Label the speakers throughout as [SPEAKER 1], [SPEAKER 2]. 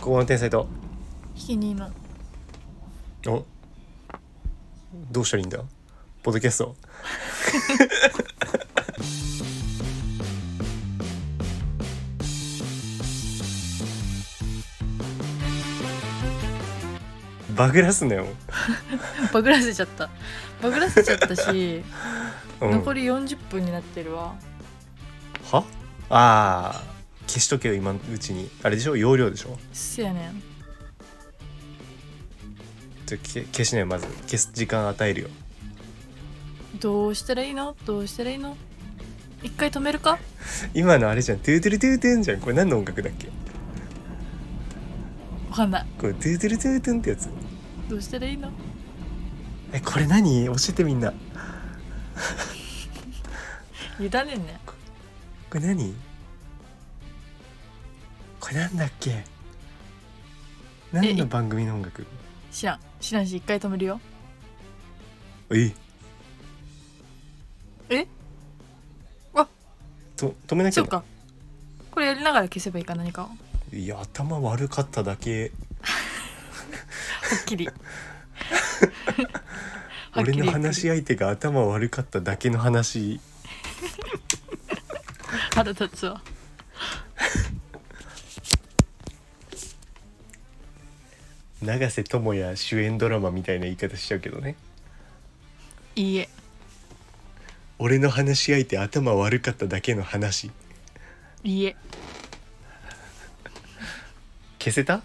[SPEAKER 1] ここの天才と
[SPEAKER 2] ひきにま
[SPEAKER 1] おどうしたらいいんだポッドキャストバグらすなよ、
[SPEAKER 2] バグらせち ゃったバグらせちゃったし、
[SPEAKER 1] うん、
[SPEAKER 2] 残り40分になってるわ
[SPEAKER 1] はああ消しとけよ今のうちにあれでしょ容量でしょ
[SPEAKER 2] せやねん
[SPEAKER 1] ちょけ消しなよまず消す時間与えるよ
[SPEAKER 2] どうしたらいいのどうしたらいいの一回止めるか
[SPEAKER 1] 今のあれじゃんトゥートゥルトゥートゥンじゃんこれ何の音楽だっけ
[SPEAKER 2] わかんない
[SPEAKER 1] これトゥートゥルトゥートゥンってやつ
[SPEAKER 2] どうしたらいいの
[SPEAKER 1] えこれ何教えてみんなこ
[SPEAKER 2] 委ねんね
[SPEAKER 1] れ何これなんだっけ何の番組の音楽
[SPEAKER 2] 知らん知らんし一回止めるよ
[SPEAKER 1] え
[SPEAKER 2] えあ
[SPEAKER 1] と止めなきゃ
[SPEAKER 2] そうかこれやりながら消せばいいか何かを
[SPEAKER 1] いや頭悪かっただけ
[SPEAKER 2] はっきりはっきり
[SPEAKER 1] 俺の話し相手が頭悪かっただけの話
[SPEAKER 2] 腹立つわ
[SPEAKER 1] 永瀬智也主演ドラマみたいな言い方しちゃうけどね
[SPEAKER 2] いいえ
[SPEAKER 1] 俺の話し相手頭悪かっただけの話
[SPEAKER 2] いいえ
[SPEAKER 1] 消せた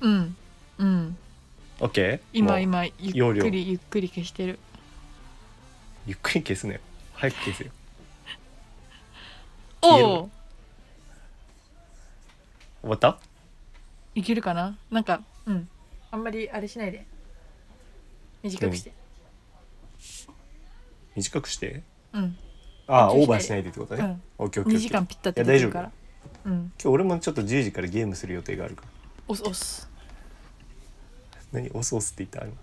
[SPEAKER 2] うんうん
[SPEAKER 1] ?OK も
[SPEAKER 2] 今
[SPEAKER 1] う
[SPEAKER 2] 今ゆっ
[SPEAKER 1] 容量
[SPEAKER 2] くりゆっくり消してる
[SPEAKER 1] ゆっくり消すね早く消せよ消える
[SPEAKER 2] おお
[SPEAKER 1] 終わった
[SPEAKER 2] いけるかななんかうんあんまりあれしないで短くして
[SPEAKER 1] 短くして
[SPEAKER 2] うん、
[SPEAKER 1] ああ
[SPEAKER 2] 緊
[SPEAKER 1] オ
[SPEAKER 2] 張しない
[SPEAKER 1] ーバーしないでってことね、
[SPEAKER 2] うん
[SPEAKER 1] オッケーオッケーオッケー
[SPEAKER 2] 二時間ぴったっ
[SPEAKER 1] い
[SPEAKER 2] て
[SPEAKER 1] や
[SPEAKER 2] で
[SPEAKER 1] 大
[SPEAKER 2] き
[SPEAKER 1] 丈夫
[SPEAKER 2] るか
[SPEAKER 1] 今
[SPEAKER 2] らうん
[SPEAKER 1] 日俺もちょっと10時からゲームする予定があるから
[SPEAKER 2] 押す押す
[SPEAKER 1] 何押す押すって言った今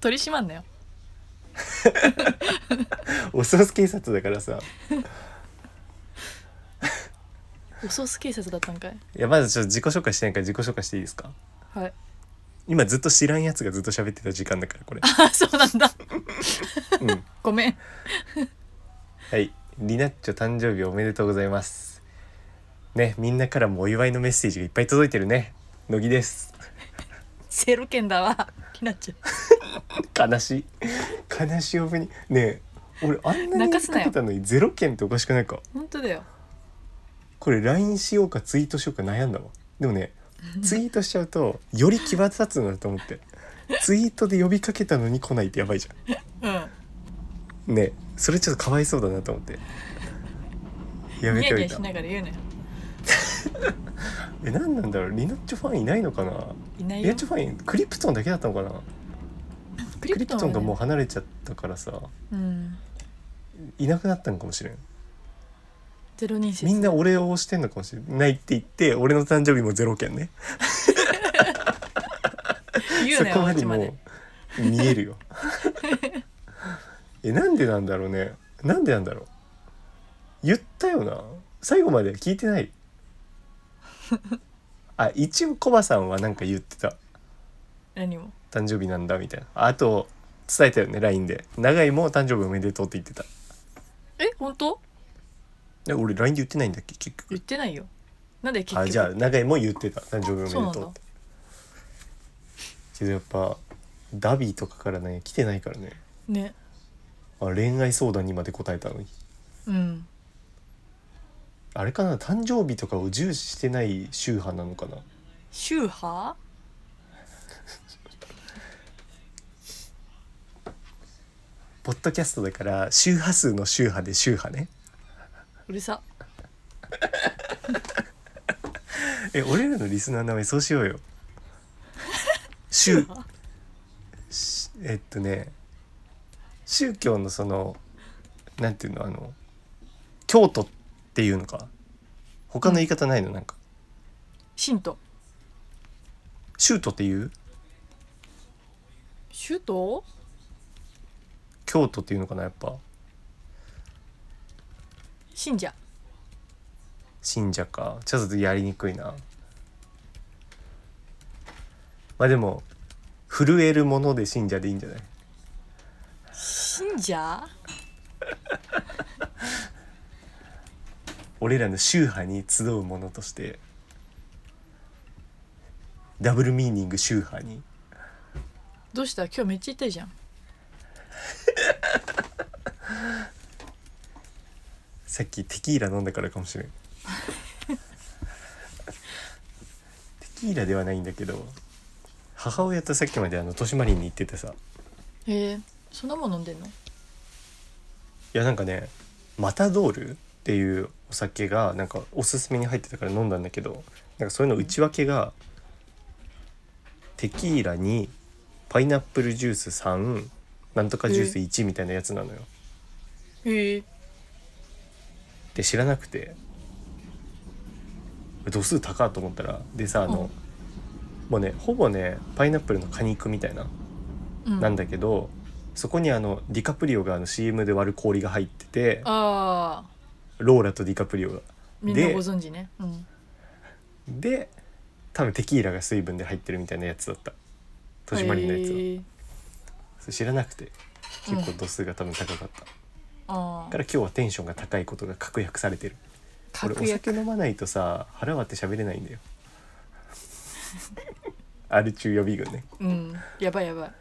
[SPEAKER 2] 取り締まんなよ
[SPEAKER 1] 押す押す警察だからさ
[SPEAKER 2] 押す押す警察だったんかい
[SPEAKER 1] いやまずちょっと自己紹介してないから自己紹介していいですか
[SPEAKER 2] はい
[SPEAKER 1] 今ずっと知らんやつがずっと喋ってた時間だからこれ
[SPEAKER 2] あそうなんだ
[SPEAKER 1] うん
[SPEAKER 2] ごめん
[SPEAKER 1] はい、リナッチョ誕生日おめでとうございます。ね、みんなからもお祝いのメッセージがいっぱい届いてるね。乃木です。
[SPEAKER 2] セロケンだわ気になっちゃう
[SPEAKER 1] 悲しい。悲しいおめに。ねえ、俺あんなに
[SPEAKER 2] 泣
[SPEAKER 1] か
[SPEAKER 2] かすなよ
[SPEAKER 1] けたのにゼロ件っておかしくないか。
[SPEAKER 2] 本当だよ
[SPEAKER 1] これ LINE しようかツイートしようか悩んだわ。でもね、ツイートしちゃうとより際立つんだと思って。ツイートで呼びかけたのに来ないってやばいじゃ
[SPEAKER 2] うん
[SPEAKER 1] ん。ねえ、それちょっとかわいそうだなと思って。やめ
[SPEAKER 2] ニ
[SPEAKER 1] て
[SPEAKER 2] ヤ
[SPEAKER 1] お
[SPEAKER 2] ニヤ
[SPEAKER 1] いた
[SPEAKER 2] し。ながら言うなよ
[SPEAKER 1] え、何なんだろう。リナッチョファンいないのかな。
[SPEAKER 2] いない
[SPEAKER 1] リナ
[SPEAKER 2] よ
[SPEAKER 1] ッチョファンクリプトンだけだったのかな
[SPEAKER 2] ク
[SPEAKER 1] クリプトンがもう
[SPEAKER 2] はね
[SPEAKER 1] 離れちゃったからさ
[SPEAKER 2] うん
[SPEAKER 1] いなくなったのかもしれん
[SPEAKER 2] ゼロ人説
[SPEAKER 1] みんな俺を推してんのかもしれないって言って俺の誕生日もゼロ件ね
[SPEAKER 2] 言う
[SPEAKER 1] そ
[SPEAKER 2] な
[SPEAKER 1] こ
[SPEAKER 2] よ
[SPEAKER 1] ま
[SPEAKER 2] う
[SPEAKER 1] で
[SPEAKER 2] ちまで
[SPEAKER 1] もう見える よえなんでなんだろうねなんでなんだろう言ったよな最後まで聞いてない あ一応コバさんはなんか言ってた
[SPEAKER 2] 何も
[SPEAKER 1] 誕生日なんだみたいなあと伝えたよね LINE で永井も誕生日おめでとうって言ってた
[SPEAKER 2] え本当
[SPEAKER 1] え俺 LINE で言ってないんだっけ結局
[SPEAKER 2] 言ってないよなんで結局
[SPEAKER 1] あじゃあ永井も言ってた誕生日おめで
[SPEAKER 2] そう
[SPEAKER 1] と
[SPEAKER 2] な
[SPEAKER 1] うんって
[SPEAKER 2] だ
[SPEAKER 1] けどやっぱダビーとかからね来てないからね
[SPEAKER 2] ね
[SPEAKER 1] あ恋愛相談にまで答えたのに
[SPEAKER 2] うん
[SPEAKER 1] あれかな誕生日とかを重視してない宗派なのかな
[SPEAKER 2] 宗派
[SPEAKER 1] ポッドキャストだから周波数の宗派で宗派ね
[SPEAKER 2] うるさ
[SPEAKER 1] え俺らのリスナーの名前そうしようよ宗
[SPEAKER 2] 派
[SPEAKER 1] しえっとね宗教のそのなんていうのあの京都っていうのか他の言い方ないのなんか
[SPEAKER 2] 神道
[SPEAKER 1] 宗徒っていう
[SPEAKER 2] 宗徒
[SPEAKER 1] 京都っていうのかなやっぱ
[SPEAKER 2] 信者
[SPEAKER 1] 信者かちょっとやりにくいなまあでも震えるもので信者でいいんじゃない
[SPEAKER 2] 信者
[SPEAKER 1] 俺らの宗派に集うものとしてダブルミーニング宗派に
[SPEAKER 2] どうした今日めっちゃ痛いじゃん
[SPEAKER 1] さっきテキーラ飲んだからかもしれん テキーラではないんだけど母親とさっきまであの豊島林に行っててさ
[SPEAKER 2] へえそんなもん飲んでんの
[SPEAKER 1] いやなんかねマタドールっていうお酒がなんかおすすめに入ってたから飲んだんだけどなんかそれの内訳が、テキーラにパイナップルジュース3なんとかジュース1みたいなやつなのよ。
[SPEAKER 2] へえ
[SPEAKER 1] で知らなくて度数高っと思ったらでさあの、もうねほぼねパイナップルの果肉みたいな、
[SPEAKER 2] うん
[SPEAKER 1] なんだけどそこにあのディカプリオがあの CM で割る氷が入ってて
[SPEAKER 2] ああ
[SPEAKER 1] ローラとディカプリオが。
[SPEAKER 2] みんな
[SPEAKER 1] で
[SPEAKER 2] ご存知ねうん
[SPEAKER 1] で多分テキーラが水分で入ってるみたいなやつだった戸締まりのやつは、
[SPEAKER 2] へえ
[SPEAKER 1] それ知らなくて
[SPEAKER 2] うん
[SPEAKER 1] 結構度数が多分高かった、だ
[SPEAKER 2] あ
[SPEAKER 1] から今日はテンションが高いことが確約されてる
[SPEAKER 2] あ
[SPEAKER 1] 俺お
[SPEAKER 2] 確約
[SPEAKER 1] 酒飲まないとさ腹割って喋れないんだ よアル中予備軍ね
[SPEAKER 2] うんやばいやばい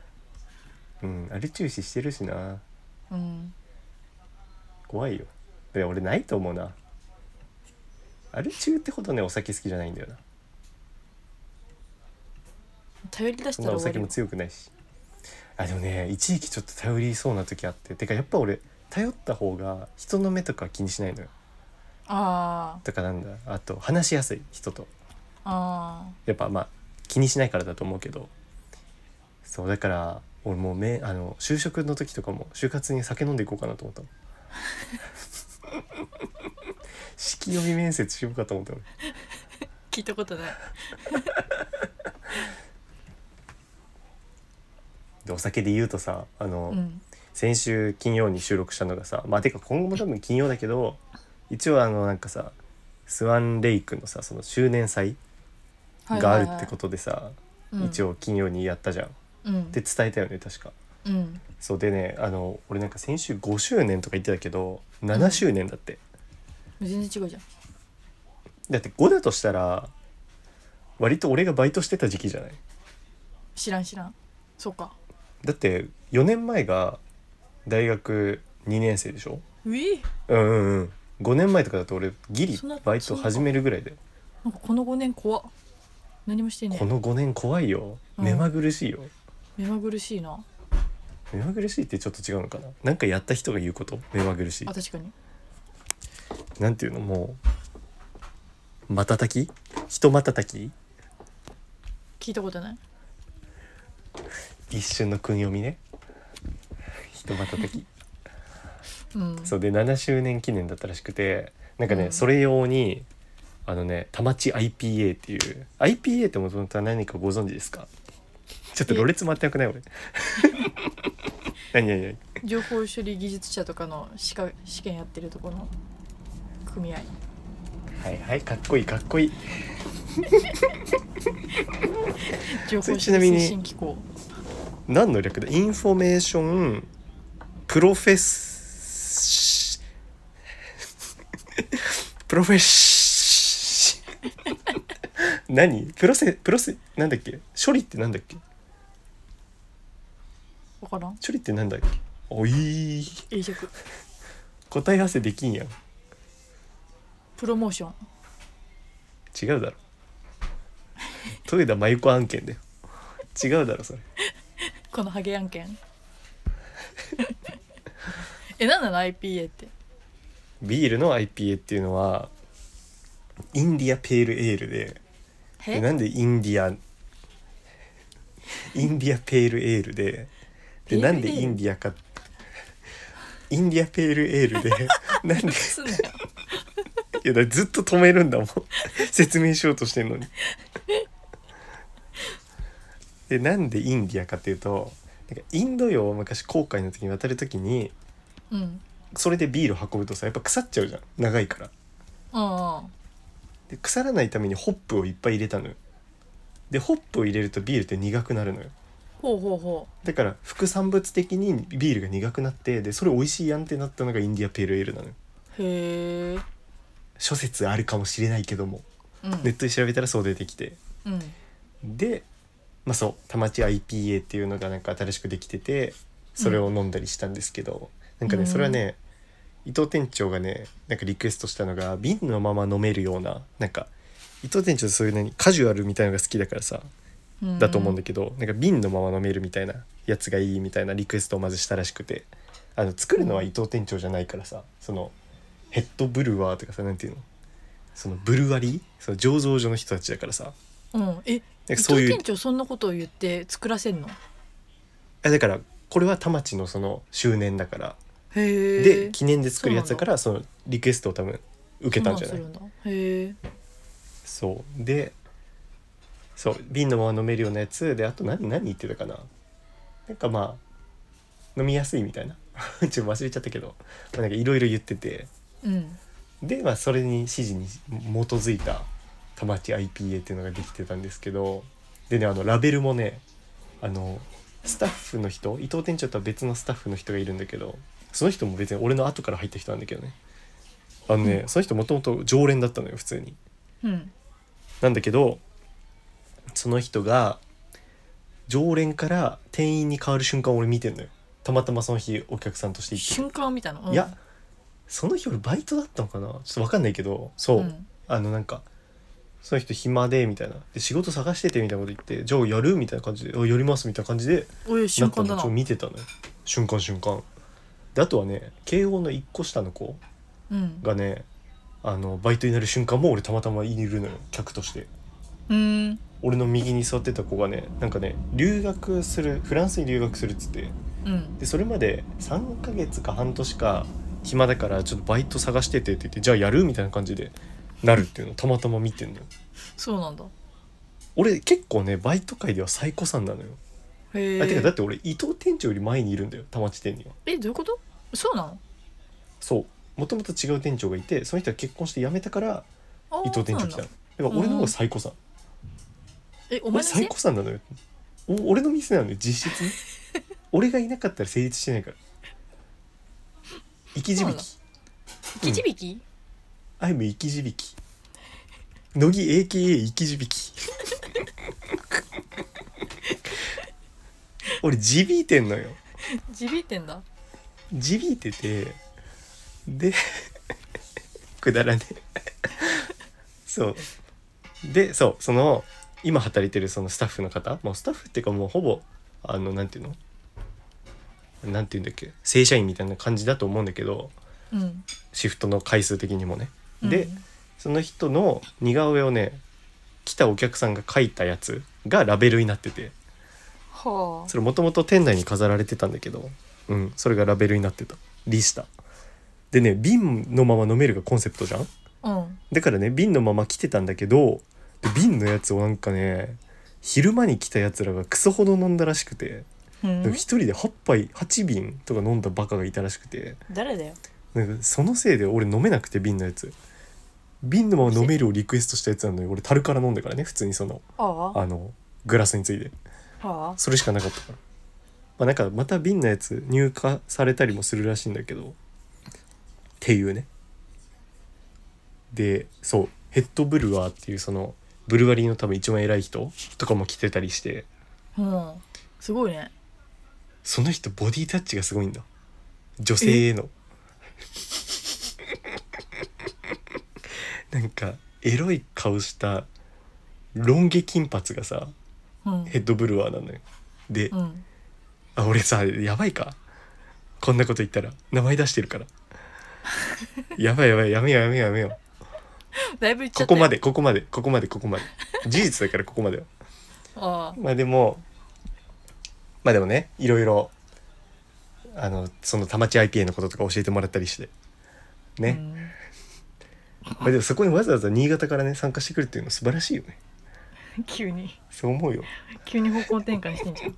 [SPEAKER 1] うんアル中視してるしな
[SPEAKER 2] うん
[SPEAKER 1] 怖いよいや俺ないと思うなアル中ってほどねお酒好きじゃないんだよな
[SPEAKER 2] 頼り出し
[SPEAKER 1] そ
[SPEAKER 2] た
[SPEAKER 1] んな
[SPEAKER 2] ら
[SPEAKER 1] お
[SPEAKER 2] 終わ
[SPEAKER 1] 酒
[SPEAKER 2] る
[SPEAKER 1] も
[SPEAKER 2] よ
[SPEAKER 1] 強くないしあでもね一時期ちょっと頼りそうな時あっててかやっぱ俺頼った方が人の目とか気にしないのよ
[SPEAKER 2] あ
[SPEAKER 1] とかなんだあと話しやすい人と
[SPEAKER 2] ああ
[SPEAKER 1] やっぱまあ気にしないからだと思うけどそうだから俺もうめあの就職の時とかも就活に酒飲んでいこうかなと思った の式読み面接しようかと思ったの
[SPEAKER 2] あ聞いたことない
[SPEAKER 1] でお酒で言うとさあの、
[SPEAKER 2] うん
[SPEAKER 1] 先週金曜に収録したのがさまあてか今後も多分金曜だけど一応あのなんかさスワンレイクのさその周年祭があるってことでさ、
[SPEAKER 2] と
[SPEAKER 1] 一応金曜にやったじゃんっ
[SPEAKER 2] うん
[SPEAKER 1] て伝えたよね確か
[SPEAKER 2] うん
[SPEAKER 1] そうでねあの俺なんか先週5周年とか言ってたけど7周年だって、
[SPEAKER 2] 全然違うじゃん
[SPEAKER 1] だって5だとしたら割と俺がバイトしてた時期じゃない
[SPEAKER 2] 知らん知らんそうか
[SPEAKER 1] だって4年前が大学2年生でしょ
[SPEAKER 2] うい
[SPEAKER 1] うんうんうん5年前とかだと俺ギリ
[SPEAKER 2] そんな
[SPEAKER 1] バイト始めるぐらいだよ
[SPEAKER 2] なんかこの5年怖っ何もしてね
[SPEAKER 1] この5年怖いよ
[SPEAKER 2] うん
[SPEAKER 1] 目まぐるしいよ、
[SPEAKER 2] え目まぐるしいな
[SPEAKER 1] 目まぐるしいってちょっと違うのかななんかやった人が言うこと目まぐるし
[SPEAKER 2] あ確かに
[SPEAKER 1] いなんていうのもう瞬きひと瞬き
[SPEAKER 2] 聞いたことない
[SPEAKER 1] 一瞬の訓読みねひと瞬き
[SPEAKER 2] うん
[SPEAKER 1] そうで7周年記念だったらしくてなんかね、
[SPEAKER 2] うん
[SPEAKER 1] それ用にあのね田町 IPA っていう IPA ってもともとは何かご存知ですかちょっとろれつ回ってなくない俺何何何
[SPEAKER 2] 情報処理技術者とかの試か試験やってるとこの組合
[SPEAKER 1] はいはいかっこいいかっこいい
[SPEAKER 2] 情報
[SPEAKER 1] それ
[SPEAKER 2] 処理
[SPEAKER 1] ちなみに
[SPEAKER 2] 推進機構
[SPEAKER 1] 何の略だインフォメーションプロフェッシ プロフェッシ何プロセプロセなんだっけ処理ってなんだっけ
[SPEAKER 2] わからん
[SPEAKER 1] 処理ってなんだっけおいー
[SPEAKER 2] 英尺
[SPEAKER 1] 答え合わせできんやん
[SPEAKER 2] プロモーション
[SPEAKER 1] 違うだろ豊田真由子案件だよ違うだろそれ
[SPEAKER 2] このハゲ案件 え何なの IPA って
[SPEAKER 1] ビールの IPA っていうのはインディアペールエールででな
[SPEAKER 2] え
[SPEAKER 1] んでインディ アンインディアペールエールで
[SPEAKER 2] ペー
[SPEAKER 1] で
[SPEAKER 2] ル
[SPEAKER 1] な
[SPEAKER 2] エール
[SPEAKER 1] んでインディアかインディアペールエールで なんです
[SPEAKER 2] んなよ
[SPEAKER 1] いやだからずっと止めるんだもん説明しようとしてんのにでなんでインディアかっていうとなんかインド洋を昔航海の時に渡る時に
[SPEAKER 2] うん
[SPEAKER 1] それでビール運ぶとさやっぱ腐っちゃうじゃん長いから
[SPEAKER 2] うんうん
[SPEAKER 1] で腐らないためにホップをいっぱい入れたのよでホップを入れるとビールって苦くなるのよ
[SPEAKER 2] ほうほうほ
[SPEAKER 1] だから副産物的にビールが苦くなってでそれ美味しいやんってなったのがインディアペールエールなのよ
[SPEAKER 2] うへえ
[SPEAKER 1] 諸説あるかもしれないけども
[SPEAKER 2] うん
[SPEAKER 1] ネットで調べたらそう出てきて
[SPEAKER 2] うん
[SPEAKER 1] でまあそう田町 IPA っていうのがなんか新しくできててそれを飲んだりしたんですけど、なんか
[SPEAKER 2] う
[SPEAKER 1] ね
[SPEAKER 2] ん
[SPEAKER 1] それはね伊藤店長がねなんかリクエストしたのが瓶のまま飲めるようななんか伊藤店長そういう何カジュアルみたいのが好きだからさ
[SPEAKER 2] うん
[SPEAKER 1] だと思うんだけど、なんか瓶のまま飲めるみたいなやつがいいみたいなリクエストをまずしたらしくてあの作るのは伊藤店長じゃないからさそのヘッドブルワーとかさなんていうのそのブルワリーその醸造所の人たちだからさ
[SPEAKER 2] うんえ
[SPEAKER 1] なんか
[SPEAKER 2] そ
[SPEAKER 1] そうう
[SPEAKER 2] いう
[SPEAKER 1] いう
[SPEAKER 2] 店長そんなことを言って作らせんの
[SPEAKER 1] あだからこれは田町のその周年だから
[SPEAKER 2] へえ
[SPEAKER 1] で記念で作るやつだからそのリクエストを多分受けたんじゃない
[SPEAKER 2] そんなんするんだへえ
[SPEAKER 1] そうでそう瓶のまま飲めるようなやつであと何何言ってたかななんかまあ飲みやすいみたいな ちょっと忘れちゃったけど、まあ、なんかいろいろ言ってて
[SPEAKER 2] うん
[SPEAKER 1] でまあそれに指示に基づいた田町 IPA っていうのができてたんですけどでねあのラベルもねあのスタッフの人伊藤店長とは別のスタッフの人がいるんだけどその人も別に俺の後から入った人なんだけどねあのね、その人もともと常連だったのよ普通に
[SPEAKER 2] うん
[SPEAKER 1] なんだけどその人が常連から店員に変わる瞬間を俺見てんのよたまたまその日お客さんとして行って
[SPEAKER 2] 瞬間を見たの、うん、
[SPEAKER 1] いやその日俺バイトだったのかなちょっと分かんないけどそう、
[SPEAKER 2] うん
[SPEAKER 1] あのなんかその人暇でみたいなで仕事探しててみたいなこと言ってじゃあやるみたいな感じであやりますみたいな感じで
[SPEAKER 2] おい瞬間
[SPEAKER 1] な
[SPEAKER 2] だ
[SPEAKER 1] ったのち
[SPEAKER 2] な
[SPEAKER 1] ょっと見てたのよ瞬間瞬間であとはね慶応の1個下の子
[SPEAKER 2] うん
[SPEAKER 1] がねあのバイトになる瞬間も俺たまたまいるのよ客として
[SPEAKER 2] うん
[SPEAKER 1] 俺の右に座ってた子がねなんかね留学するフランスに留学するっつって
[SPEAKER 2] うん
[SPEAKER 1] でそれまで3ヶ月か半年か暇だからちょっとバイト探しててって言ってじゃあやるみたいな感じでなるっていうのをたまたま見てんのよ
[SPEAKER 2] そうなんだ
[SPEAKER 1] 俺結構ねバイト界では最古参なのよ、
[SPEAKER 2] へ
[SPEAKER 1] あてかだっ
[SPEAKER 2] え
[SPEAKER 1] て俺伊藤店長より前にいるんだよ田町店には
[SPEAKER 2] えどういうことそうなの
[SPEAKER 1] そうもともと違う店長がいてその人が結婚して辞めたから
[SPEAKER 2] あー
[SPEAKER 1] 伊藤店長来
[SPEAKER 2] そ
[SPEAKER 1] た
[SPEAKER 2] う
[SPEAKER 1] の
[SPEAKER 2] なん
[SPEAKER 1] だから
[SPEAKER 2] だ
[SPEAKER 1] 俺の方が最古参
[SPEAKER 2] え
[SPEAKER 1] 俺
[SPEAKER 2] お前の
[SPEAKER 1] 最
[SPEAKER 2] せ
[SPEAKER 1] 古参なのよお俺の店なのよ実 質ね俺がいなかったら成立してないから生き字引き
[SPEAKER 2] 生き字引き
[SPEAKER 1] I'm 生き字引き乃木 AKA 生き字引 き俺地引いてんのよ
[SPEAKER 2] 地引いてんだ
[SPEAKER 1] 地引いててで くだらねえそうでそうその今働いてるそのスタッフの方もうスタッフっていうかもうほぼあのなんていうのなんていうんだっけ正社員みたいな感じだと思うんだけど
[SPEAKER 2] うん
[SPEAKER 1] シフトの回数的にもね。
[SPEAKER 2] うん
[SPEAKER 1] で、その人の似顔絵をね来たお客さんが描いたやつがラベルになってて
[SPEAKER 2] は
[SPEAKER 1] それもともと店内に飾られてたんだけど、うん、それがラベルになってたリスタでね瓶のまま飲めるがコンセプトじゃん
[SPEAKER 2] あうん
[SPEAKER 1] だからね瓶のまま来てたんだけどで瓶のやつをなんかね昼間に来たやつらがクソほど飲んだらしくて
[SPEAKER 2] うん
[SPEAKER 1] 一人で8杯8瓶とか飲んだバカがいたらしくて
[SPEAKER 2] 誰だよ
[SPEAKER 1] なんかそのせいで俺飲めなくて瓶のやつ瓶のまま飲めるをリクエストしたやつなのに俺樽から飲んだからね普通にその
[SPEAKER 2] ああは
[SPEAKER 1] あのグラスについて
[SPEAKER 2] あ
[SPEAKER 1] それしかなかったから、まあ、なんかまた瓶のやつ入荷されたりもするらしいんだけどっていうねでそうヘッドブルワーっていうそのブルワリーの多分一番偉い人とかも来てたりして
[SPEAKER 2] うんすごいね
[SPEAKER 1] その人ボディタッチがすごいんだ女性へのなんかエロい顔したロン毛金髪がさ
[SPEAKER 2] うん
[SPEAKER 1] ヘッドブルワーなのよで、
[SPEAKER 2] うん
[SPEAKER 1] あ俺さやばいかこんなこと言ったら名前出してるから やばいやばいやめようやめようやめよう
[SPEAKER 2] だいぶいっちゃ
[SPEAKER 1] ここ
[SPEAKER 2] ったよ
[SPEAKER 1] までここまでここまでここまで事実だからここまでは
[SPEAKER 2] ああ
[SPEAKER 1] まあでもまあでもねいろいろあのその田町 IPA のこととか教えてもらったりしてね、
[SPEAKER 2] うん
[SPEAKER 1] まあでもそこにわざわざ新潟からね参加してくるっていうの素晴らしいよね
[SPEAKER 2] 急に
[SPEAKER 1] そう思うよ
[SPEAKER 2] 急に方向転換してんじゃん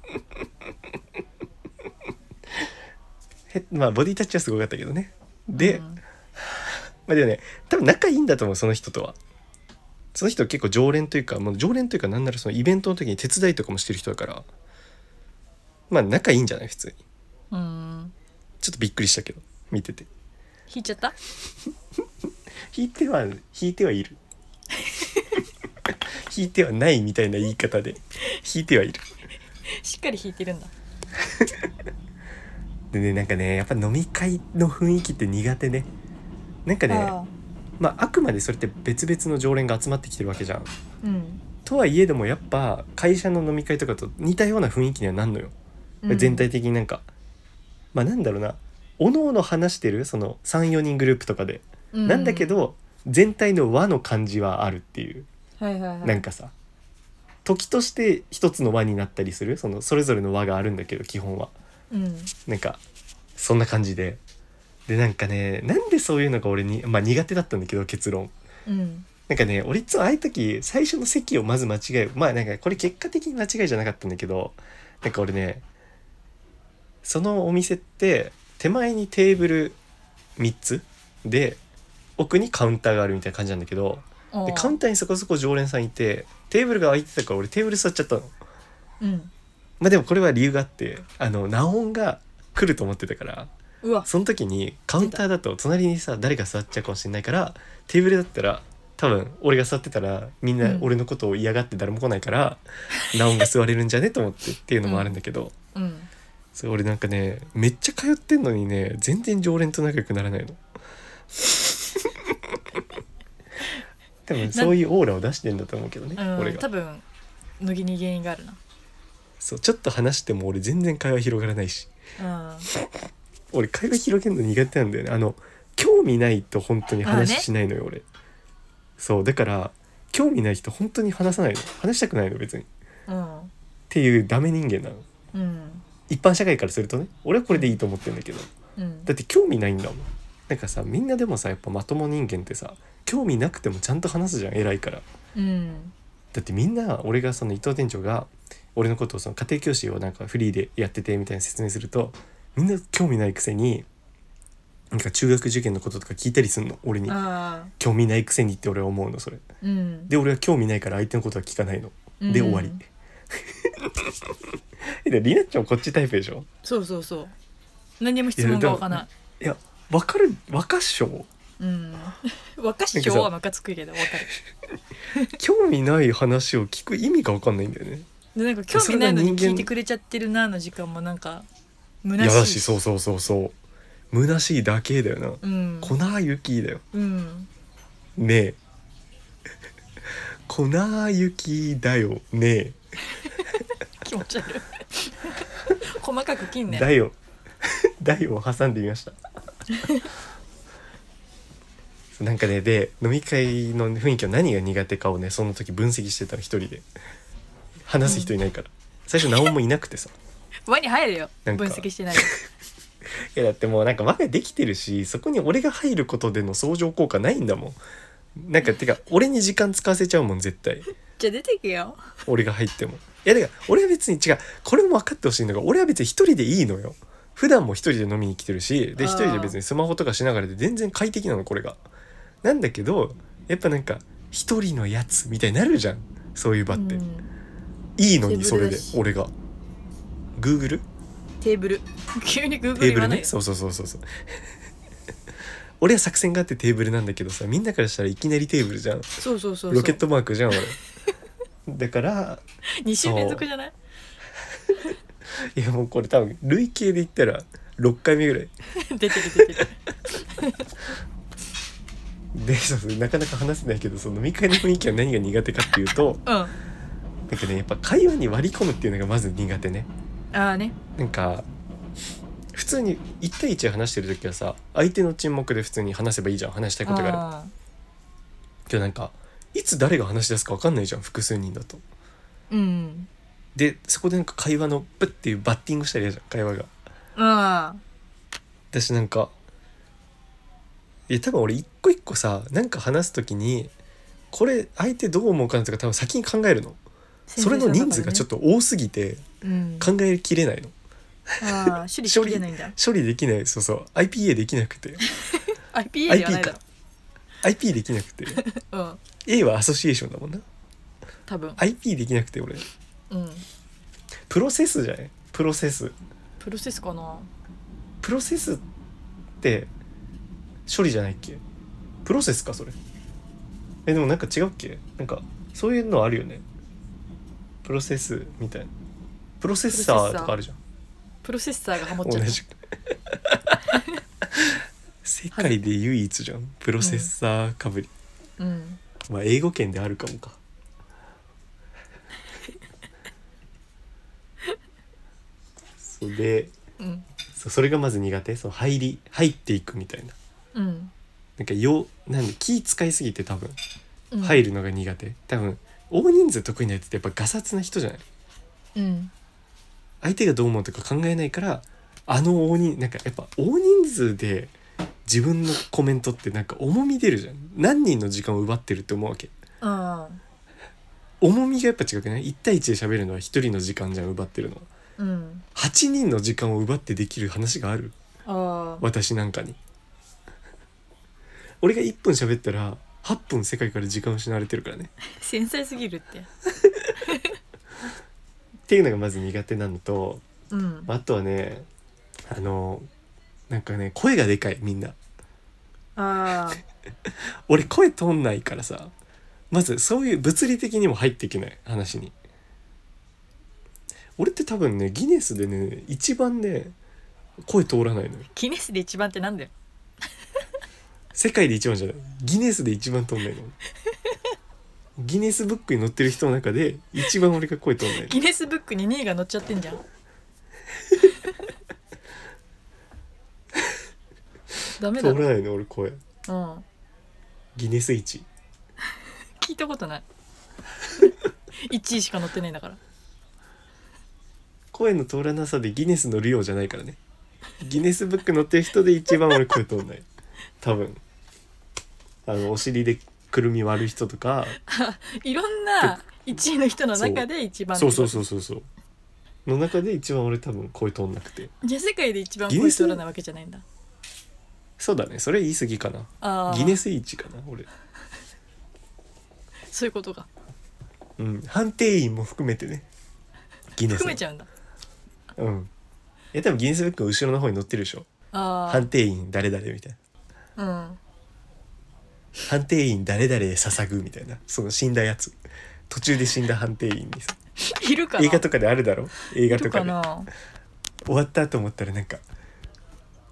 [SPEAKER 1] へまあボディタッチはすごかったけどねで、
[SPEAKER 2] うん
[SPEAKER 1] まあでもね多分仲いいんだと思うその人とはその人は結構常連というかもう常連というかなんならそのイベントの時に手伝いとかもしてる人だからまあ仲いいんじゃない普通に
[SPEAKER 2] うん
[SPEAKER 1] ちょっとびっくりしたけど見てて
[SPEAKER 2] 引いちゃった
[SPEAKER 1] 引いては引いてはいる 引いてはないみたいな言い方で引いてはいる
[SPEAKER 2] しっかり引いてるんだ
[SPEAKER 1] でねなんかねやっぱ飲み会の雰囲気って苦手ねなんかね
[SPEAKER 2] ああ
[SPEAKER 1] まああくまでそれって別々の常連が集まってきてるわけじゃん
[SPEAKER 2] うん
[SPEAKER 1] とはいえでもやっぱ会社の飲み会とかと似たような雰囲気にはなんのよ、
[SPEAKER 2] うん
[SPEAKER 1] 全体的になんかまあなんだろうなおのおの話してるその34人グループとかで、
[SPEAKER 2] う
[SPEAKER 1] なんだけど全体の和の感じはあるっていう
[SPEAKER 2] はいはいはい
[SPEAKER 1] なんかさ時として一つの輪になったりするそのそれぞれの輪があるんだけど基本は
[SPEAKER 2] うん
[SPEAKER 1] なんかそんな感じででなんかねなんでそういうのが俺に、まあ、苦手だったんだけど結論
[SPEAKER 2] うん
[SPEAKER 1] なんかね俺いつもああいう時最初の席をまず間違えるまあなんかこれ結果的に間違いじゃなかったんだけどなんか俺ねそのお店って手前にテーブル3つで奥にカウンターがあるみたいな感じなんだけどでカウンターにそこそこ常連さんいてテーブルが空いてたから俺テーブル座っちゃったの
[SPEAKER 2] うん
[SPEAKER 1] まあでもこれは理由があってあのナオンが来ると思ってたから
[SPEAKER 2] うわ
[SPEAKER 1] その時にカウンターだと隣にさ誰か座っちゃうかもしれないからテーブルだったら多分俺が座ってたらみん
[SPEAKER 2] う
[SPEAKER 1] なん俺のことを嫌がって誰も来ないから、ナオンが座れるんじゃねと思ってっていうのもあるんだけど、
[SPEAKER 2] うん
[SPEAKER 1] そう俺なんかねめっちゃ通ってんのにね全然常連と仲良くならないの。でもそういうオーラを出してんだと思うけどね、
[SPEAKER 2] うん
[SPEAKER 1] 俺
[SPEAKER 2] 多
[SPEAKER 1] が
[SPEAKER 2] 分脱ぎに原因がある
[SPEAKER 1] そうちょっと話しても俺全然会話広がらないし
[SPEAKER 2] なうん
[SPEAKER 1] 俺会話広げるの苦手なんだよねあの興味ないと本当に話しないのよ、俺そうだから興味ない人本当に話さないの話したくないの別にっ
[SPEAKER 2] うん
[SPEAKER 1] ていうダメ人間なの
[SPEAKER 2] うん
[SPEAKER 1] 一般社会からするとね俺はこれでいいと思ってるんだけど
[SPEAKER 2] うん
[SPEAKER 1] だって興味ないんだもんなんかさみんなでもさやっぱまとも人間ってさ興味なくてもちゃんと話すじゃん偉いから
[SPEAKER 2] うん
[SPEAKER 1] だってみんな俺がその伊藤店長が俺のことをその家庭教師をなんかフリーでやっててみたいな説明するとみんな興味ないくせになんか中学受験のこととか聞いたりすんの俺に
[SPEAKER 2] ああ
[SPEAKER 1] 興味ないくせにって俺は思うのそれ
[SPEAKER 2] うん
[SPEAKER 1] で俺は興味ないから相手のことは聞かないの
[SPEAKER 2] うん
[SPEAKER 1] で終わり えでもりなっちゃんもこっちタイプでしょ
[SPEAKER 2] そうそうそう何にも質問がわかない
[SPEAKER 1] いやわかるわかっしょ
[SPEAKER 2] うん 若師匠はムカつくけどわかる
[SPEAKER 1] 興味ない話を聞く意味がわかんないんだよね
[SPEAKER 2] でなんか興味ないのに聞いてくれちゃってるなあの時間もなんか
[SPEAKER 1] いや
[SPEAKER 2] 虚
[SPEAKER 1] だ
[SPEAKER 2] しい
[SPEAKER 1] しそうそうそうそう虚しいだけだよな、
[SPEAKER 2] うん
[SPEAKER 1] 粉雪だよ
[SPEAKER 2] うん
[SPEAKER 1] ねえ粉雪だよね
[SPEAKER 2] 気持ち悪い 細かく切ん
[SPEAKER 1] え、
[SPEAKER 2] ね
[SPEAKER 1] だよ だよを挟んでみました そうなんかねで飲み会の雰囲気は何が苦手かをねその時分析してたの一人で話す人いないから、最初何も いなくてさ
[SPEAKER 2] 輪に入るよ
[SPEAKER 1] な
[SPEAKER 2] 分
[SPEAKER 1] んか
[SPEAKER 2] 析してない
[SPEAKER 1] いやだってもうなんか輪ができてるしそこに俺が入ることでの相乗効果ないんだもんなんかてか俺に時間使わせちゃうもん絶対
[SPEAKER 2] じゃあ出てけよ
[SPEAKER 1] 俺が入ってもいやだから俺は別に違うこれも分かってほしいんだが俺は別に一人でいいのよ普段も一人で飲みに来てるしで
[SPEAKER 2] あー
[SPEAKER 1] 一人で別にスマホとかしながらで全然快適なのこれがなんだけどやっぱなんか一人のやつみたいになるじゃんそういう場って、
[SPEAKER 2] うん
[SPEAKER 1] いいのに
[SPEAKER 2] テー
[SPEAKER 1] そ
[SPEAKER 2] ブル
[SPEAKER 1] れ
[SPEAKER 2] だ
[SPEAKER 1] で
[SPEAKER 2] し
[SPEAKER 1] 俺が Google?
[SPEAKER 2] テーブル急にグーグル
[SPEAKER 1] テー
[SPEAKER 2] 言
[SPEAKER 1] ブル
[SPEAKER 2] わない
[SPEAKER 1] ね
[SPEAKER 2] よ
[SPEAKER 1] そうそうそうそうそう 俺は作戦があってテーブルなんだけどさみんなからしたらいきなりテーブルじゃん
[SPEAKER 2] そうそうそうそう
[SPEAKER 1] ロケットマークじゃん俺だから
[SPEAKER 2] 2週連続じゃない
[SPEAKER 1] いやもうこれ多分累計で言ったら6回目ぐらい
[SPEAKER 2] 出てる出てる
[SPEAKER 1] でそうそうなかなか話せないけどその飲み会の雰囲気は何が苦手かっていうと
[SPEAKER 2] うんあ
[SPEAKER 1] なんかねやっぱ会話に割り込むっていうのがまず苦手ね
[SPEAKER 2] あね
[SPEAKER 1] なんか普通に1対1で話してる時はさ相手の沈黙で普通に話せばいいじゃん話したいことがある
[SPEAKER 2] あ
[SPEAKER 1] けどなんかいつ誰が話し出すか分かんないじゃん複数人だと
[SPEAKER 2] ーうん
[SPEAKER 1] でそこでなんか会話のプッっていうバッティングしたりやじゃん会話が
[SPEAKER 2] あ
[SPEAKER 1] 私なんかいや多分俺一個一個さなんか話す時にこれ相手どう思うかなとか多分先に考えるのそれの人数がちょっ
[SPEAKER 2] と、
[SPEAKER 1] と多すぎて
[SPEAKER 2] うん、
[SPEAKER 1] 考えきれないの
[SPEAKER 2] ああ処理しきれないんだ
[SPEAKER 1] 処理できないそうそう IPA できなくて
[SPEAKER 2] IPA では
[SPEAKER 1] IP
[SPEAKER 2] ない
[SPEAKER 1] か
[SPEAKER 2] だろ
[SPEAKER 1] IP できなくて
[SPEAKER 2] うん。
[SPEAKER 1] A はアソシエーションだもんな
[SPEAKER 2] 多分。
[SPEAKER 1] IP できなくて俺
[SPEAKER 2] うん。
[SPEAKER 1] プロセスじゃないプロセス
[SPEAKER 2] プロセスかな。
[SPEAKER 1] プロセスって処理じゃないっけプロセスかそれえでもなんか違うっけなんかそういうのあるよねプロセスみたいなプロセッサーとかあるじゃん
[SPEAKER 2] プロセッサーがハマっち
[SPEAKER 1] 同
[SPEAKER 2] ゃう。
[SPEAKER 1] じく 世界で唯一じゃんプロセッサーかぶり、
[SPEAKER 2] うん。
[SPEAKER 1] まあ英語圏であるかもかそうで
[SPEAKER 2] うん。
[SPEAKER 1] そうそれがまず苦手そう入り入っていくみたいな
[SPEAKER 2] うん。
[SPEAKER 1] なんかよなんで気使いすぎて多分
[SPEAKER 2] うん
[SPEAKER 1] 入。るのが苦手、多分大人数得意なやつってやっぱガサツな人じゃない
[SPEAKER 2] うん。
[SPEAKER 1] 相手がどう思うとか考えないからあの大人なんかやっぱ大人数で自分のコメントってなんか重み出るじゃん何人の時間を奪ってるって思うわけ
[SPEAKER 2] うん。
[SPEAKER 1] 重みがやっぱ違くない1対1で喋るのは1人の時間じゃん奪ってるの
[SPEAKER 2] うん。
[SPEAKER 1] 8人の時間を奪ってできる話がある
[SPEAKER 2] ああ。
[SPEAKER 1] 私なんかに 俺が1分喋ったら8分世界から時間失われてるからね
[SPEAKER 2] 繊細すぎるって。
[SPEAKER 1] っていうのがまず苦手なのと
[SPEAKER 2] うん。
[SPEAKER 1] あとはねあのなんかね声がでかいみんな
[SPEAKER 2] ああ。
[SPEAKER 1] 俺声通んないからさまずそういう物理的にも入っていけない話に俺って多分ねギネスでね一番ね声通らないのよ
[SPEAKER 2] ギネスで一番ってなんだよ。
[SPEAKER 1] 世界で一番じゃないギネスで一番通んないのギネスブックに載ってる人の中で一番俺が声通んないの
[SPEAKER 2] ギネスブックに2位が載っちゃってん じゃん。ダメだ
[SPEAKER 1] 通
[SPEAKER 2] ろ。
[SPEAKER 1] らないの俺声
[SPEAKER 2] うん。
[SPEAKER 1] ギネス1
[SPEAKER 2] 聞いたことない。1位しか載ってないんだから。
[SPEAKER 1] 声の通らなさでギネスの量じゃないからねギネスブック載ってる人で一番俺声通んない多分あのお尻でくるみ割る人とか
[SPEAKER 2] いろんな1位の人の中で一番
[SPEAKER 1] そうそう
[SPEAKER 2] う
[SPEAKER 1] そうそうそうの中で一番俺多分声通んなくて
[SPEAKER 2] じゃあ世界で一番
[SPEAKER 1] ギネ
[SPEAKER 2] 声
[SPEAKER 1] ス
[SPEAKER 2] 取らないわけじゃないんだ
[SPEAKER 1] そうだねそれ言い過ぎかな
[SPEAKER 2] ああ
[SPEAKER 1] ギネス1かな俺
[SPEAKER 2] そういうことが
[SPEAKER 1] うん判定員も含めてねギネス
[SPEAKER 2] 含めちゃうんだ
[SPEAKER 1] うんいや多分ギネスブックの後ろの方に載ってるでしょ
[SPEAKER 2] あ
[SPEAKER 1] 判定員誰々みたいな
[SPEAKER 2] あうん
[SPEAKER 1] 判定員誰々へ捧ぐみたいなその死んだやつ途中で死んだ判定員にさ
[SPEAKER 2] いるかな
[SPEAKER 1] 映画とかであるだろ映画
[SPEAKER 2] い
[SPEAKER 1] と
[SPEAKER 2] る
[SPEAKER 1] か
[SPEAKER 2] か
[SPEAKER 1] で
[SPEAKER 2] な
[SPEAKER 1] 終わったと思ったらなんか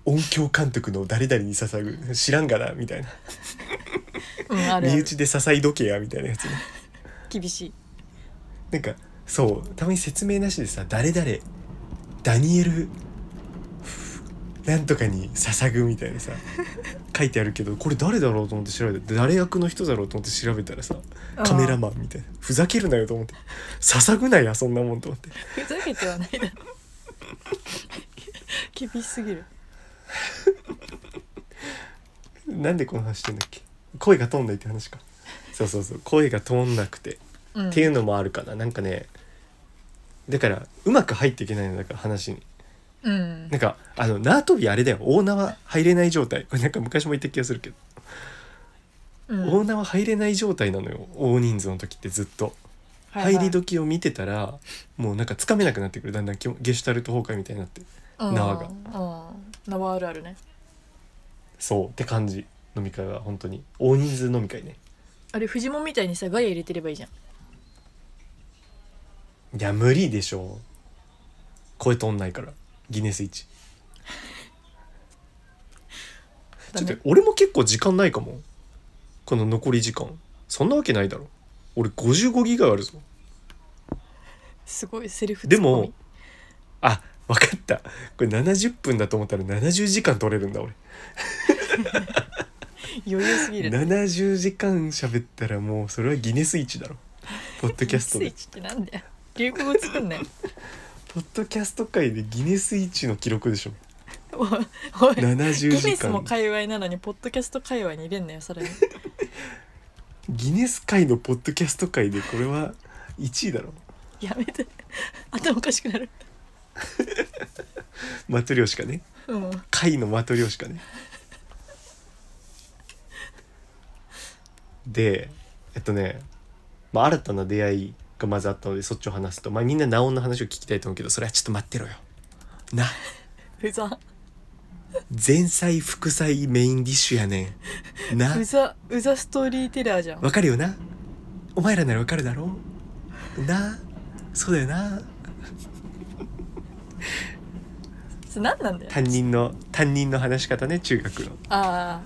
[SPEAKER 1] 音響監督の誰々に捧ぐ知らんがなみたいな
[SPEAKER 2] うんあるあ
[SPEAKER 1] 身
[SPEAKER 2] る
[SPEAKER 1] 内で支え時計やみたいなやつね
[SPEAKER 2] 厳しい
[SPEAKER 1] なんかそうたまに説明なしでさ誰々ダニエルなんとかに捧ぐみたい なさ書いてあるけどこれ誰だろうと思って調べた誰役の人だろうと思って調べたらさカメラマンみたいなふざけるなよと思って捧ぐなやそんなもんと思って
[SPEAKER 2] ふざけてはないだろ 厳しすぎる
[SPEAKER 1] なんでこの話してんだっけ声が通んないって話かそうそうそう声が通んなくて、
[SPEAKER 2] うん
[SPEAKER 1] っていうのもあるかななんかねだからうまく入っていけないのだから話に
[SPEAKER 2] うん
[SPEAKER 1] なんかあの縄跳びあれだよ大縄入れない状態これなんか昔も言った気がするけど、
[SPEAKER 2] うん
[SPEAKER 1] 大縄入れない状態なのよ大人数の時ってずっと、
[SPEAKER 2] はいはい
[SPEAKER 1] 入り時を見てたらもうなんかつかめなくなってくるだんだんきゲシュタルト崩壊みたいになって
[SPEAKER 2] うん
[SPEAKER 1] 縄が
[SPEAKER 2] うん縄あるあるね
[SPEAKER 1] そうって感じ飲み会は本当に大人数飲み会ね
[SPEAKER 2] あれフジモンみたいにさガイア入れてればいいじゃん
[SPEAKER 1] いや無理でしょ声通んないからギネス1ちょ
[SPEAKER 2] ダ
[SPEAKER 1] っと
[SPEAKER 2] メ
[SPEAKER 1] 俺も結構時間ないかもこの残り時間そんなわけないだろ俺55ギガあるぞ
[SPEAKER 2] すごいセルフ
[SPEAKER 1] で
[SPEAKER 2] ツッコミ
[SPEAKER 1] もあ分かったこれ70分だと思ったら70時間取れるんだ俺
[SPEAKER 2] 余裕すぎる
[SPEAKER 1] 70時間喋ったらもうそれはギネス1だろポッドキャスト
[SPEAKER 2] スイッ
[SPEAKER 1] で
[SPEAKER 2] チってなんだよ流行語作 んなよ
[SPEAKER 1] ポッドキャスト界でギネス1の記録でしょ
[SPEAKER 2] おいおいギ
[SPEAKER 1] 70
[SPEAKER 2] ネ
[SPEAKER 1] 時
[SPEAKER 2] スも
[SPEAKER 1] 間
[SPEAKER 2] 界隈なのにポッドキャスト界隈に入れんなよさらに
[SPEAKER 1] ギネス界のポッドキャスト界でこれは1位だろ
[SPEAKER 2] やめて頭おかしくなる
[SPEAKER 1] マトリョーシカね
[SPEAKER 2] うん
[SPEAKER 1] 貝のマトリョーシカねでえっとね、まあ、新たな出会いがまずあったのでそっちを話すと、まあ、みんなナオンの話を聞きたいと思うけどそれはちょっと待ってろよな
[SPEAKER 2] ふざ
[SPEAKER 1] 前菜副菜メインディッシュやねんな
[SPEAKER 2] うざうざストーリーテラーじゃん
[SPEAKER 1] わかるよなお前らならわかるだろなそうだよな
[SPEAKER 2] それ何なんだよ
[SPEAKER 1] 担任の担任の話し方ね中学の
[SPEAKER 2] あ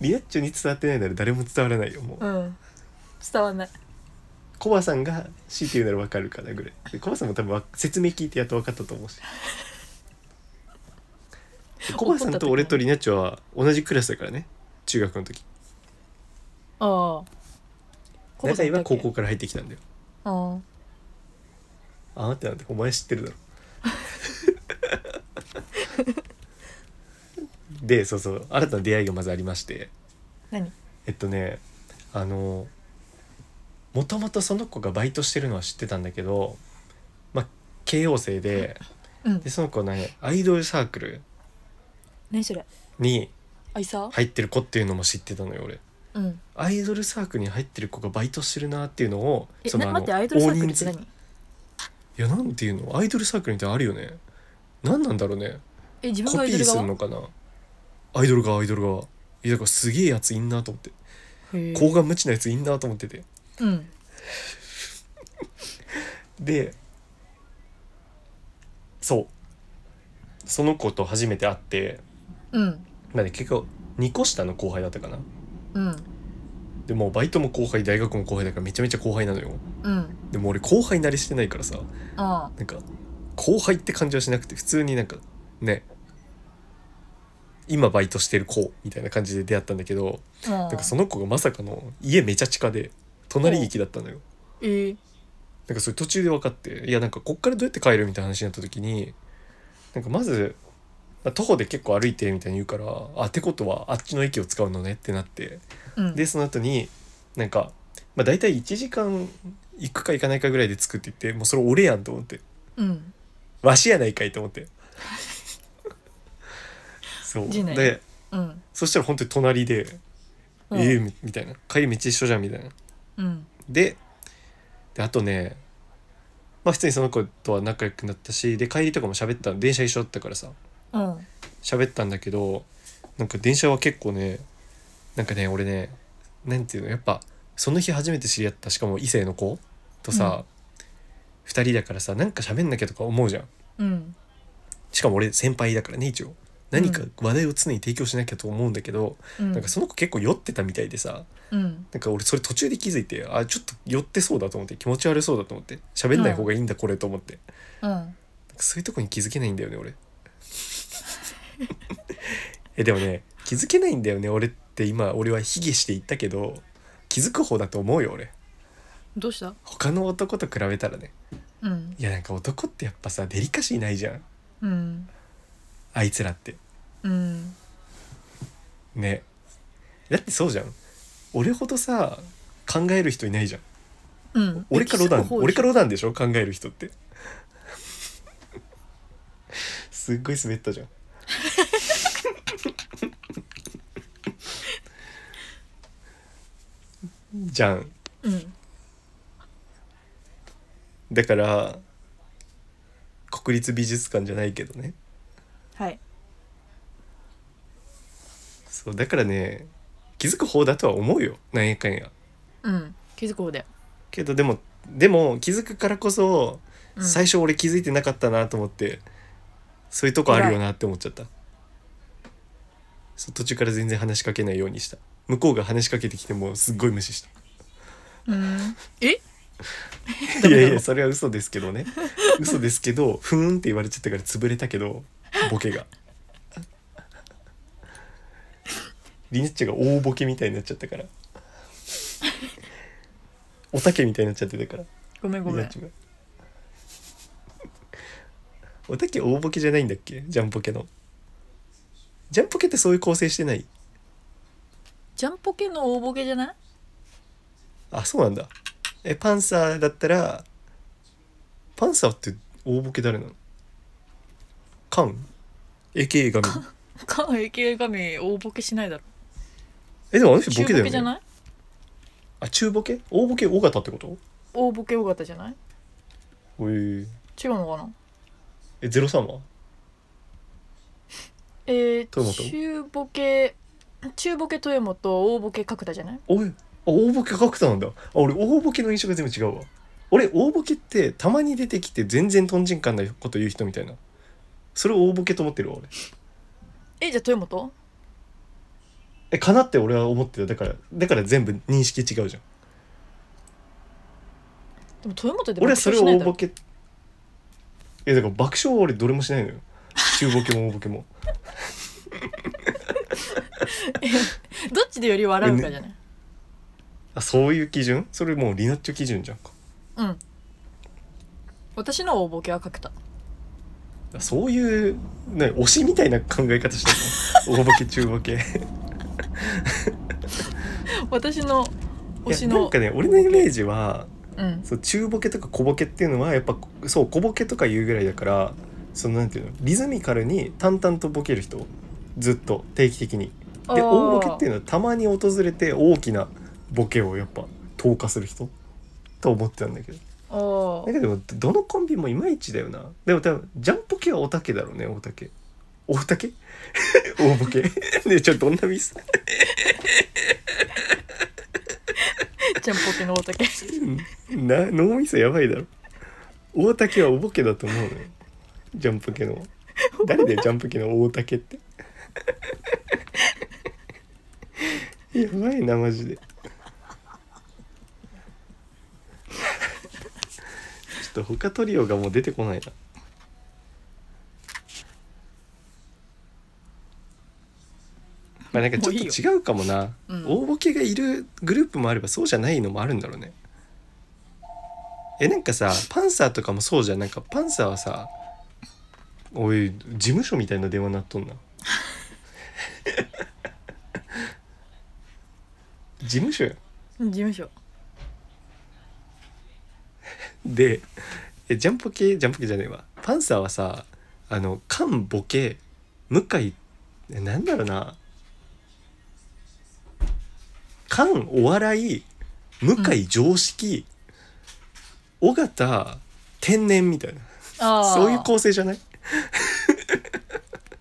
[SPEAKER 1] リアッチョに伝わってないなら誰も伝わらないよもう
[SPEAKER 2] あうん伝わんない
[SPEAKER 1] コバさんが強いて言うならわかるかなぐらいでコバさんも多分わ説明聞いてやっとわかったと思うしでコバさんと俺とリナッチョは同じクラスだからね中学の時
[SPEAKER 2] ああ
[SPEAKER 1] 中井は高校から入ってきたんだよ
[SPEAKER 2] ああ
[SPEAKER 1] あなたなんてお前知ってるだろ でそうそう新たな出会いがまずありまして
[SPEAKER 2] 何
[SPEAKER 1] えっとねあのもともとその子がバイトしてるのは知ってたんだけど、まあ、慶応生で
[SPEAKER 2] うん
[SPEAKER 1] でその子ねアイドルサークル
[SPEAKER 2] 何それ
[SPEAKER 1] に
[SPEAKER 2] アイサー、
[SPEAKER 1] 入ってる子っていうのも知ってたのよ俺
[SPEAKER 2] うん
[SPEAKER 1] アイドルサークルに入ってる子がバイトしてるなっていうのを
[SPEAKER 2] え
[SPEAKER 1] その
[SPEAKER 2] な
[SPEAKER 1] あ
[SPEAKER 2] 待
[SPEAKER 1] の
[SPEAKER 2] ってアイドルサーク
[SPEAKER 1] 大
[SPEAKER 2] ル
[SPEAKER 1] 人
[SPEAKER 2] って
[SPEAKER 1] 数
[SPEAKER 2] 何
[SPEAKER 1] いやなんていうのアイドルサークルみたいなのあるよね何なんだろうね
[SPEAKER 2] え自分
[SPEAKER 1] コ
[SPEAKER 2] がアイ
[SPEAKER 1] ピ
[SPEAKER 2] ド
[SPEAKER 1] ー
[SPEAKER 2] ル
[SPEAKER 1] する
[SPEAKER 2] 側
[SPEAKER 1] のかなアイドルがアイドル側いやだからすげえやついんなと思って
[SPEAKER 2] へえ
[SPEAKER 1] 高顔無知なやついんなと思ってて
[SPEAKER 2] うん
[SPEAKER 1] でそうその子と初めて会って
[SPEAKER 2] うん
[SPEAKER 1] まあね結構2個下の後輩だったかな
[SPEAKER 2] うん
[SPEAKER 1] でもうバイトも後輩大学も後輩だからめちゃめちゃ後輩なのよ
[SPEAKER 2] うん
[SPEAKER 1] でも俺後輩慣れしてないからさ
[SPEAKER 2] あ
[SPEAKER 1] なんか後輩って感じはしなくて普通になんかね今バイトしてる子みたいな感じで出会ったんだけど
[SPEAKER 2] あな
[SPEAKER 1] なんかその子がまさかの家めちゃ近で隣駅だったのよ
[SPEAKER 2] えー、
[SPEAKER 1] なんかそれ途中で分かっていやなんかこっからどうやって帰るみたいな話になった時になんかまずまあ徒歩で結構歩いてみたいに言うからあってことはあっちの駅を使うのねってなって
[SPEAKER 2] うん
[SPEAKER 1] でその後になんか、まあ、大体1時間行くか行かないかぐらいで着くって言ってもうそれ俺やんと思って
[SPEAKER 2] うん
[SPEAKER 1] わしやないかいと思って そう
[SPEAKER 2] 陣内
[SPEAKER 1] で
[SPEAKER 2] うん
[SPEAKER 1] そしたら本当に隣で「
[SPEAKER 2] うん
[SPEAKER 1] ええみみたいな「帰り道一緒じゃん」みたいな
[SPEAKER 2] うん
[SPEAKER 1] でであとねまあ普通にその子とは仲良くなったしで帰りとかも喋った電車一緒だったからさ
[SPEAKER 2] うん
[SPEAKER 1] 喋ったんだけどなんか電車は結構ねなんかね俺ねなんていうのやっぱその日初めて知り合ったしかも異性の子とさ、二2人だからさなんか喋んなきゃとか思うじゃん
[SPEAKER 2] うん
[SPEAKER 1] しかも俺先輩だからね一応何か話題を常に提供しなきゃと思うんだけど、
[SPEAKER 2] うん
[SPEAKER 1] なんかその子結構酔ってたみたいでさ
[SPEAKER 2] うん
[SPEAKER 1] なんか俺それ途中で気づいてあちょっと酔ってそうだと思って気持ち悪そうだと思って喋んない方がいいんだこれと思って、
[SPEAKER 2] うん
[SPEAKER 1] なんかそういうとこに気づけないんだよね俺 えでもね気づけないんだよね俺って今俺は卑下して言ったけど気づく方だと思うよ俺
[SPEAKER 2] どうした
[SPEAKER 1] 他の男と比べたらね
[SPEAKER 2] うん
[SPEAKER 1] いやなんか男ってやっぱさデリカシーないじゃん
[SPEAKER 2] うん
[SPEAKER 1] あいつらって
[SPEAKER 2] うん
[SPEAKER 1] ねだってそうじゃん俺ほどさ考える人いないじゃん
[SPEAKER 2] うん
[SPEAKER 1] 俺かロダン俺か
[SPEAKER 2] ロ
[SPEAKER 1] ロダンでしょ考える人ってすっごい滑ったじゃん じゃん
[SPEAKER 2] うん
[SPEAKER 1] だから国立美術館じゃないけどね
[SPEAKER 2] はい
[SPEAKER 1] そうだからね気づく方だとは思うよなんやかんや
[SPEAKER 2] うん気づく方だよ
[SPEAKER 1] けどでもでも気づくからこそ、
[SPEAKER 2] うん
[SPEAKER 1] 最初俺気づいてなかったなと思ってそういうとこあるよなって思っちゃったそう途中から全然話しかけないようにした向こうが話しかけてきてもすっごい無視 し
[SPEAKER 2] うんえ
[SPEAKER 1] たいやいやそれは嘘ですけどね嘘ですけどふーんって言われちゃったから潰れたけどボケがリナッチが大ボケみたいになっちゃった からおたけみたいになっちゃってたから
[SPEAKER 2] ごめんごめ
[SPEAKER 1] リナッ
[SPEAKER 2] ん
[SPEAKER 1] チがおたけ大ボケじゃないんだっけジャンポケのジャンポケってそういう構成してない
[SPEAKER 2] ジャンポケの大ボケじゃない
[SPEAKER 1] あそうなんだえパンサーだったらパンサーって大ボケ誰なのカン AKA ガミ
[SPEAKER 2] カン AKA 神大ボケしないだろ
[SPEAKER 1] えでもあの人
[SPEAKER 2] 中
[SPEAKER 1] ボ
[SPEAKER 2] ボ
[SPEAKER 1] ケだよね
[SPEAKER 2] ケじゃない
[SPEAKER 1] あ中ボケ大ボケ尾形ってこと
[SPEAKER 2] 大ボケ尾形じゃない
[SPEAKER 1] えー、
[SPEAKER 2] 違うのかな
[SPEAKER 1] えゼロ三は
[SPEAKER 2] え
[SPEAKER 1] 豊
[SPEAKER 2] ー、
[SPEAKER 1] 本
[SPEAKER 2] 中ボケ中ボケ豊本大ボケ角田じゃない
[SPEAKER 1] おいあ大ボケ角田なんだあ俺大ボケの印象が全部違うわ俺大ボケってたまに出てきて全然とんちんかんなこと言う人みたいなそれを大ボケと思ってるわ俺
[SPEAKER 2] えじゃあ豊本
[SPEAKER 1] えかなって俺は思ってただからだから全部認識違うじゃん
[SPEAKER 2] でも豊本で
[SPEAKER 1] 俺はそれを
[SPEAKER 2] ない
[SPEAKER 1] 大
[SPEAKER 2] だろ
[SPEAKER 1] ボケいやだから爆笑は俺どれもしないのよ中ボケも大ボケも
[SPEAKER 2] どっちでより笑うかじゃない、
[SPEAKER 1] あそういう基準それもうリナッチョ基準じゃんか
[SPEAKER 2] うん私の大ボケは角田
[SPEAKER 1] あそういうね推しみたいな考え方してるの大ボケ中ボケ
[SPEAKER 2] 私の推し
[SPEAKER 1] いやな
[SPEAKER 2] の
[SPEAKER 1] んかね俺のイメージは
[SPEAKER 2] うん
[SPEAKER 1] そう中ボケとか小ボケっていうのはやっぱそう小ボケとか言うぐらいだからそのなんていうのリズミカルに淡々とボケる人ずっと定期的に
[SPEAKER 2] あ
[SPEAKER 1] で
[SPEAKER 2] ー
[SPEAKER 1] 大ボケっていうのはたまに訪れて大きなボケをやっぱ投下する人と思ってたんだけど
[SPEAKER 2] あー
[SPEAKER 1] だけどどのコンビもいまいちだよなでも多分ジャンポケはおたけだろうねおたけおたけ 大ボケ ねえちょっとどんなミス
[SPEAKER 2] ちゃんぽけの大竹
[SPEAKER 1] な脳みそやばいだろ大竹はおぼけだと思うのよジャンプ系の誰でジャンプ系の大竹ってやばいなマジでちょっと他トリオがもう出てこないなまあなんかちょっ
[SPEAKER 2] もういい
[SPEAKER 1] と違うかもな
[SPEAKER 2] うん
[SPEAKER 1] 大ボケがいるグループもあればそうじゃないのもあるんだろうねえなんかさパンサーとかもそうじゃんなんかパンサーはさおい事務所みたいな電話なっとんな事務所や
[SPEAKER 2] 事務所
[SPEAKER 1] でえジャンポケジャンポケじゃねえわパンサーはさあのカンボケ向井えなんだろうなカンお笑い向井常識、尾形天然みたいな
[SPEAKER 2] ああ
[SPEAKER 1] そういう構成じゃない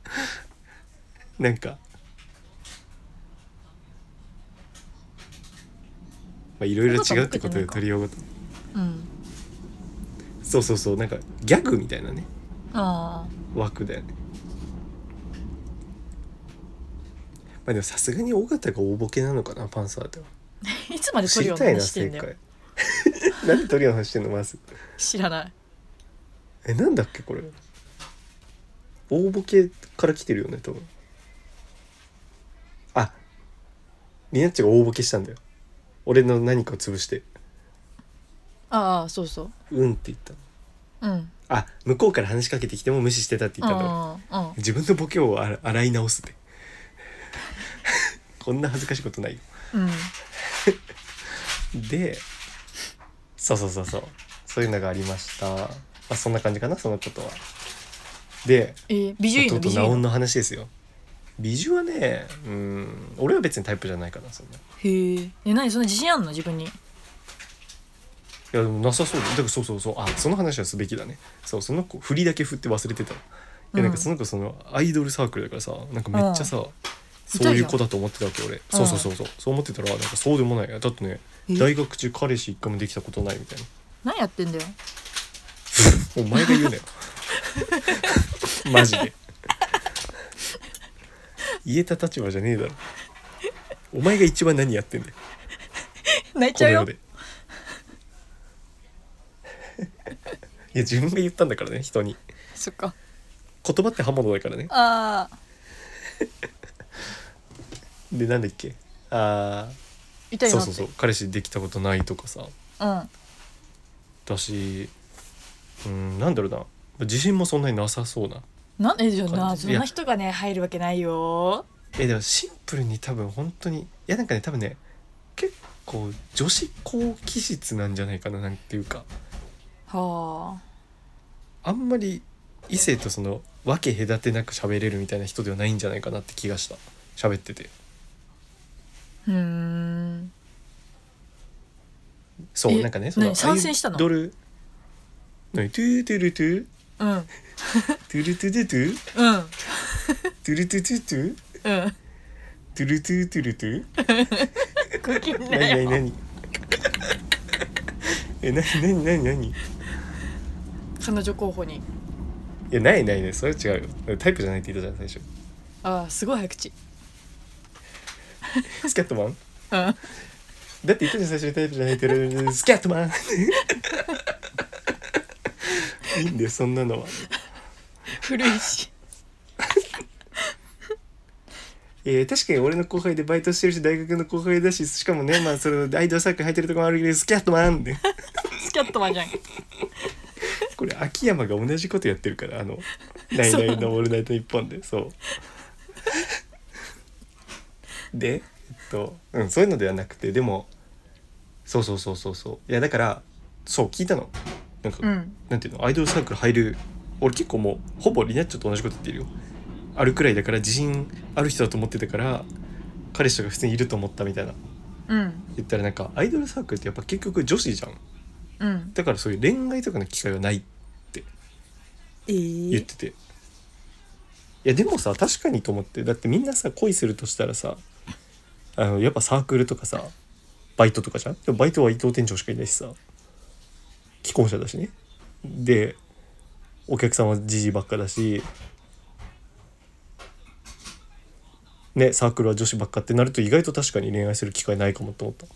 [SPEAKER 1] なんかまあいろいろ違うってこと
[SPEAKER 2] 尾形向井じゃな
[SPEAKER 1] で
[SPEAKER 2] いか
[SPEAKER 1] 取りごと
[SPEAKER 2] うん
[SPEAKER 1] そうそうそうなんかギャグみたいなね
[SPEAKER 2] あ
[SPEAKER 1] 枠だよねまあでもさすがに尾形が大ボケなのかなパンサーでは
[SPEAKER 2] あいつまでト
[SPEAKER 1] 知
[SPEAKER 2] リ
[SPEAKER 1] り
[SPEAKER 2] オの
[SPEAKER 1] たいな
[SPEAKER 2] 話して
[SPEAKER 1] 正
[SPEAKER 2] んだよ
[SPEAKER 1] 解 なんでトリオの話してんのまず
[SPEAKER 2] 知らない
[SPEAKER 1] えなんだっけこれ大ボケから来てるよね多分あリナッチが大ボケしたんだよ俺の何かを潰して
[SPEAKER 2] ああそうそ
[SPEAKER 1] 「
[SPEAKER 2] う
[SPEAKER 1] うん」って言った
[SPEAKER 2] うん
[SPEAKER 1] あ向こうから話しかけてきても無視してたって言ったんだわ
[SPEAKER 2] うんうん
[SPEAKER 1] 自分のボケをあら洗い直すって こんな恥ずかしいことないよ
[SPEAKER 2] うん
[SPEAKER 1] でそうそうそうそうそういうのがありました、まあ、そんな感じかなそのことはで
[SPEAKER 2] えー、美女院
[SPEAKER 1] 弟
[SPEAKER 2] の美
[SPEAKER 1] ナ
[SPEAKER 2] 女
[SPEAKER 1] オ
[SPEAKER 2] 院
[SPEAKER 1] ン
[SPEAKER 2] の
[SPEAKER 1] の話ですよ美女はねうん俺は別にタイプじゃないかなそんな
[SPEAKER 2] へええ何そんな自信あんの自分に
[SPEAKER 1] いやでもなさそうだだからそうそうそうあその話はすべきだねそうその子振りだけ振って忘れてたいやなん
[SPEAKER 2] うん
[SPEAKER 1] かその子そのアイドルサークルだからさなんかめっちゃさ、そういう子だと思ってたわけ俺そうそうそうそうそう思ってたらなんかそうでもないだってね
[SPEAKER 2] え
[SPEAKER 1] 大学中彼氏一回もできたことないみたいな
[SPEAKER 2] 何やってんだよ
[SPEAKER 1] お前が言 うなよマジで言えた立場じゃねえだろお前が一番何やってんだよ
[SPEAKER 2] 泣い
[SPEAKER 1] こ
[SPEAKER 2] ちゃ
[SPEAKER 1] の 世
[SPEAKER 2] うよ
[SPEAKER 1] でいや自分が言ったんだからね人に
[SPEAKER 2] そっか
[SPEAKER 1] 言葉って刃物だからね
[SPEAKER 2] ああ
[SPEAKER 1] でなんだっけあ
[SPEAKER 2] 痛
[SPEAKER 1] ー
[SPEAKER 2] いな
[SPEAKER 1] そう
[SPEAKER 2] って
[SPEAKER 1] そうそう彼氏できたことないとかさ
[SPEAKER 2] うん
[SPEAKER 1] だしうんなんだろうな自信もそんなになさそうな
[SPEAKER 2] なんえじゃあな
[SPEAKER 1] 感じ
[SPEAKER 2] そんな人がね入るわけないよ
[SPEAKER 1] えでもシンプルに多分本当にいやなんかね多分ね結構女子高気質なんじゃないかななんていうか
[SPEAKER 2] は
[SPEAKER 1] あんまり異性とその分け隔てなく喋れるみたいな人ではないんじゃないかなって気がした喋ってて
[SPEAKER 2] うーん
[SPEAKER 1] そう
[SPEAKER 2] え
[SPEAKER 1] なんかねその
[SPEAKER 2] 何参戦したの
[SPEAKER 1] アイドル何トゥートゥルトゥ
[SPEAKER 2] うんうん
[SPEAKER 1] トゥルトゥトゥトゥ
[SPEAKER 2] うん
[SPEAKER 1] トゥルトゥトゥトゥトゥルトゥトゥルトゥ
[SPEAKER 2] ごきん
[SPEAKER 1] 何
[SPEAKER 2] な
[SPEAKER 1] 何
[SPEAKER 2] よ
[SPEAKER 1] 何え何何何何い
[SPEAKER 2] 彼女候補に
[SPEAKER 1] やないないないそれは違うよタイプじゃないって言ったじゃん最初
[SPEAKER 2] ああすごい早口
[SPEAKER 1] スキャットマン
[SPEAKER 2] うん
[SPEAKER 1] だって言ったじゃん最初にタイプじゃないって言われるスキャットマンいいんだよそんなのは
[SPEAKER 2] 古いし
[SPEAKER 1] えー確かに俺の後輩でバイトしてるし大学の後輩だししかもねまあそれアイドルサークル入ってるとこもあるけどスキャットマンって
[SPEAKER 2] スキャットマンじゃん
[SPEAKER 1] これ秋山が同じことやってるからあの「ナイナイのオールナイトニッポン」でそうでえっと、うん、そういうのではなくてでもそうそうそうそうそういやだからそう聞いたのなんか、
[SPEAKER 2] うん
[SPEAKER 1] なんていうのアイドルサークル入る俺結構もうほぼリナッチョと同じこと言ってるよあるくらいだから自信ある人だと思ってたから彼氏とか普通にいると思ったみたいな
[SPEAKER 2] うん
[SPEAKER 1] 言ったらなんかアイドルサークルってやっぱ結局女子じゃん
[SPEAKER 2] うん
[SPEAKER 1] だからそういう恋愛とかの機会はない
[SPEAKER 2] え
[SPEAKER 1] 言っ
[SPEAKER 2] ー、
[SPEAKER 1] てていやでもさ確かにと思ってだってみんなさ恋するとしたらさあのやっぱサークルとかさバイトとかじゃんでもバイトは伊藤店長しかいないしさ既婚者だしねでお客さんはじじいばっかだしねサークルは女子ばっかってなると意外と確かに恋愛する機会ないかもと思った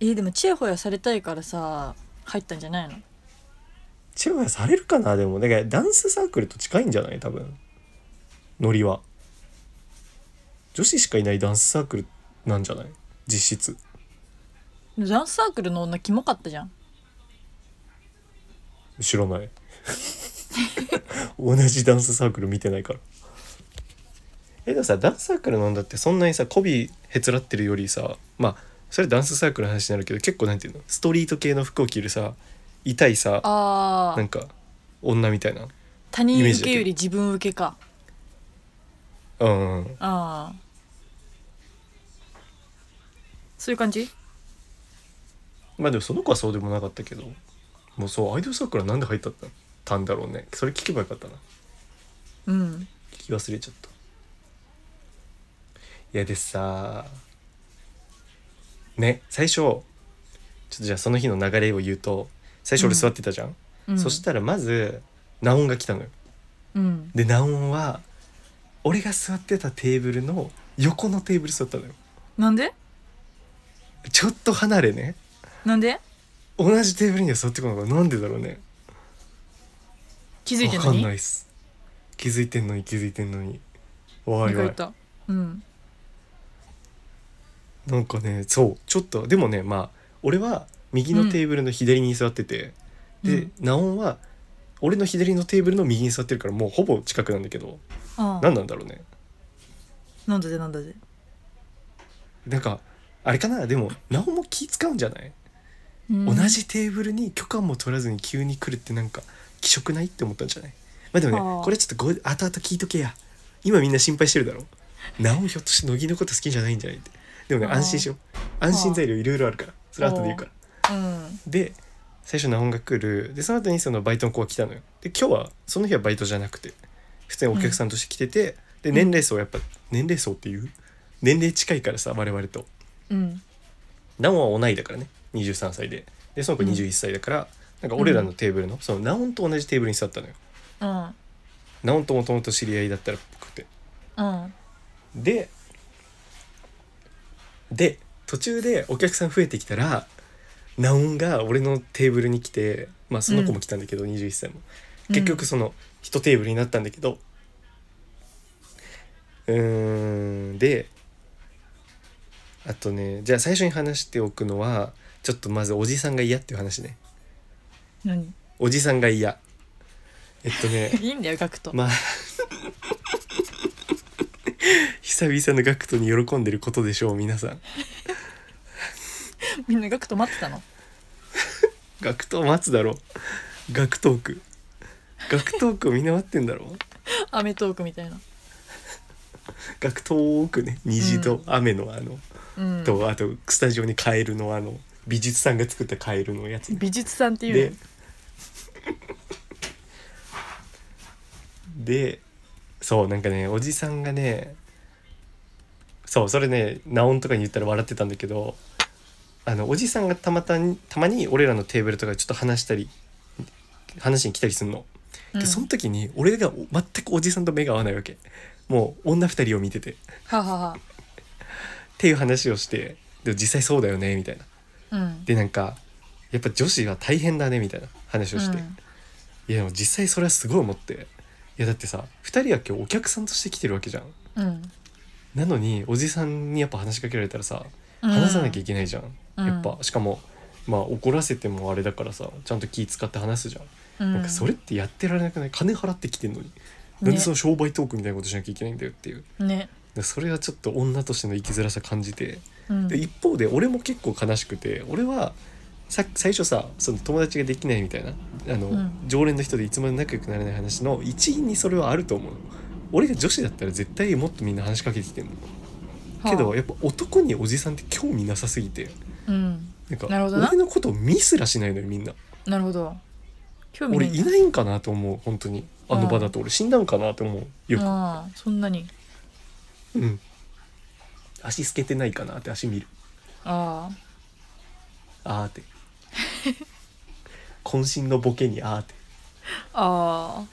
[SPEAKER 2] えー、でもチヤホヤされたいからさ入ったんじゃないの
[SPEAKER 1] チェはされるかなでもだからダンスサークルと近いんじゃない多分ノリは女子しかいないダンスサークルなんじゃない実質
[SPEAKER 2] ダンスサークルの女キモかったじゃん
[SPEAKER 1] 知らない同じダンスサークル見てないからえでもさダンスサークルなんだってそんなにさ媚びへつらってるよりさまあそれダンスサークルの話になるけど結構なんていうのストリート系の服を着るさ痛いさ
[SPEAKER 2] あ
[SPEAKER 1] な
[SPEAKER 2] あ
[SPEAKER 1] んか女みたいな
[SPEAKER 2] 他人受けより自分受けか
[SPEAKER 1] うんうんうん
[SPEAKER 2] ああそういう感じ
[SPEAKER 1] まあでもその子はそうでもなかったけどもうそうアイドルサークルはなんで入ったったたんだろうねそれ聞けばよかったな
[SPEAKER 2] うん
[SPEAKER 1] 聞き忘れちゃったいやでさね最初ちょっとじゃあその日の流れを言うと最初俺座ってたじゃん、
[SPEAKER 2] うん
[SPEAKER 1] そしたらまずナオンが来たのよ
[SPEAKER 2] うん
[SPEAKER 1] でナオンは俺が座ってたテーブルの横のテーブル座ったのよ
[SPEAKER 2] なんで
[SPEAKER 1] ちょっと離れね
[SPEAKER 2] なんで
[SPEAKER 1] 同じテーブルには座ってこなかったなんでだろうね
[SPEAKER 2] 気づいてん
[SPEAKER 1] わ
[SPEAKER 2] の
[SPEAKER 1] かん
[SPEAKER 2] に
[SPEAKER 1] ないっす気づいてんのに気づいてんのにわ
[SPEAKER 2] 二
[SPEAKER 1] いわ
[SPEAKER 2] 回言っ
[SPEAKER 1] い
[SPEAKER 2] たうん
[SPEAKER 1] なんかねそうちょっとでもねまあ俺は右のテーブルの左に座ってて、
[SPEAKER 2] う
[SPEAKER 1] で
[SPEAKER 2] ん
[SPEAKER 1] ナオンは俺の左のテーブルの右に座ってるからもうほぼ近くなんだけど
[SPEAKER 2] ああ
[SPEAKER 1] 何なんだろうね
[SPEAKER 2] なんだぜなんだぜ
[SPEAKER 1] なんかあれかなでもナオンも気使うんじゃない、
[SPEAKER 2] 同
[SPEAKER 1] 同じテーブルに許可も取らずに急に来るってなんか気色ないって思ったんじゃないまあでも
[SPEAKER 2] あ
[SPEAKER 1] ね
[SPEAKER 2] ー
[SPEAKER 1] これちょっとご後々聞いとけや今みんな心配してるだろなおひょっとして乃木のこと好きじゃないんじゃないってでもね
[SPEAKER 2] あー
[SPEAKER 1] 安心しよう安心材料いろいろあるからそれ後で言うから
[SPEAKER 2] うん
[SPEAKER 1] で最初なおんが来るでその後にそのバイトの子が来たのよで今日はその日はバイトじゃなくて普通にお客さんとして来てて、で年齢層やっぱ年齢層っていう年齢近いからさ我々と
[SPEAKER 2] うん
[SPEAKER 1] ナオンは同いだからね23歳ででその子
[SPEAKER 2] うん
[SPEAKER 1] 21歳だから、なんか俺らのテーブルのそのナオンと同じテーブルに座ったのよ
[SPEAKER 2] うん
[SPEAKER 1] ナオンともともと知り合いだったらっぽくて
[SPEAKER 2] うん
[SPEAKER 1] でで途中でお客さん増えてきたらナオンが俺のテーブルに来てまあその子も来たんだけど、21歳も結局その一テーブルになったんだけどうーんであとねじゃあ最初に話しておくのはちょっとまずおじさんが嫌っていう話ね
[SPEAKER 2] 何
[SPEAKER 1] おじさんが嫌えっとね
[SPEAKER 2] いいんだよガクト
[SPEAKER 1] まあ久々のガクトに喜んでることでしょう皆さん
[SPEAKER 2] みんなガクト待ってたの
[SPEAKER 1] ガクトを待つだろうガクトークガクトークをみんな待ってんだろう
[SPEAKER 2] アメトークみたいな
[SPEAKER 1] ガクトークね虹と雨のあの、
[SPEAKER 2] うん、
[SPEAKER 1] とあとスタジオにカエルのあの美術さんが作ったカエルのやつ
[SPEAKER 2] 美術さんっていう
[SPEAKER 1] で
[SPEAKER 2] の
[SPEAKER 1] でそうなんかねおじさんがねそうそれねナオンとかに言ったら笑ってたんだけどあのおじさんがたまたにたまに俺らのテーブルとかちょっと話したり話に来たりするの。
[SPEAKER 2] う
[SPEAKER 1] で
[SPEAKER 2] ん
[SPEAKER 1] その時に俺が全くおじさんと目が合わないわけもう女2人を見ててっ
[SPEAKER 2] ははは
[SPEAKER 1] ていう話をしてで実際そうだよねみたいな
[SPEAKER 2] うん
[SPEAKER 1] でなんかやっぱ女子は大変だねみたいな話をして、
[SPEAKER 2] うん
[SPEAKER 1] いやでも実際それはすごい思っていやだってさ2人は今日お客さんとして来てるわけじゃん
[SPEAKER 2] うん
[SPEAKER 1] なのにおじさんにやっぱ話しかけられたらさ
[SPEAKER 2] うん
[SPEAKER 1] 話さなきゃいけないじゃん、
[SPEAKER 2] うん
[SPEAKER 1] やっぱしかもまあ怒らせてもあれだからさちゃんと気使って話すじゃん、
[SPEAKER 2] うん
[SPEAKER 1] なんかそれってやってられなくない金払ってきてんのになんでその商売トークみたいなことしなきゃいけないんだよっていう、
[SPEAKER 2] ね、
[SPEAKER 1] でそれはちょっと女としての生きづらさ感じて
[SPEAKER 2] うん、
[SPEAKER 1] で一方で俺も結構悲しくて俺はさ最初さその友達ができないみたいなあの、
[SPEAKER 2] うん
[SPEAKER 1] 常連の人でいつまで仲良くなれない話の一因にそれはあると思う俺が女子だったら絶対もっとみんな話しかけてきてんの
[SPEAKER 2] はあ
[SPEAKER 1] けどやっぱ男におじさんって興味なさすぎて
[SPEAKER 2] うん
[SPEAKER 1] なんか
[SPEAKER 2] なるほどな
[SPEAKER 1] 俺のことを見すらしないのよみんな
[SPEAKER 2] なるほど興味な
[SPEAKER 1] 俺
[SPEAKER 2] い
[SPEAKER 1] いないんかなと思う本当にあの場だと俺死んだんかなと思うよ
[SPEAKER 2] ああそんなに
[SPEAKER 1] くうん足透けてないかなって足見る
[SPEAKER 2] ああ
[SPEAKER 1] あ ーって渾身のボケにあーって
[SPEAKER 2] あ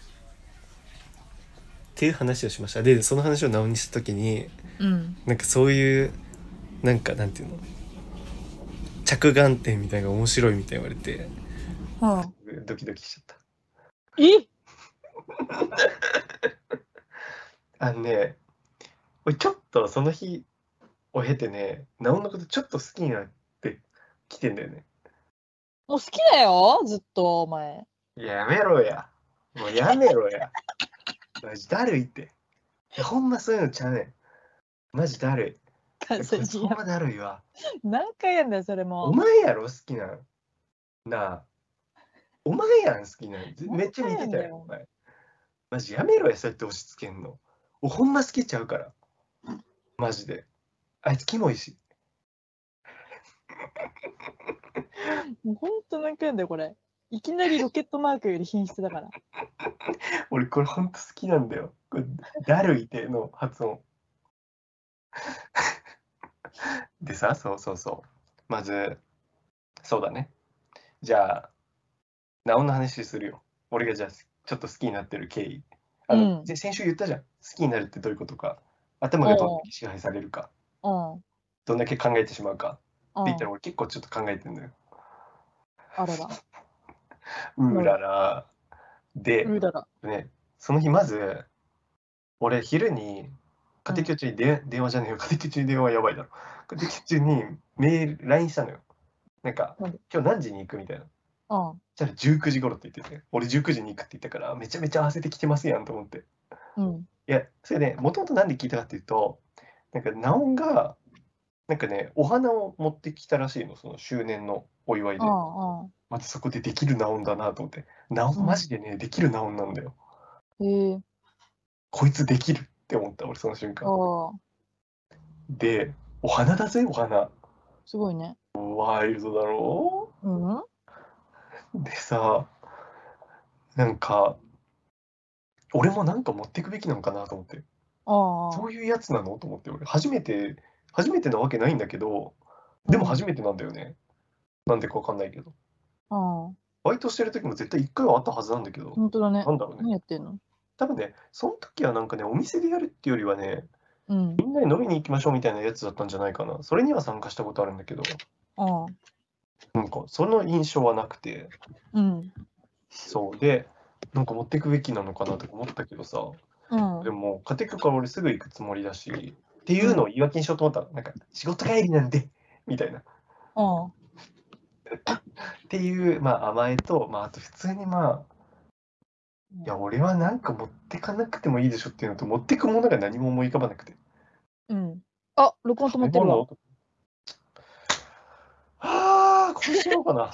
[SPEAKER 1] っていう話をしましたでその話を直にした時に
[SPEAKER 2] あうん
[SPEAKER 1] なんかそういうなんかなんていうの着眼点みたいなのが面白いみたいに言われて
[SPEAKER 2] はあ
[SPEAKER 1] ドキドキしちゃっ
[SPEAKER 2] え
[SPEAKER 1] たあのね俺ちょっとその日を経てね直のことちょっと好きになってきてんだよね
[SPEAKER 2] もう好きだよずっとお前
[SPEAKER 1] やめろやもうやめろやマジだるいっていやほんまそういうのちゃうねんマジだるいいやこいつほんまだるいわ
[SPEAKER 2] 何回やんだよそれ
[SPEAKER 1] お
[SPEAKER 2] も
[SPEAKER 1] 前やろ好きなんなあお前やん好きなんず
[SPEAKER 2] お前
[SPEAKER 1] めっちゃ似てた
[SPEAKER 2] やんだ
[SPEAKER 1] よ
[SPEAKER 2] よ
[SPEAKER 1] お前マジやめろやそうやって押し付けんのおほんま好きちゃうからマジであいつキモいし
[SPEAKER 2] もうほんと何回やんだよこれいきなりロケットマークより品質だから
[SPEAKER 1] 俺これほんと好きなんだよこれだるいての発音でさそうそうそうまずそうだねじゃあなおの話するよ俺がじゃあちょっと好きになってる経緯あの、
[SPEAKER 2] うん
[SPEAKER 1] で先週言ったじゃん好きになるってどういうことか頭がどんだけ支配されるか
[SPEAKER 2] うんうん
[SPEAKER 1] どんだけ考えてしまうかって言ったら
[SPEAKER 2] あ
[SPEAKER 1] 俺結構ちょっと考えてんだよ
[SPEAKER 2] ららん
[SPEAKER 1] うーららで、
[SPEAKER 2] うだら
[SPEAKER 1] ね、その日まず、俺昼に、家庭教中にで、電話じゃねえよ、家庭教中に電話はやばいだろ。家庭教中にメール、LINE したのよ。なんか、
[SPEAKER 2] なんで
[SPEAKER 1] 今日何時に行くみたいな。
[SPEAKER 2] うん
[SPEAKER 1] じゃあ19時頃って言ってて、俺19時に行くって言ったから、めちゃめちゃ合わせてきてますやんと思って。い
[SPEAKER 2] うん
[SPEAKER 1] や、それね、もともとなんで聞いたかっていうと、なんか、ナオンが、なんかね、お花を持ってきたらしいの、その周年のお祝いで
[SPEAKER 2] う。んうん
[SPEAKER 1] まずそこでできるナオンだなと思って。ナオ
[SPEAKER 2] うん
[SPEAKER 1] ン、マジでね、できるナオンなんだよ。
[SPEAKER 2] へえ
[SPEAKER 1] こいつできるって思った俺その瞬間
[SPEAKER 2] ああ
[SPEAKER 1] でお花だぜお花
[SPEAKER 2] すごいね
[SPEAKER 1] ワイルドだろ
[SPEAKER 2] うん
[SPEAKER 1] でさなんか俺もなんか持っていくべきなのかなと思って
[SPEAKER 2] ああ
[SPEAKER 1] そういうやつなのと思って俺初めて初めてなわけないんだけどでも初めてなんだよねなんでかわかんないけど
[SPEAKER 2] うん
[SPEAKER 1] バイトしてる時も絶対一回はあったはずなんだけど
[SPEAKER 2] 本当だね
[SPEAKER 1] なんだろう
[SPEAKER 2] 何
[SPEAKER 1] ね
[SPEAKER 2] やってんの
[SPEAKER 1] 多分ねその時はなんかねお店でやるっていうよりはね
[SPEAKER 2] うん
[SPEAKER 1] みんなで飲みに行きましょうみたいなやつだったんじゃないかなそれには参加したことあるんだけど
[SPEAKER 2] ああ
[SPEAKER 1] なんかその印象はなくて
[SPEAKER 2] うん
[SPEAKER 1] そうでなんか持っていくべきなのかなとか思ったけどさ
[SPEAKER 2] うん
[SPEAKER 1] でも家庭教から俺すぐ行くつもりだしっていうのを言い訳にしようと思ったのなんか仕事帰りなんでみたいなっ
[SPEAKER 2] うん
[SPEAKER 1] ていうまあ甘えと、まあ、あと普通にまあいや俺はなんか持ってかなくてもいいでしょっていうのと持ってくものが何も思い浮かばなくて
[SPEAKER 2] うん。あ、録音止まってるわ。
[SPEAKER 1] ああこれしようかな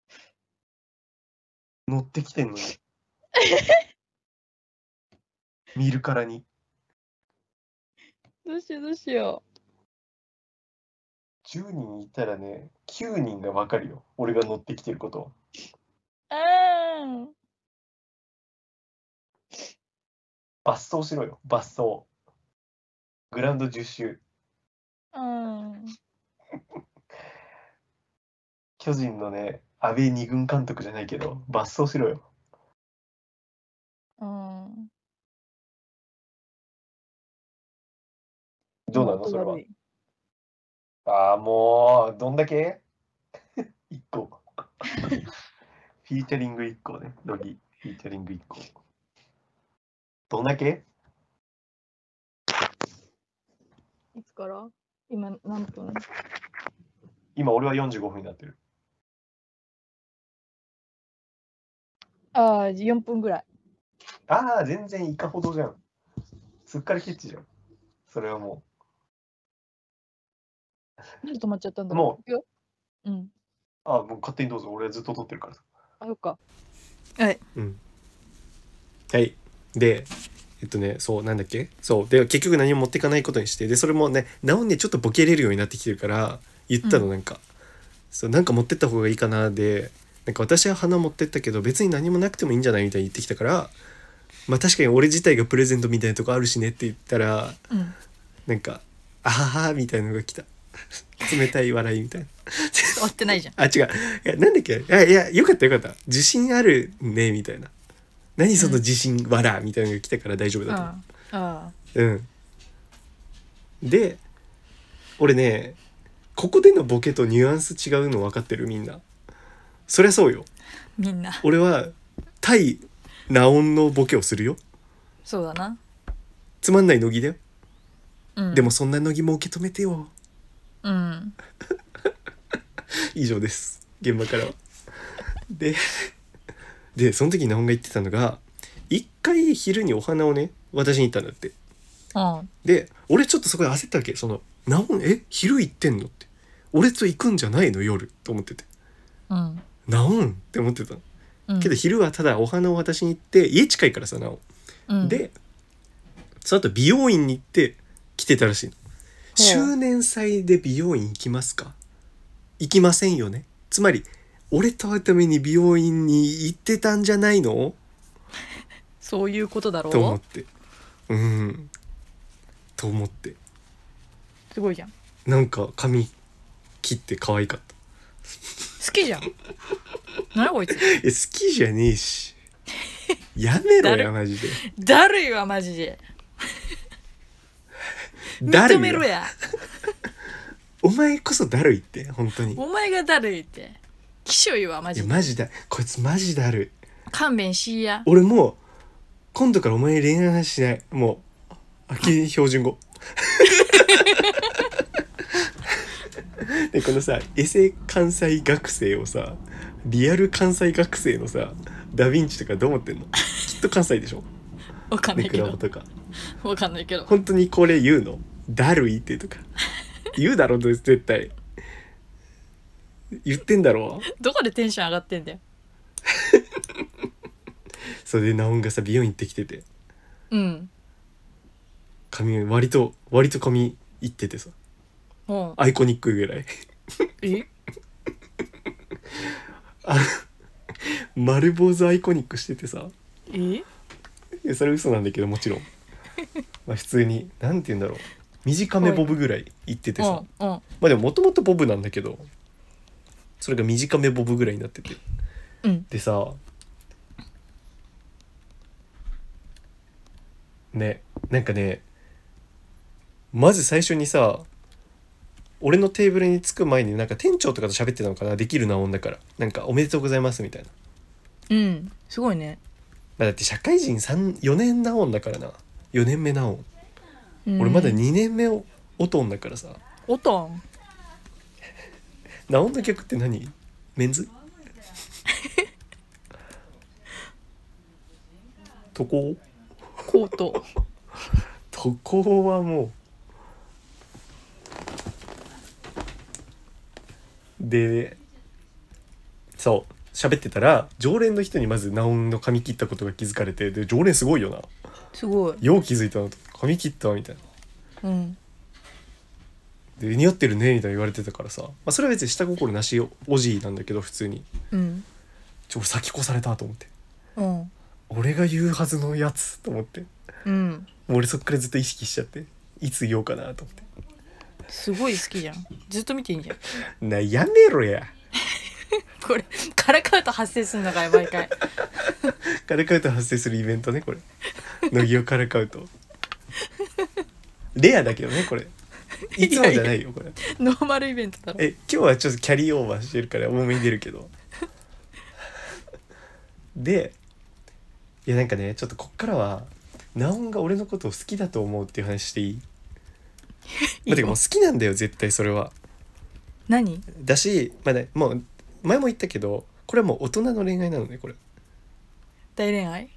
[SPEAKER 1] 乗ってきてんの に見るからに
[SPEAKER 2] どうしようどうしよ
[SPEAKER 1] 10人いたらね9人が分かるよ俺が乗ってきてること
[SPEAKER 3] うん。
[SPEAKER 1] 伐走しろよ伐走グラウンド10周
[SPEAKER 3] うん。
[SPEAKER 1] 巨人のね安倍二軍監督じゃないけど伐走しろよ
[SPEAKER 3] うん。
[SPEAKER 1] どうなのそれは
[SPEAKER 3] 悪い
[SPEAKER 1] ああもうどんだけ 一個 フィーチャリング一個ね乃木フィーチャリング一個どんだけ
[SPEAKER 3] いつから今何分
[SPEAKER 1] 今俺は45分になってる
[SPEAKER 3] ああ、4分ぐらい。
[SPEAKER 1] ああ全然いかほどじゃんすっかりケチじゃんそれはも
[SPEAKER 3] なんで止まっちゃったんだ
[SPEAKER 1] も
[SPEAKER 3] ろう。もう。うん。
[SPEAKER 1] うああもう勝手にどうぞ俺はずっと撮ってるから
[SPEAKER 3] あ、よっか。
[SPEAKER 1] はい。で、えっとね、そう、なんだっけそう。で、結局何も持っていかないことにして、で、それもね、なおね、ちょっとボケれるようになってきてるから、言ったの、
[SPEAKER 2] うん
[SPEAKER 1] なんか。そう、なんか持ってった方がいいかな、で、なんか私は花持ってったけど、別に何もなくてもいいんじゃないみたいに言ってきたから、まあ確かに俺自体がプレゼントみたいなとこあるしねって言ったら、
[SPEAKER 2] うん
[SPEAKER 1] なんか、あはは、みたいなのが来た。 冷たい笑いみたいな。
[SPEAKER 2] 終わってないじゃん
[SPEAKER 1] あ、違う。いや、なんだっけいや、いや、よかったよかった。自信あるね、みたいな。何その自信、わら、みたいなのが来たから大丈夫
[SPEAKER 2] うん
[SPEAKER 1] だと
[SPEAKER 2] ああ
[SPEAKER 1] 思う。うん。で、俺ね、ここでのボケとニュアンス違うの分かってるみんな。そりゃそうよ。
[SPEAKER 2] みんな
[SPEAKER 1] 俺は、対、ナオンのボケをするよ。
[SPEAKER 2] そうだな、
[SPEAKER 1] つまんない乃木だよ。
[SPEAKER 2] うん、
[SPEAKER 1] でもそんな乃木も受け止めてよ。
[SPEAKER 2] うん
[SPEAKER 1] 以上です現場からは。ででその時ナオンが言ってたのが一回昼にお花をね私に行ったんだって
[SPEAKER 2] うん
[SPEAKER 1] で俺ちょっとそこで焦ったわけその「ナオンえ昼行ってんの?」って「俺と行くんじゃないの夜」と思ってて
[SPEAKER 2] うん
[SPEAKER 1] 「ナオン!」って思ってたの
[SPEAKER 2] うん
[SPEAKER 1] けど昼はただお花を渡しに行って家近いからさナオン
[SPEAKER 2] うん
[SPEAKER 1] でその後美容院に行って来てたらしいの「
[SPEAKER 3] ほう
[SPEAKER 1] 周年祭で美容院行きますか?」「行きませんよね」つまり俺と会うために美容院に行ってたんじゃないの
[SPEAKER 2] そういうことだろ
[SPEAKER 1] と思っ
[SPEAKER 2] う
[SPEAKER 1] てうんと思って
[SPEAKER 2] すごいじゃん好
[SPEAKER 1] なんか髪切って可愛かった
[SPEAKER 2] きじゃんなにこいつ
[SPEAKER 1] え好きじゃねえ しやめろ
[SPEAKER 2] だ
[SPEAKER 1] や
[SPEAKER 2] る
[SPEAKER 1] マジで
[SPEAKER 2] だるいわマジで
[SPEAKER 1] だ
[SPEAKER 2] 認
[SPEAKER 1] る
[SPEAKER 2] めろ
[SPEAKER 1] いよ
[SPEAKER 2] や
[SPEAKER 1] お前こそだるいって本当にい
[SPEAKER 2] お前がだるいってきしょいわマジ
[SPEAKER 1] や
[SPEAKER 2] で
[SPEAKER 1] マジだこいつマジだるい
[SPEAKER 2] 勘弁しいや
[SPEAKER 1] 俺もう今度からお前に恋愛の話しないもう秋標準語でこのさエセ関西学生をさリアル関西学生のさダ・ヴィンチとかどう思ってんのきっと関西でしょ
[SPEAKER 2] わかんな
[SPEAKER 1] ネ
[SPEAKER 2] い
[SPEAKER 1] ク
[SPEAKER 2] け
[SPEAKER 1] ラボ
[SPEAKER 2] ど
[SPEAKER 1] とか
[SPEAKER 2] わかんないけど
[SPEAKER 1] 本当にこれ言うのだるいってとか言うだろう絶対言ってんだろ
[SPEAKER 2] どこでテンション上がってんだよ
[SPEAKER 1] それでナオンがさ美容院行ってきてて
[SPEAKER 2] うん
[SPEAKER 1] 髪割と割と髪いっててさ
[SPEAKER 2] うん
[SPEAKER 1] アイコニックぐらい
[SPEAKER 2] え
[SPEAKER 1] 丸坊主アイコニックしててさ
[SPEAKER 2] え
[SPEAKER 1] いやそれ嘘なんだけどもちろんまあ普通になんて言うんだろう短めボブぐらい言ってて
[SPEAKER 2] う
[SPEAKER 1] さ、
[SPEAKER 2] んうん
[SPEAKER 1] まあでももともとボブなんだけどそれが短めボブぐらいになってて
[SPEAKER 2] うん
[SPEAKER 1] でさねなんかねまず最初にさ俺のテーブルに着く前になんか店長とかと喋ってたのかなできるな女だからなんか「おめでとうございます」みたいな
[SPEAKER 2] うんすごいね
[SPEAKER 1] まあ、だって社会人4年なおんだからな4年目なおん、
[SPEAKER 2] うん
[SPEAKER 1] 俺まだ2年目をおとんだからさ
[SPEAKER 2] おとん
[SPEAKER 1] なおんの曲って何メン ズ渡航
[SPEAKER 2] コート
[SPEAKER 1] 渡航はもうでそう喋ってたら常連の人にまずナオンの髪切ったことが気づかれてで常連すごいよな
[SPEAKER 2] すごい
[SPEAKER 1] よう気づいたのと髪切ったみたいな
[SPEAKER 2] うん
[SPEAKER 1] で似合ってるねみたいな言われてたからさ、まあ、それは別に下心なしおじいなんだけど普通に
[SPEAKER 2] うん
[SPEAKER 1] ちょ俺先越されたと思って
[SPEAKER 2] うん
[SPEAKER 1] 俺が言うはずのやつと思って
[SPEAKER 2] うん
[SPEAKER 1] もう俺そっからずっと意識しちゃっていつ言おうかなと思って
[SPEAKER 2] すごい好きじゃんずっと見てんじゃん
[SPEAKER 1] なやめろや
[SPEAKER 2] これからかうと発生すんのかよ毎回
[SPEAKER 1] からかうと発生するイベントねこれ乃木をからかうとレアだけどねこれいつもじゃないよこれ
[SPEAKER 2] ノーマルイベントだろ
[SPEAKER 1] え今日はちょっとキャリーオーバーしてるから多めに出るけ どでいやなんかねちょっとこっからはナオンが俺のことを好きだと思うっていう話 していい
[SPEAKER 2] いい
[SPEAKER 1] まあ
[SPEAKER 2] よ
[SPEAKER 1] てかもう好きなんだよ絶対それは
[SPEAKER 2] 何
[SPEAKER 1] だし、まあね、もう前も言ったけどこれはもう大人の恋愛なのねこれ
[SPEAKER 2] 大恋愛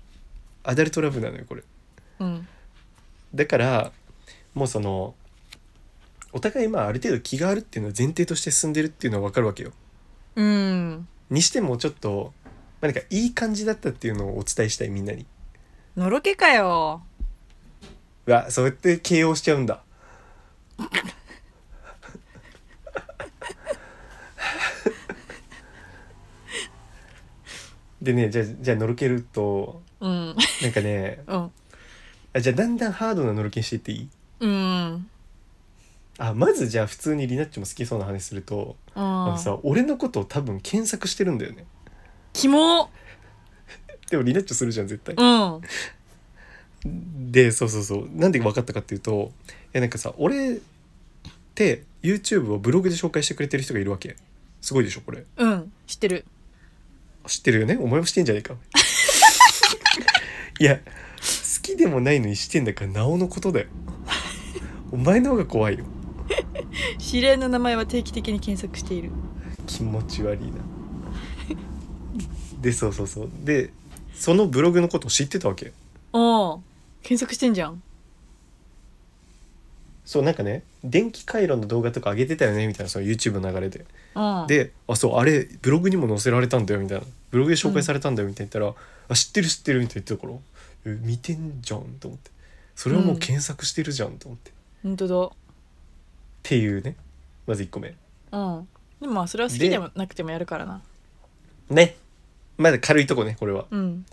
[SPEAKER 1] アダルトラブなのよこれ
[SPEAKER 2] うん
[SPEAKER 1] だからもうそのお互いまあある程度気があるっていうのは前提として進んでるっていうのは分かるわけよ
[SPEAKER 2] うん
[SPEAKER 1] にしてもちょっと、まあ、なんかいい感じだったっていうのをお伝えしたいみんなに
[SPEAKER 2] のろけかよ
[SPEAKER 1] うわそうやって形容しちゃうんだでねじゃあじゃあのろけると
[SPEAKER 2] うん
[SPEAKER 1] なんかね
[SPEAKER 2] うん
[SPEAKER 1] あじゃあだんだんハードなのろけしていっていい
[SPEAKER 2] うん
[SPEAKER 1] あまずじゃあ普通にリナッチも好きそうな話するとあのさ俺のことを多分検索してるんだよね
[SPEAKER 2] キモ
[SPEAKER 1] でもリナッチするじゃん絶対
[SPEAKER 2] うん
[SPEAKER 1] でそうそうそうなんで分かったかっていうといやなんかさ俺って YouTube をブログで紹介してくれてる人がいるわけすごいでしょこれ
[SPEAKER 2] うん知ってる
[SPEAKER 1] 知ってるよねお前もしてんじゃねえか いや好きでもないのにしてんだからなおのことだよお前の方が怖いよ
[SPEAKER 2] 知り合いの名前は定期的に検索している
[SPEAKER 1] 気持ち悪いなでそうそうそうでそのブログのことを知ってたわけ
[SPEAKER 2] おお検索してんじゃん
[SPEAKER 1] そうなんかね電気回路の動画とか上げてたよねみたいなその YouTube の流れで
[SPEAKER 2] うん
[SPEAKER 1] で「あそうあれブログにも載せられたんだよ」みたいな「ブログで紹介されたんだよ」みたいな言ったら「あ知ってる知ってる」みたいな言ってたから「え見てんじゃん」と思ってそれはもう検索してるじゃんと思って、っ
[SPEAKER 2] 本当
[SPEAKER 1] ていうねまず1個目
[SPEAKER 2] だうんでもまあそれは好きでもなくてもやるからな
[SPEAKER 1] ねまだ軽いとこねこれは
[SPEAKER 2] うん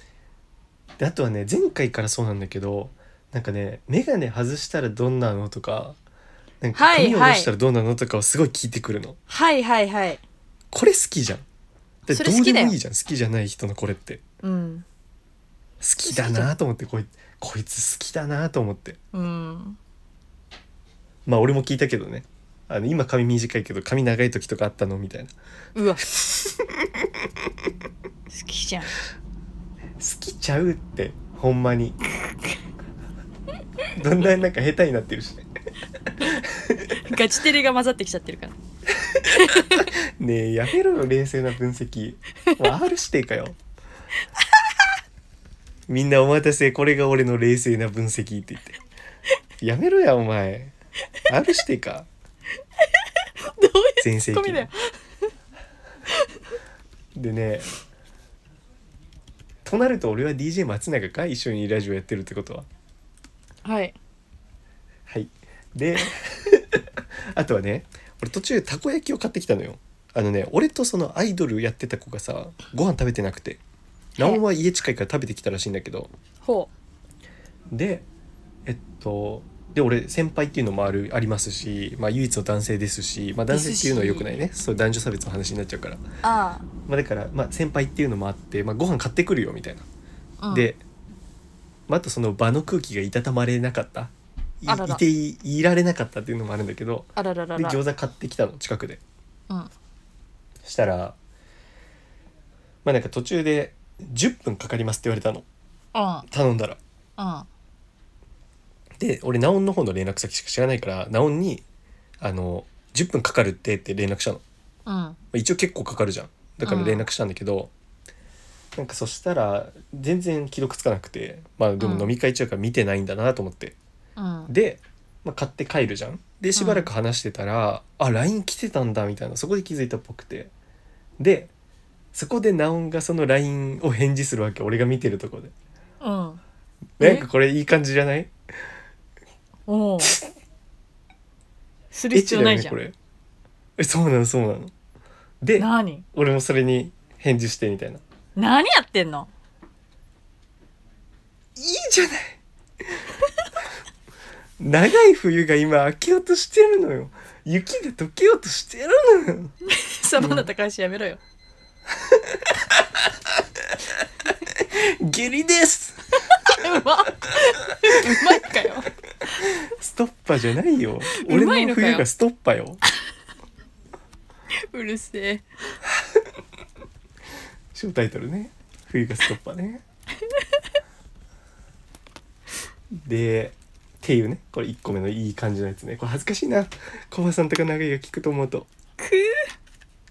[SPEAKER 1] であとはね前回からそうなんだけどなんかね「眼鏡外したらどんなの?」とか「なんか
[SPEAKER 2] はい
[SPEAKER 1] 髪を
[SPEAKER 2] はい
[SPEAKER 1] 下ろしたらどんなの?」とかをすごい聞いてくるの、
[SPEAKER 2] はいはいはい
[SPEAKER 1] これ好きじゃんだって
[SPEAKER 2] そ
[SPEAKER 1] ど
[SPEAKER 2] れ好
[SPEAKER 1] うで
[SPEAKER 2] きだよ
[SPEAKER 1] もいいじゃん好きじゃない人のこれって好
[SPEAKER 2] うん
[SPEAKER 1] きだなと思ってこいこいつ好きだなと思って
[SPEAKER 2] うん
[SPEAKER 1] まあ俺も聞いたけどねあの今髪短いけど髪長い時とかあったのみたいな好
[SPEAKER 2] うわ好きじゃん
[SPEAKER 1] きちゃうってほんまに どんななんか下手になってるしね
[SPEAKER 2] ガチテレが混ざってきちゃってるから
[SPEAKER 1] ねえやめろよ冷静な分析もう R してかよみんなお待たせこれが俺の冷静な分析って言ってやめろやお前 R してか
[SPEAKER 2] どういう
[SPEAKER 1] 全盛
[SPEAKER 2] ツッコミ
[SPEAKER 1] 期
[SPEAKER 2] だよ
[SPEAKER 1] でねとなると俺は DJ 松永か一緒にラジオやってるってことは
[SPEAKER 2] はい
[SPEAKER 1] はいで あとはね俺途中たこ焼きを買ってきたのよあのね俺とそのアイドルやってた子がさご飯食べてなくて
[SPEAKER 2] え
[SPEAKER 1] ナオンは家近いから食べてきたらしいんだけど
[SPEAKER 2] ほ
[SPEAKER 1] でえっとで俺先輩っていうのもあるありますし、まあ、唯一の男性ですし、まあ、男性っていうのは良くないねそう男女差別の話になっちゃうから、
[SPEAKER 2] うあ
[SPEAKER 1] まあ、だから、まあ、先輩っていうのもあって、まあ、ご飯買ってくるよみたいな
[SPEAKER 2] あ、うん、
[SPEAKER 1] で、まあ、あとその場の空気がいたたまれなかったい
[SPEAKER 2] あらら
[SPEAKER 1] いていいられなかったっていうのもあるんだけど
[SPEAKER 2] あららら
[SPEAKER 1] で
[SPEAKER 2] ら
[SPEAKER 1] 餃子買ってきたの近くで
[SPEAKER 2] うん
[SPEAKER 1] したらまあなんか途中で「10分かかります」って言われたの
[SPEAKER 2] うん
[SPEAKER 1] 頼んだら
[SPEAKER 2] うん
[SPEAKER 1] で俺ナオンの方の連絡先しか知らないからナオンに「あの10分かかるって」って連絡したの
[SPEAKER 2] うん
[SPEAKER 1] まあ一応結構かかるじゃんだから連絡したんだけど、なんかそしたら全然既読つかなくてまあで
[SPEAKER 2] うん
[SPEAKER 1] も飲み会中だから見てないんだなと思って、
[SPEAKER 2] うん
[SPEAKER 1] で、まあ、買って帰るじゃんでしばらく話してたら、あ LINE 来てたんだみたいなそこで気づいたっぽくてでそこでナオンがその LINE を返事するわけ俺が見てるとこで
[SPEAKER 2] うんえ
[SPEAKER 1] なんかこれいい感じじゃない
[SPEAKER 2] おおする
[SPEAKER 1] エッ
[SPEAKER 2] 必
[SPEAKER 1] チ
[SPEAKER 2] 要
[SPEAKER 1] だ
[SPEAKER 2] な
[SPEAKER 1] よ
[SPEAKER 2] い
[SPEAKER 1] ね
[SPEAKER 2] じゃ
[SPEAKER 1] こ
[SPEAKER 2] ん
[SPEAKER 1] れえそうなのそうなので
[SPEAKER 2] 何
[SPEAKER 1] 俺もそれに返事してみたいない
[SPEAKER 2] 何やってんの
[SPEAKER 1] い じゃない長い冬が今明けようとしてるのよ雪が溶けようとしてるのよ
[SPEAKER 2] サバナ高橋やめろよ
[SPEAKER 1] 下痢です
[SPEAKER 2] うまうまいかよ
[SPEAKER 1] ストッパじゃないよ
[SPEAKER 2] うま
[SPEAKER 1] 俺
[SPEAKER 2] い
[SPEAKER 1] の
[SPEAKER 2] のかよ
[SPEAKER 1] 冬がストッパよ
[SPEAKER 2] うるせえ
[SPEAKER 1] ショータイトルね冬がストッパね でっていうねこれ1個目のいい感じのやつねこれ恥ずかしいなコバさんとか長井が聞くと思うと
[SPEAKER 2] く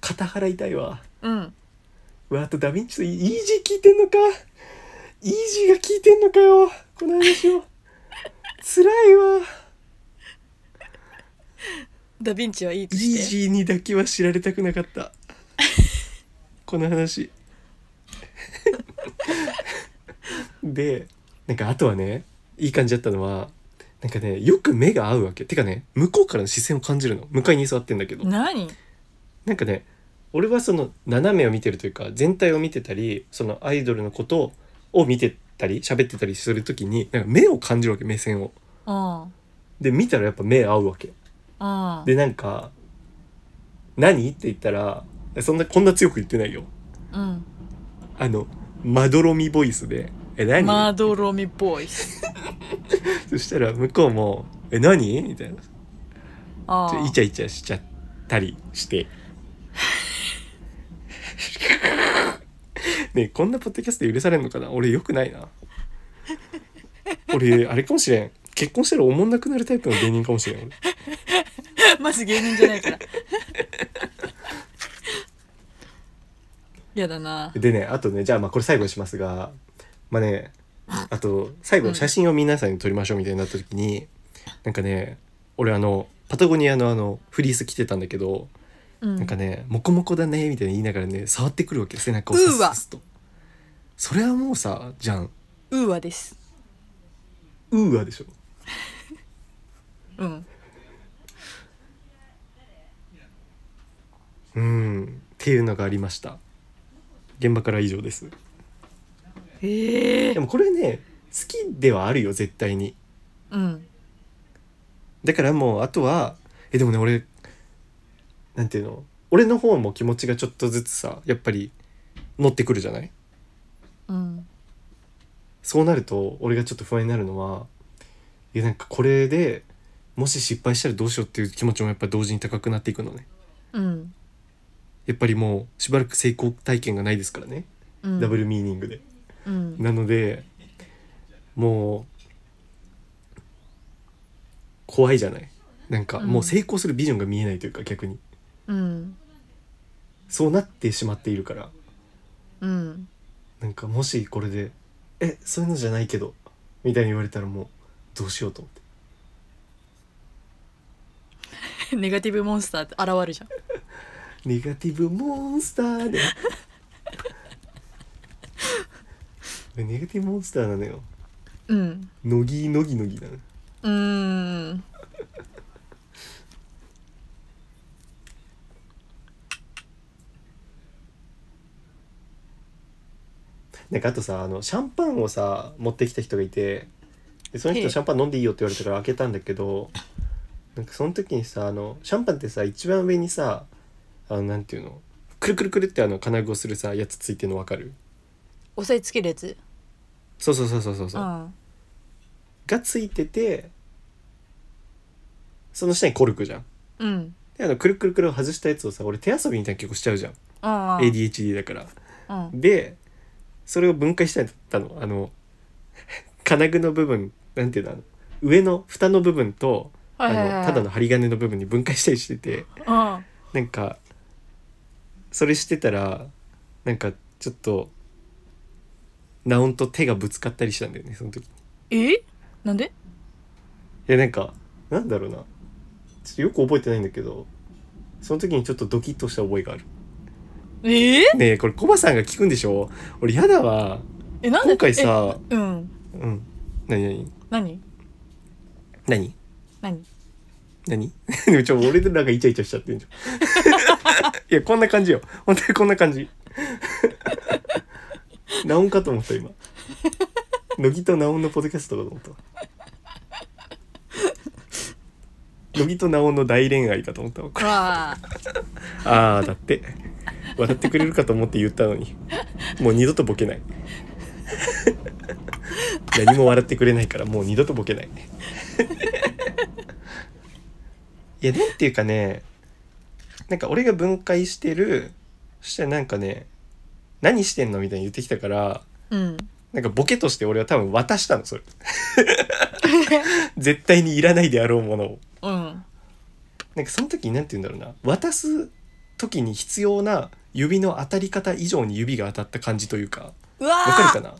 [SPEAKER 1] 肩払いたいわ
[SPEAKER 2] ーうん
[SPEAKER 1] うわあとダヴィンチとイージー聞いてんのかイージーが聞いてんのかよこの話を辛いわ
[SPEAKER 2] ダヴィンチはいい
[SPEAKER 1] イ
[SPEAKER 2] と
[SPEAKER 1] ー
[SPEAKER 2] して
[SPEAKER 1] ジーにだけは知られたくなかったこの 話でなんかあとはねいい感じだったのはなんかねよく目が合うわけてかね向こうからの視線を感じるの向かいに座ってんだけど
[SPEAKER 2] 何
[SPEAKER 1] なんかね俺はその斜めを見てるというか全体を見てたりそのアイドルのことを見てたり喋ってたりする時になんか目を感じるわけ目線を。
[SPEAKER 2] うんうん
[SPEAKER 1] で見たらやっぱ目合うわけ。でなんか「何?」って言ったらそんなこんな強く言ってないよ
[SPEAKER 2] うん
[SPEAKER 1] あのまどろみボイスで「え何
[SPEAKER 2] まどろみボイス
[SPEAKER 1] そしたら向こうも「え何?」みたいなち
[SPEAKER 2] あ
[SPEAKER 1] ょイチャイチャしちゃったりして。ねえこんなポッドキャスト許されんのかな俺よくないな俺あれかもしれん結婚したらおもんなくなるタイプの芸人かもしれん俺
[SPEAKER 2] あまず芸人じゃないからやだな
[SPEAKER 1] でねあとねじゃあまあこれ最後にしますがまあねあと最後写真を皆さんに撮りましょうみたいになった時に、なんかね俺あのパタゴニアのあのフリース着てたんだけど、
[SPEAKER 2] うん
[SPEAKER 1] なんかね「モコモコだね」みたいに言いながらね触ってくるわけ背中を
[SPEAKER 2] う
[SPEAKER 1] さ
[SPEAKER 2] ー
[SPEAKER 1] す
[SPEAKER 2] わ
[SPEAKER 1] さすと。それはもうさじゃん
[SPEAKER 2] ウーアです
[SPEAKER 1] うーわでしょ
[SPEAKER 2] うん
[SPEAKER 1] うんっていうのがありました現場からは以上です
[SPEAKER 2] ええ
[SPEAKER 1] でもこれね好きではあるよ絶対に
[SPEAKER 2] うん
[SPEAKER 1] だからもうあとはえでもね俺なんていうの俺の方も気持ちがちょっとずつさやっぱり乗ってくるじゃない
[SPEAKER 2] うん
[SPEAKER 1] そうなると俺がちょっと不安になるのはいやなんかこれでもし失敗したらどうしようっていう気持ちもやっぱ同時に高くなっていくのね
[SPEAKER 2] うん
[SPEAKER 1] やっぱりもうしばらく成功体験がないですからね、
[SPEAKER 2] うん
[SPEAKER 1] ダブルミーニングで
[SPEAKER 2] うん
[SPEAKER 1] なのでもう怖いじゃないなんかもう成功するビジョンが見えないというか逆に
[SPEAKER 2] うん
[SPEAKER 1] そうなってしまっているから
[SPEAKER 2] うん
[SPEAKER 1] なんかもしこれで「えそういうのじゃないけど」みたいに言われたらもうどうしようと思って
[SPEAKER 2] ネガティブモンスターって現るじゃん
[SPEAKER 1] ネガティブモンスターで俺ネガティブモンスターなのよ
[SPEAKER 2] うん
[SPEAKER 1] のぎのぎのぎなの
[SPEAKER 2] うーん
[SPEAKER 1] なんかあとさあのシャンパンをさ持ってきた人がいてでその
[SPEAKER 2] え
[SPEAKER 1] 人
[SPEAKER 2] え
[SPEAKER 1] シャンパン飲んでいいよって言われたから開けたんだけどなんかその時にさあのシャンパンってさ一番上にさあのなんていうのくるくるくるってあの金具をするさやつついてるのわかる
[SPEAKER 2] 押さえつけるやつ
[SPEAKER 1] そうそうそうそうそうそううんがついててその下にコルクじゃん
[SPEAKER 2] うん
[SPEAKER 1] であのくるくるくるを外したやつをさ俺手遊びみたいな結構しちゃうじゃん
[SPEAKER 2] ああ
[SPEAKER 1] ADHD だから
[SPEAKER 2] うん
[SPEAKER 1] でそれを分解したんだのあの 金具の部分なんていうのあの上の蓋の部分とあ
[SPEAKER 2] はいはいは
[SPEAKER 1] の
[SPEAKER 2] い
[SPEAKER 1] ただの針金の部分に分解したりしてて
[SPEAKER 2] うん
[SPEAKER 1] なんかそれしてたらなんかちょっとナオンと手がぶつかったりしたんだよねその時
[SPEAKER 2] えなんで
[SPEAKER 1] いやなんかなんだろうなちょっとよく覚えてないんだけどその時にちょっとドキッとした覚えがある
[SPEAKER 2] えー、
[SPEAKER 1] ねえこれコバさんが聞くんでしょ俺やだわ
[SPEAKER 2] えなんで
[SPEAKER 1] 今回さ
[SPEAKER 2] えうん
[SPEAKER 1] うん何何
[SPEAKER 2] 何
[SPEAKER 1] 何
[SPEAKER 2] 何
[SPEAKER 1] 何 でもちょ俺らがイチャイチャしちゃってんじ ゃんいやこんな感じよ本当にこんな感じ ナオンかと思った今乃木とナオンのポッドキャストかと思ったわ乃木とナオンの大恋愛かと思ったわこれ
[SPEAKER 2] わあ
[SPEAKER 1] ああだって笑ってくれるかと思って言ったのにもう二度とボケない 何も笑ってくれないからもう二度とボケないいやなんていうかねなんか俺が分解してるそしたらなんかね「何してんの?」みたいに言ってきたから
[SPEAKER 2] うん
[SPEAKER 1] なんかボケとして俺は多分渡したのそれ絶対にいらないであろうものを
[SPEAKER 2] うん
[SPEAKER 1] なんかその時に何て言うんだろうな渡す時に必要な指の当たり方以上に指が当たった感じというか
[SPEAKER 2] うわ
[SPEAKER 1] わかるか
[SPEAKER 2] あ
[SPEAKER 1] な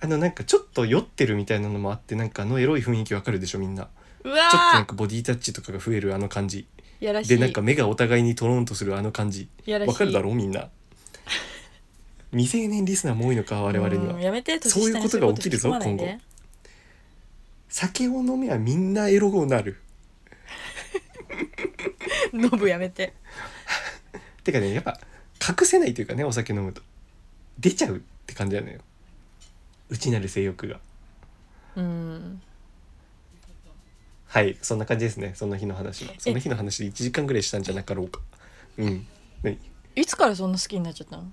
[SPEAKER 1] あのなんかちょっと酔ってるみたいなのもあってなんかあのエロい雰囲気わかるでしょみんな
[SPEAKER 2] うわ
[SPEAKER 1] ちょっとなん
[SPEAKER 2] あ
[SPEAKER 1] かボディタッチとかが増えるあの感じ
[SPEAKER 2] やらしい
[SPEAKER 1] でなんか目がお互いにトロンとするあの感じ
[SPEAKER 2] やらしい
[SPEAKER 1] わかるだろうみん な未成年リスナーも多いのか我々に
[SPEAKER 2] うん
[SPEAKER 1] は
[SPEAKER 2] やめて
[SPEAKER 1] そういうことが起きるぞ
[SPEAKER 2] 年下にそういうこと
[SPEAKER 1] 今酒を飲めばみんなエロくなる
[SPEAKER 2] 吹き込まないで ノブやめて
[SPEAKER 1] てかねやっぱ隠せないというかねお酒飲むと出ちゃうって感じなのよ内なる性欲が
[SPEAKER 2] うん
[SPEAKER 1] はいそんな感じですねその日の話はその日の話で1時間ぐらいしたんじゃなかろうかうん何
[SPEAKER 2] いつからそんな好きになっちゃったの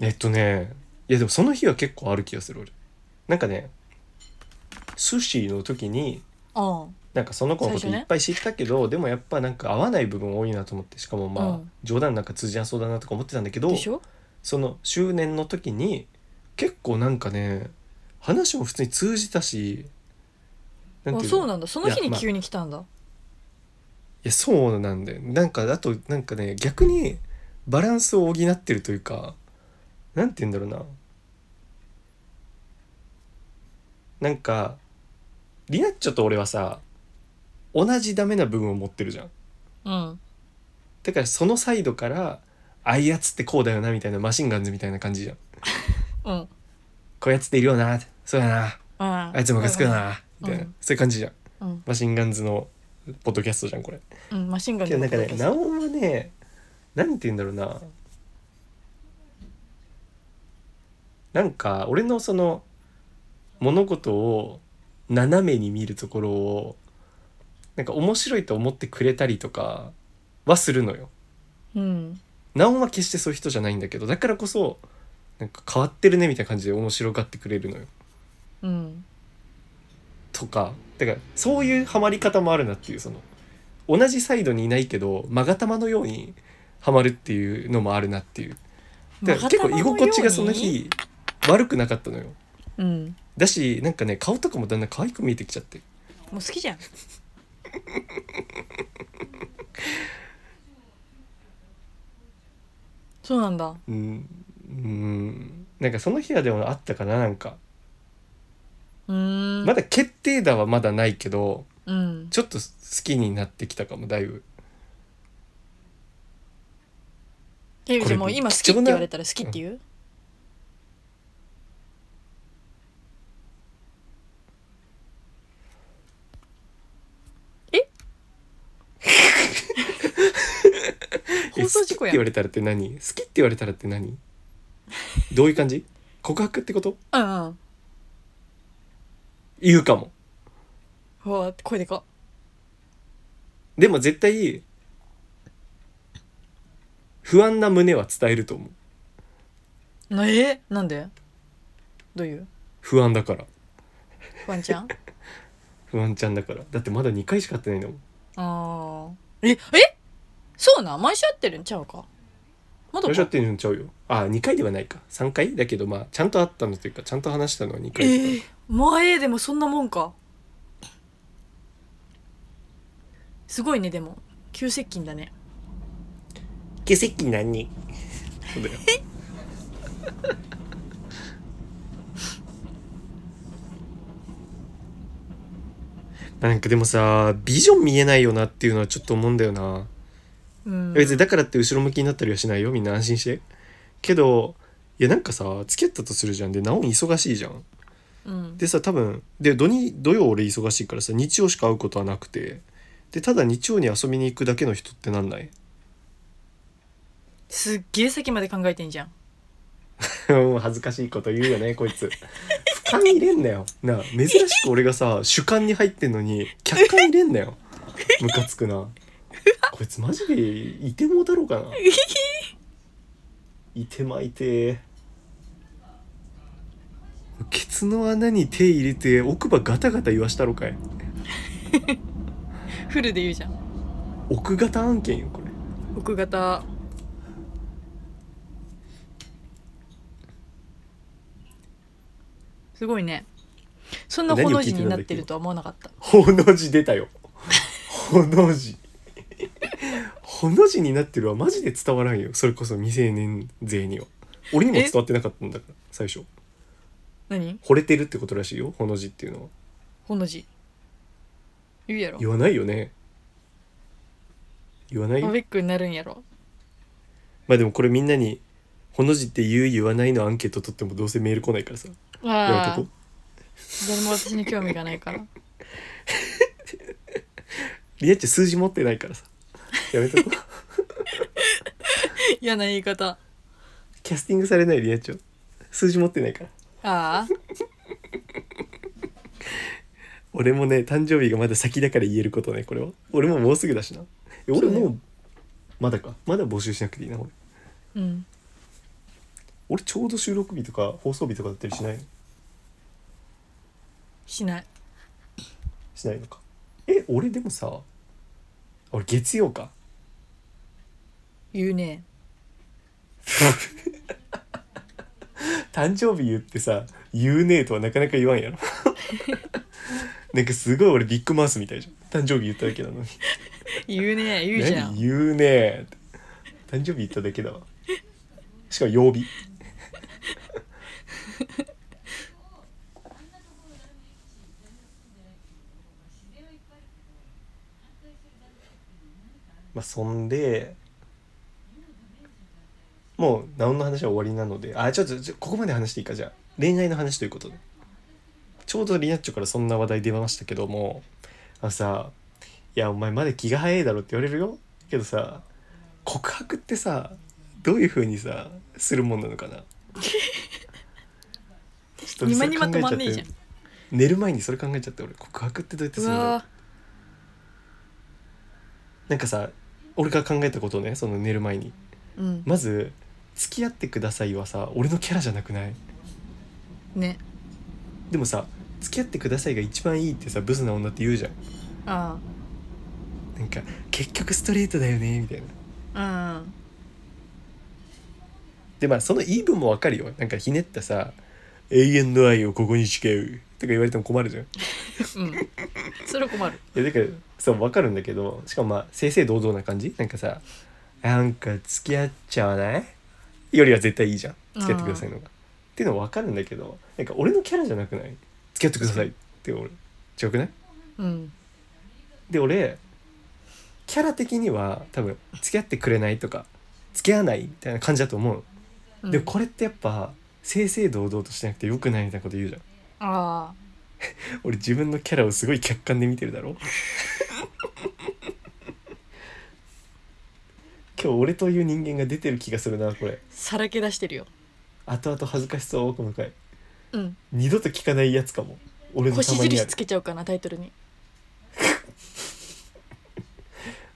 [SPEAKER 1] えっとねいやでもその日は結構ある気がする俺なんかね寿司の時に
[SPEAKER 2] ああ
[SPEAKER 1] なんかその子のこと
[SPEAKER 2] 最初
[SPEAKER 1] い
[SPEAKER 2] ね
[SPEAKER 1] っぱい知ったけど、でもやっぱなんか合わない部分多いなと思ってしかもまあ、
[SPEAKER 2] うん
[SPEAKER 1] 冗談なんか通じなそうだなとか思ってたんだけど
[SPEAKER 2] でしょ
[SPEAKER 1] その周年の時に結構なんかね話も普通に通じたしなん
[SPEAKER 2] あ
[SPEAKER 1] ていうの
[SPEAKER 2] そうなんだその日
[SPEAKER 1] いや
[SPEAKER 2] に
[SPEAKER 1] まあ
[SPEAKER 2] 急に来たんだ
[SPEAKER 1] いやそうなんだよなんかあとなんかね逆にバランスを補ってるというかなんて言うんだろうななんかリナッチョと俺はさ同じダメな部分を持ってるじゃん
[SPEAKER 2] うん
[SPEAKER 1] だからそのサイドからあいやつってこうだよなみたいなマシンガンズみたいな感じじゃん
[SPEAKER 2] うん
[SPEAKER 1] こうやつっているよなそうやな
[SPEAKER 2] あ
[SPEAKER 1] あいつムカつくよな
[SPEAKER 2] うん
[SPEAKER 1] みたいな、
[SPEAKER 2] うん
[SPEAKER 1] そういう感じじゃん
[SPEAKER 2] うん、
[SPEAKER 1] マシンガンズのポッドキャストじゃんこれ
[SPEAKER 2] うん、マシンガン
[SPEAKER 1] けどなんかね
[SPEAKER 2] のことだけ
[SPEAKER 1] ナオンはねなんて言うんだろうななんか俺のその物事を斜めに見るところをなんか面白いと思ってくれたりとかはするのよ。
[SPEAKER 2] うん
[SPEAKER 1] ナオンは決してそういう人じゃないんだけどだからこそなんか変わってるねみたいな感じで面白がってくれるのよ。
[SPEAKER 2] うん
[SPEAKER 1] とかだからそういうハマり方もあるなっていうその同じサイドにいないけど勾玉のようにハマるっていうのもあるなっていうだから結構居心地がその日悪くなかったのよ
[SPEAKER 2] うんも
[SPEAKER 1] だしなんかね顔とかもだんだん可愛く見えてきちゃって
[SPEAKER 2] う好きじゃん そうなんだ
[SPEAKER 1] うんうんなんかその日はでもあったかななんか
[SPEAKER 2] うーん
[SPEAKER 1] まだ決定打はまだないけど
[SPEAKER 2] うん
[SPEAKER 1] ちょっと好きになってきたかもだいぶ
[SPEAKER 2] え
[SPEAKER 1] これ
[SPEAKER 2] じゃあもう今好きって言われたら好きって言うえ
[SPEAKER 1] え
[SPEAKER 2] 放送事故
[SPEAKER 1] 好きって
[SPEAKER 2] や
[SPEAKER 1] 言
[SPEAKER 2] ん
[SPEAKER 1] われたらって何好きって言われたらって何どういう感じ告白ってこと
[SPEAKER 2] うんうん
[SPEAKER 1] 言うかも
[SPEAKER 2] うわ声でか
[SPEAKER 1] でも絶対不安な胸は伝えると思う
[SPEAKER 2] っなえなんでどういう
[SPEAKER 1] 不安だから
[SPEAKER 2] ワンちゃん
[SPEAKER 1] 不安ちゃんだからだってまだ2回しか会ってないんだもん
[SPEAKER 2] ああええそうなん毎週会ってるんちゃうかまだ
[SPEAKER 1] 最初会っ
[SPEAKER 2] か
[SPEAKER 1] てるのちゃうよあ2回ではないか3回だけどまあちゃんと会ったのというかちゃんと話したのは2
[SPEAKER 2] え
[SPEAKER 1] 回とか、
[SPEAKER 2] ー前でもそんなもんかすごいねでも急接近だね
[SPEAKER 1] 奇跡何そうだよ なんかでもさビジョン見えないよなっていうのはちょっと思うんだよな
[SPEAKER 2] うん
[SPEAKER 1] 別にだからって後ろ向きになったりはしないよみんな安心してけどいやなんかさ付き合ったとするじゃんでなお忙しいじゃん
[SPEAKER 2] うん
[SPEAKER 1] でさ多分で土に土曜俺忙しいからさ日曜しか会うことはなくてでただ日曜に遊びに行くだけの人ってなんない
[SPEAKER 2] すっげえ先まで考えてんじゃん
[SPEAKER 1] もう恥ずかしいこと言うよねこいつ俯瞰入れんなよなあ珍しく俺がさ主観に入ってんのに客観入れんなよムカつくなこいつマジでいてもうだろうかないてまいてケツの穴に手入れて奥歯ガタガタ言わしたろかい
[SPEAKER 2] フルで言うじゃん
[SPEAKER 1] 奥型案件よこれ
[SPEAKER 2] 奥方すごいねそんなほの字になってるとは思わなかった
[SPEAKER 1] ほの字出たよ。ほの字。ほの字になってるはマジで伝わらんよ。それこそ未成年勢には。俺にも伝わってなかったんだから、最初。
[SPEAKER 2] 何
[SPEAKER 1] 惚れてるってことらしいよ、ほの字っていうのは。
[SPEAKER 2] ほの字言うやろ
[SPEAKER 1] 言わないよね。言わない
[SPEAKER 2] ア
[SPEAKER 1] よ。
[SPEAKER 2] ベックになるんやろ
[SPEAKER 1] まあでもこれみんなに、ほの字って言う言わないのアンケート取ってもどうせメール来ないからさ。やめ
[SPEAKER 2] あ
[SPEAKER 1] とこ
[SPEAKER 2] あ誰も私に興味がな いから
[SPEAKER 1] う。リアッチ数字持ってないからさ。やめとこう。
[SPEAKER 2] 嫌な言い方
[SPEAKER 1] キャスティングされないリアッチを。数字持ってないから。
[SPEAKER 2] ああ
[SPEAKER 1] 俺もね誕生日がまだ先だから言えることねこれは俺ももうすぐだしなえ俺
[SPEAKER 2] そうだ
[SPEAKER 1] も
[SPEAKER 2] よ
[SPEAKER 1] うまだかまだ募集しなくていいな俺
[SPEAKER 2] うん
[SPEAKER 1] 俺ちょうど収録日とか放送日とかだったりしないの
[SPEAKER 2] しない
[SPEAKER 1] しないのかえ俺でもさ俺月曜か
[SPEAKER 2] 言うね
[SPEAKER 1] 誕生日言ってさ言うねえとはなかなか言わん やろなんかすごい俺ビッグマウスみたいじゃん誕生日言っただけなのに
[SPEAKER 2] 言うね言うじゃ
[SPEAKER 1] 何
[SPEAKER 2] ん
[SPEAKER 1] 言うねえって誕生日言っただけだわしかも曜日 まあそんでもうナオンの話は終わりなのであちょっとちょここまで話していいかじゃあ恋愛の話ということでちょうどリナッチョからそんな話題出ましたけどもあのさ「いやお前まだ気が早いだろ」って言われるよけどさ告白ってさどういうふうにさするもんなのかなちょっとそれ
[SPEAKER 2] 今にまとまん
[SPEAKER 1] 考
[SPEAKER 2] ね
[SPEAKER 1] え
[SPEAKER 2] え
[SPEAKER 1] ち
[SPEAKER 2] じ
[SPEAKER 1] ゃ
[SPEAKER 2] ゃ
[SPEAKER 1] っ
[SPEAKER 2] ん
[SPEAKER 1] て寝る前にそれ考えちゃって俺告白ってどうやって
[SPEAKER 2] う
[SPEAKER 1] するの
[SPEAKER 2] わ
[SPEAKER 1] なんかさ俺が考えたことねその寝る前に
[SPEAKER 2] ーうん
[SPEAKER 1] まず「付き合ってください」はさ俺のキャラじゃなくない
[SPEAKER 2] ね
[SPEAKER 1] でもさ「付き合ってください」が一番いいってさブスな女って言うじゃん
[SPEAKER 2] あ
[SPEAKER 1] なんか結局ストレートだよねみたいな
[SPEAKER 2] あうん
[SPEAKER 1] でまあその言い分もわかるよなんかひねったさ「永遠の愛をここに誓う」とか言われても困るじゃんい
[SPEAKER 2] うんそれ困る
[SPEAKER 1] やだからそうわかるんだけどしかもまあ正々堂々な感じなんかさ「なんか付き合っちゃわない?」よりは絶対いいじゃん「付き合ってください」の方が。っていうのはわかるんだけどなんか俺のキャラじゃなくない「付き合ってください」って俺違くない
[SPEAKER 2] うん
[SPEAKER 1] で俺キャラ的には多分付き合ってくれないとか付き合わないみたいな感じだと思う、
[SPEAKER 2] うん
[SPEAKER 1] でもこれってやっぱ正々堂々としてなくてよくないみたいなこと言うじゃん
[SPEAKER 2] ああ
[SPEAKER 1] 俺自分のキャラをすごい客観で見てる だろ今日俺という人間が出てる気がするなこれ
[SPEAKER 2] さらけ出してるよ
[SPEAKER 1] 後々恥ずかしそうこの回
[SPEAKER 2] うん
[SPEAKER 1] 二度と聞かないやつかも俺のた
[SPEAKER 2] 星
[SPEAKER 1] まにあ
[SPEAKER 2] 印
[SPEAKER 1] る
[SPEAKER 2] つけちゃおうかなタイトルに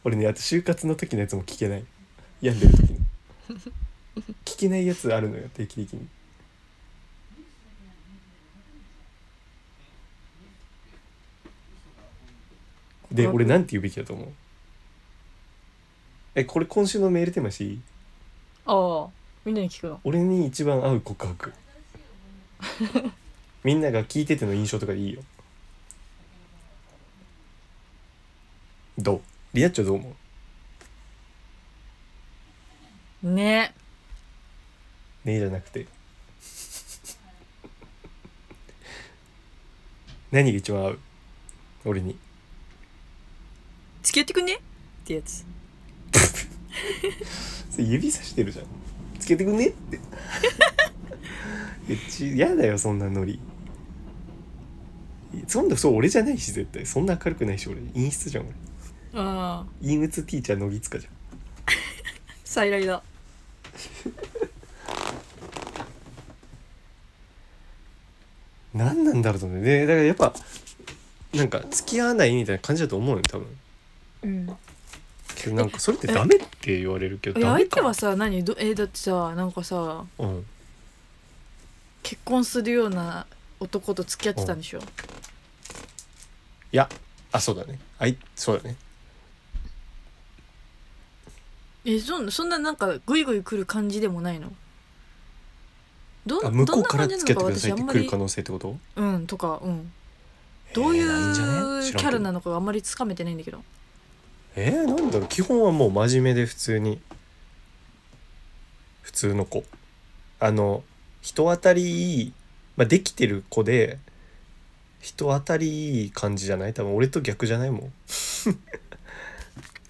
[SPEAKER 1] 俺ねあと就活の時のやつも聞けない病んでる時の聞けないやつあるのよ定期的にで俺なんて言うべきだと思うえこれ今週のメールテーマしていい
[SPEAKER 2] ああみんなに聞くの
[SPEAKER 1] 俺に一番合う告白 みんなが聞いてての印象とかでいいよどうリアッチョどう思う
[SPEAKER 2] ね
[SPEAKER 1] ねえじゃなくて 何が一番合う俺に
[SPEAKER 2] 付き合ってくんねってやつ
[SPEAKER 1] それ指さしてるじゃんつけてくんねって えちやだよそんなノリそんなそう俺じゃないし絶対そんな明るくないし俺陰湿じゃん俺
[SPEAKER 2] ああ
[SPEAKER 1] 陰鬱ティーチャー乃木塚じゃん
[SPEAKER 2] 再来だ
[SPEAKER 1] 何なんだろうと思うねだからやっぱなんか付き合わないみたいな感じだと思うよ多分
[SPEAKER 2] うん
[SPEAKER 1] けどなんかそれってダメって言われるけど
[SPEAKER 2] え
[SPEAKER 1] ダメ
[SPEAKER 2] 相
[SPEAKER 1] か
[SPEAKER 2] 手はさ何どえだってさなんかさ
[SPEAKER 1] うん
[SPEAKER 2] 結婚するような男と付き合ってたんでしょ
[SPEAKER 1] いやあそうだねあいそうだね
[SPEAKER 2] えそんそんななんかグイグイ来る感じでもないのど
[SPEAKER 1] あ
[SPEAKER 2] ん
[SPEAKER 1] 向
[SPEAKER 2] ど
[SPEAKER 1] こ
[SPEAKER 2] ん
[SPEAKER 1] う
[SPEAKER 2] な
[SPEAKER 1] から
[SPEAKER 2] 感じ
[SPEAKER 1] 付
[SPEAKER 2] な
[SPEAKER 1] き合
[SPEAKER 2] の
[SPEAKER 1] ってく
[SPEAKER 2] か
[SPEAKER 1] ださ
[SPEAKER 2] 私
[SPEAKER 1] いっ
[SPEAKER 2] あ
[SPEAKER 1] て
[SPEAKER 2] んま
[SPEAKER 1] 来る
[SPEAKER 2] り
[SPEAKER 1] 可能性ってこと
[SPEAKER 2] うんとかうんどうい
[SPEAKER 1] えーなんじゃ
[SPEAKER 2] う
[SPEAKER 1] ね知
[SPEAKER 2] キ
[SPEAKER 1] らん
[SPEAKER 2] ャ
[SPEAKER 1] けど
[SPEAKER 2] ラなのかあんまりつかめてないんだけど
[SPEAKER 1] えー、なんだろう基本はもう真面目で普通に普通の子あの人当たりいい、まあ、できてる子で人当たりいい感じじゃない多分俺と逆じゃないもん
[SPEAKER 2] う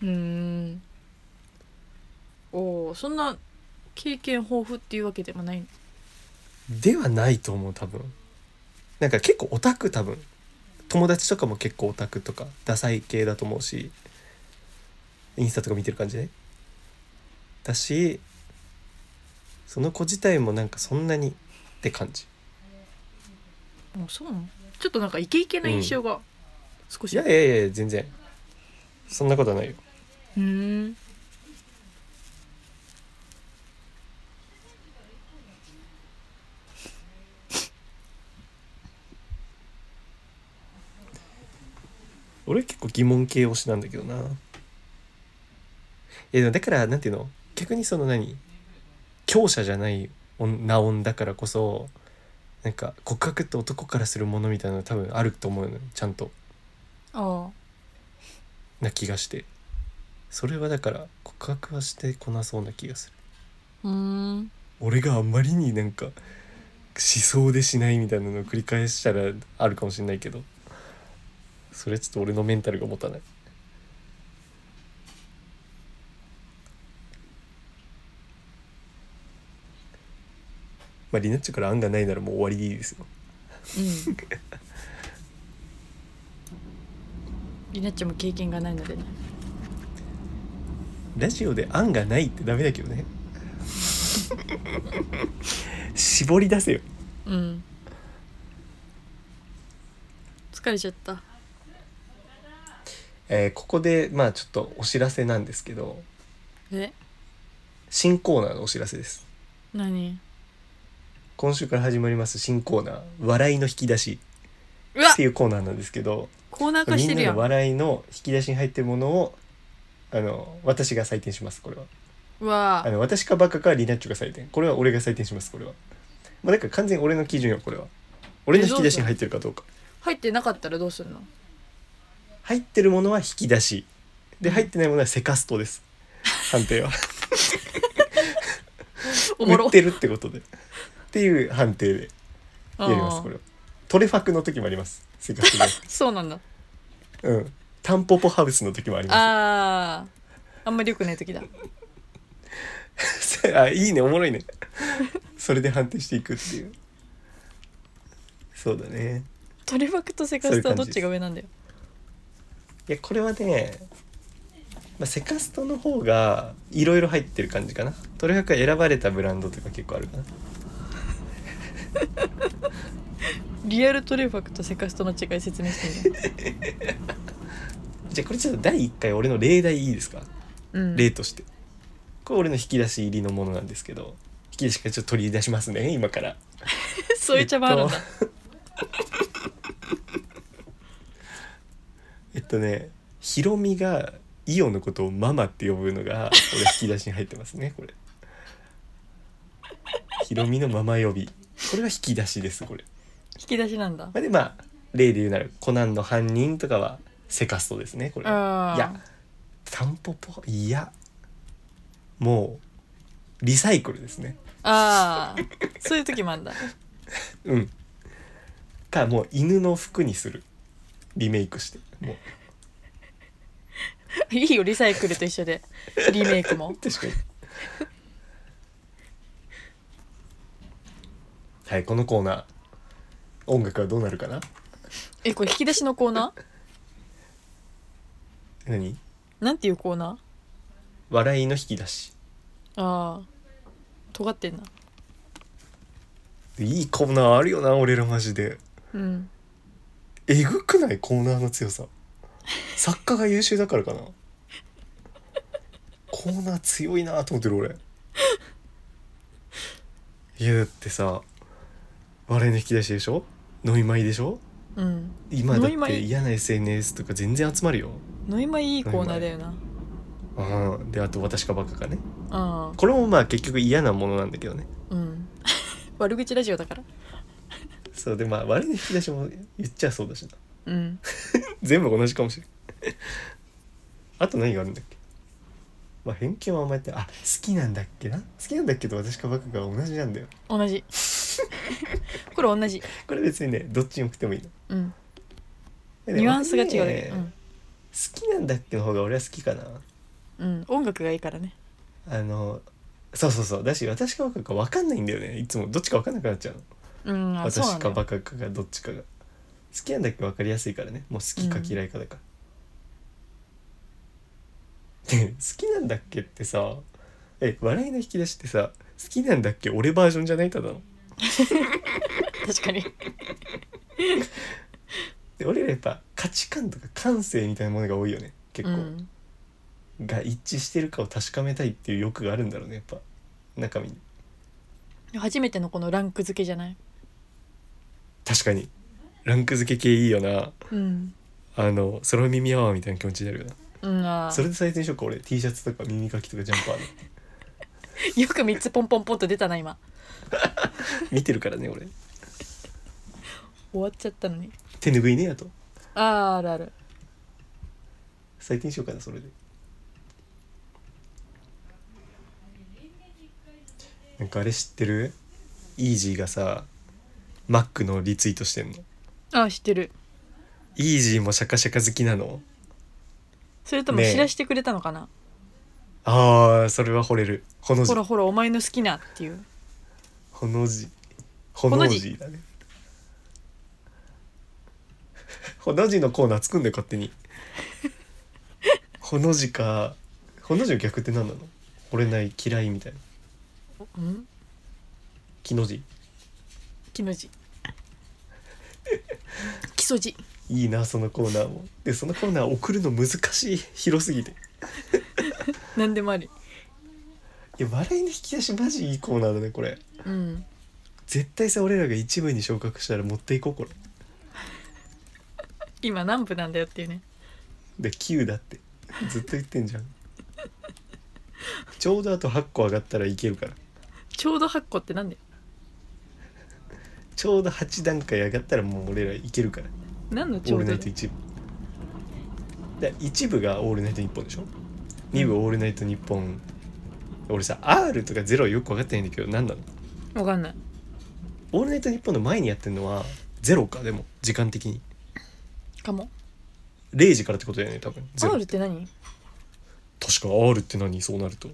[SPEAKER 2] ーんおおそんな経験豊富っていうわけでもないの
[SPEAKER 1] ではないと思う多分なんか結構オタク多分友達とかも結構オタクとかダサい系だと思うしインスタとか見てる感じねだしその子自体もなんかそんなにって感じ
[SPEAKER 2] あそうなのちょっとなんかイケイケな印象が少
[SPEAKER 1] い
[SPEAKER 2] し、う
[SPEAKER 1] やいやいや全然そんなことはないよ
[SPEAKER 2] ーん
[SPEAKER 1] 俺結構疑問系推しなんだけどないやでもだからなんていうの逆にその何強者じゃない女音だからこそなんか告白って男からするものみたいなの多分あると思うのよちゃんと
[SPEAKER 2] ああ
[SPEAKER 1] な気がしてそれはだから告白はしてこなそうな気がする
[SPEAKER 2] うーん
[SPEAKER 1] 俺があんまりになんかしそうでしないみたいなのを繰り返したらあるかもしれないけどそれはちょっと俺のメンタルが持たないまあリナッチョから案がないならもう終わりでいいですよ
[SPEAKER 2] うんりなっちゃんも経験がないのでね
[SPEAKER 1] ラジオで案がないってダメだけどね絞り出せよ
[SPEAKER 2] うん疲れちゃった
[SPEAKER 1] えーここでまあちょっとお知らせなんですけど
[SPEAKER 2] え
[SPEAKER 1] 新コーナーのお知らせです
[SPEAKER 2] 何
[SPEAKER 1] 今週から始まります新コーナー「笑いの引き出し」
[SPEAKER 2] うわ
[SPEAKER 1] っていうコーナーなんですけど
[SPEAKER 2] コーナー化
[SPEAKER 1] み
[SPEAKER 2] して
[SPEAKER 1] ん
[SPEAKER 2] る
[SPEAKER 1] な
[SPEAKER 2] やん
[SPEAKER 1] の笑いの引き出しに入ってるものをあの私が採点しますこれは
[SPEAKER 2] うわ
[SPEAKER 1] あの私かバカかリナッチョが採点これは俺が採点しますこれはまあだから完全に俺の基準よこれは俺の引き出しに入ってるかどうか
[SPEAKER 2] 入ってなかったらどうするの
[SPEAKER 1] 入ってるものは引き出しで入ってないものはセカストです判定は
[SPEAKER 2] おもろ
[SPEAKER 1] 売ってるってことでっていう判定でやりますこれ
[SPEAKER 2] あ
[SPEAKER 1] はトレファクの時もありますセカストで
[SPEAKER 2] あそうなんだ
[SPEAKER 1] うん。タンポポハウスの時もありま
[SPEAKER 2] あああんまり良くない時だ
[SPEAKER 1] す。 あいいね、おもろい ね。それで判定していくっていう。そうだね。
[SPEAKER 2] トレバクとセカストはどっちが上なんだよ
[SPEAKER 1] いや、これはね、まあ、セカストの方がいろいろ入ってる感じかな。とにかく選ばれたブランドとか結構あるかな。
[SPEAKER 2] リアルトレバクとセカストの違い説明してみよ
[SPEAKER 1] じゃあこれちょっと第1回俺の例題いいですか、
[SPEAKER 2] う、うん、
[SPEAKER 1] 例として。これ俺の引き出し入りのものなんですけど、引き出しからちょっと取り出しますね、今から。
[SPEAKER 2] そういう茶番あるんだ、
[SPEAKER 1] えっとねヒロミがイオのことをママって呼ぶのが俺引き出しに入ってますねこれヒロミのママ呼びこれは引き出しですこれ、
[SPEAKER 2] 引き出しなんだ
[SPEAKER 1] まあ、でまあ例で言うならコナンの犯人とかはセカストですねこれい
[SPEAKER 2] あー
[SPEAKER 1] やタンポポいやもうリサイクルですね
[SPEAKER 2] ああそういう時もあるんだ
[SPEAKER 1] うんかもう犬の服にするリメイクしてもう
[SPEAKER 2] いいよリサイクルと一緒でリメイクも
[SPEAKER 1] 確かに はいこのコーナー音楽はどうなるかな
[SPEAKER 2] えこれ引き出しのコーナー
[SPEAKER 1] 何
[SPEAKER 2] なんていうコーナ
[SPEAKER 1] 笑いの引き出し
[SPEAKER 2] ーああ尖ってんない
[SPEAKER 1] いコーナーあるよな俺らマジで
[SPEAKER 2] うん
[SPEAKER 1] えぐくないコーナーの強さ作家が優秀だからかなコーナー強いなと思ってる俺いやだってさ笑いの引き出しでしょノイマイでしょ
[SPEAKER 2] うん
[SPEAKER 1] 今だ
[SPEAKER 2] ノイ
[SPEAKER 1] っ
[SPEAKER 2] マ
[SPEAKER 1] て
[SPEAKER 2] イ
[SPEAKER 1] 嫌な SNS とか全然集まるよ
[SPEAKER 2] ノイマイいいコーナーだよな
[SPEAKER 1] うんであと私かバカかね
[SPEAKER 2] あ
[SPEAKER 1] これもまあ結局嫌なものなんだけどね
[SPEAKER 2] あうん 悪口ラジオだから
[SPEAKER 1] そうでまあ悪い引き出しも言っちゃそうだしな
[SPEAKER 2] うん
[SPEAKER 1] 全部同じかもしれんあと何があるんだっけまあ偏見はあんまやってあ好きなんだっけな好きなんだっけと私かバカが同じなんだよ
[SPEAKER 2] 同 じこれ同じ
[SPEAKER 1] これ別にねどっちに送ってもいいの
[SPEAKER 2] うん
[SPEAKER 1] でね
[SPEAKER 2] ニュアンスが違うだ
[SPEAKER 1] 俺
[SPEAKER 2] け
[SPEAKER 1] ね、
[SPEAKER 2] うん
[SPEAKER 1] 好きなんだっけの方が俺は好きかな
[SPEAKER 2] うん、音楽がいいからね
[SPEAKER 1] あのそうそうそうだし私かバカか分かんないんだよねいつもどっちか分かんなくなっちゃうの
[SPEAKER 2] うんあそうな
[SPEAKER 1] 私
[SPEAKER 2] んだ
[SPEAKER 1] か
[SPEAKER 2] よ
[SPEAKER 1] バカかがどっちかが好きなんだっけ分かりやすいからねもう好きか嫌いかだから、で好きなんだっけってさえ笑いの引き出しってさ好きなんだっけ俺バージョンじゃないただの
[SPEAKER 2] 確かに
[SPEAKER 1] で俺らやっぱ価値観とか感性みたいなものが多いよね結
[SPEAKER 2] う
[SPEAKER 1] 構、
[SPEAKER 2] ん
[SPEAKER 1] が一致してるかを確かめたいっていう欲があるんだろうねやっぱ中身に
[SPEAKER 2] 初めてのこのランク付けじゃない
[SPEAKER 1] 確かにランク付け系いいよな
[SPEAKER 2] うん
[SPEAKER 1] あの空耳アワーみたいな気持ちになるよな
[SPEAKER 2] うんあ
[SPEAKER 1] それで最低にしようか俺 T シャツとか耳かきとかジャンパーの
[SPEAKER 2] ーよく3つポンポンポンと出たな今
[SPEAKER 1] 見てるからね俺
[SPEAKER 2] 終わっちゃったのに
[SPEAKER 1] 手拭いねやと
[SPEAKER 2] あーあるある
[SPEAKER 1] 採点しようかなそれでなんかあれ知ってるイージーがさマックのリツイートしてんの
[SPEAKER 2] あー知ってる
[SPEAKER 1] イージーもシャカシャカ好きなの
[SPEAKER 2] それとも
[SPEAKER 1] ねえ
[SPEAKER 2] 知らしてくれたのかな、
[SPEAKER 1] あーそれは惚れるほの字
[SPEAKER 2] ほらほらお前の好きなっていう
[SPEAKER 1] ほの字ほ
[SPEAKER 2] の字
[SPEAKER 1] の字だねほの字のコーナー作んだよ勝手にほの字かほの字の逆って何なの惚れない嫌いみたいな
[SPEAKER 2] うん
[SPEAKER 1] 木の字
[SPEAKER 2] 木の 字木曽路
[SPEAKER 1] いいなそのコーナーもでそのコーナー送るの難しい広すぎてい
[SPEAKER 2] 何でもあり
[SPEAKER 1] や笑いの引き出しマジいいコーナーだねこれ
[SPEAKER 2] うん
[SPEAKER 1] 絶対さ俺らが一部に昇格したら持っていこうこれ
[SPEAKER 2] 今何部なんだよっていうね
[SPEAKER 1] で9だってずっと言ってんじゃんちょうどあと8個上がったらいけるから
[SPEAKER 2] ちょうど8個ってなんだよ
[SPEAKER 1] ちょうど8段階上がったらもう俺らいけるから
[SPEAKER 2] 何の
[SPEAKER 1] オ
[SPEAKER 2] ちょ
[SPEAKER 1] ー
[SPEAKER 2] う
[SPEAKER 1] ルナ
[SPEAKER 2] どだ
[SPEAKER 1] イト一部だ一部がオールナイト日本でしょ二部オールナイト日本俺さ R とか0よく分かってないんだけど何なの
[SPEAKER 2] わかんない
[SPEAKER 1] オールナイトニッポンの前にやってるのはゼロかでも時間的に
[SPEAKER 2] かも
[SPEAKER 1] 0時からってことだよね多分ゼロ
[SPEAKER 2] R って何
[SPEAKER 1] 確か R って何そうなると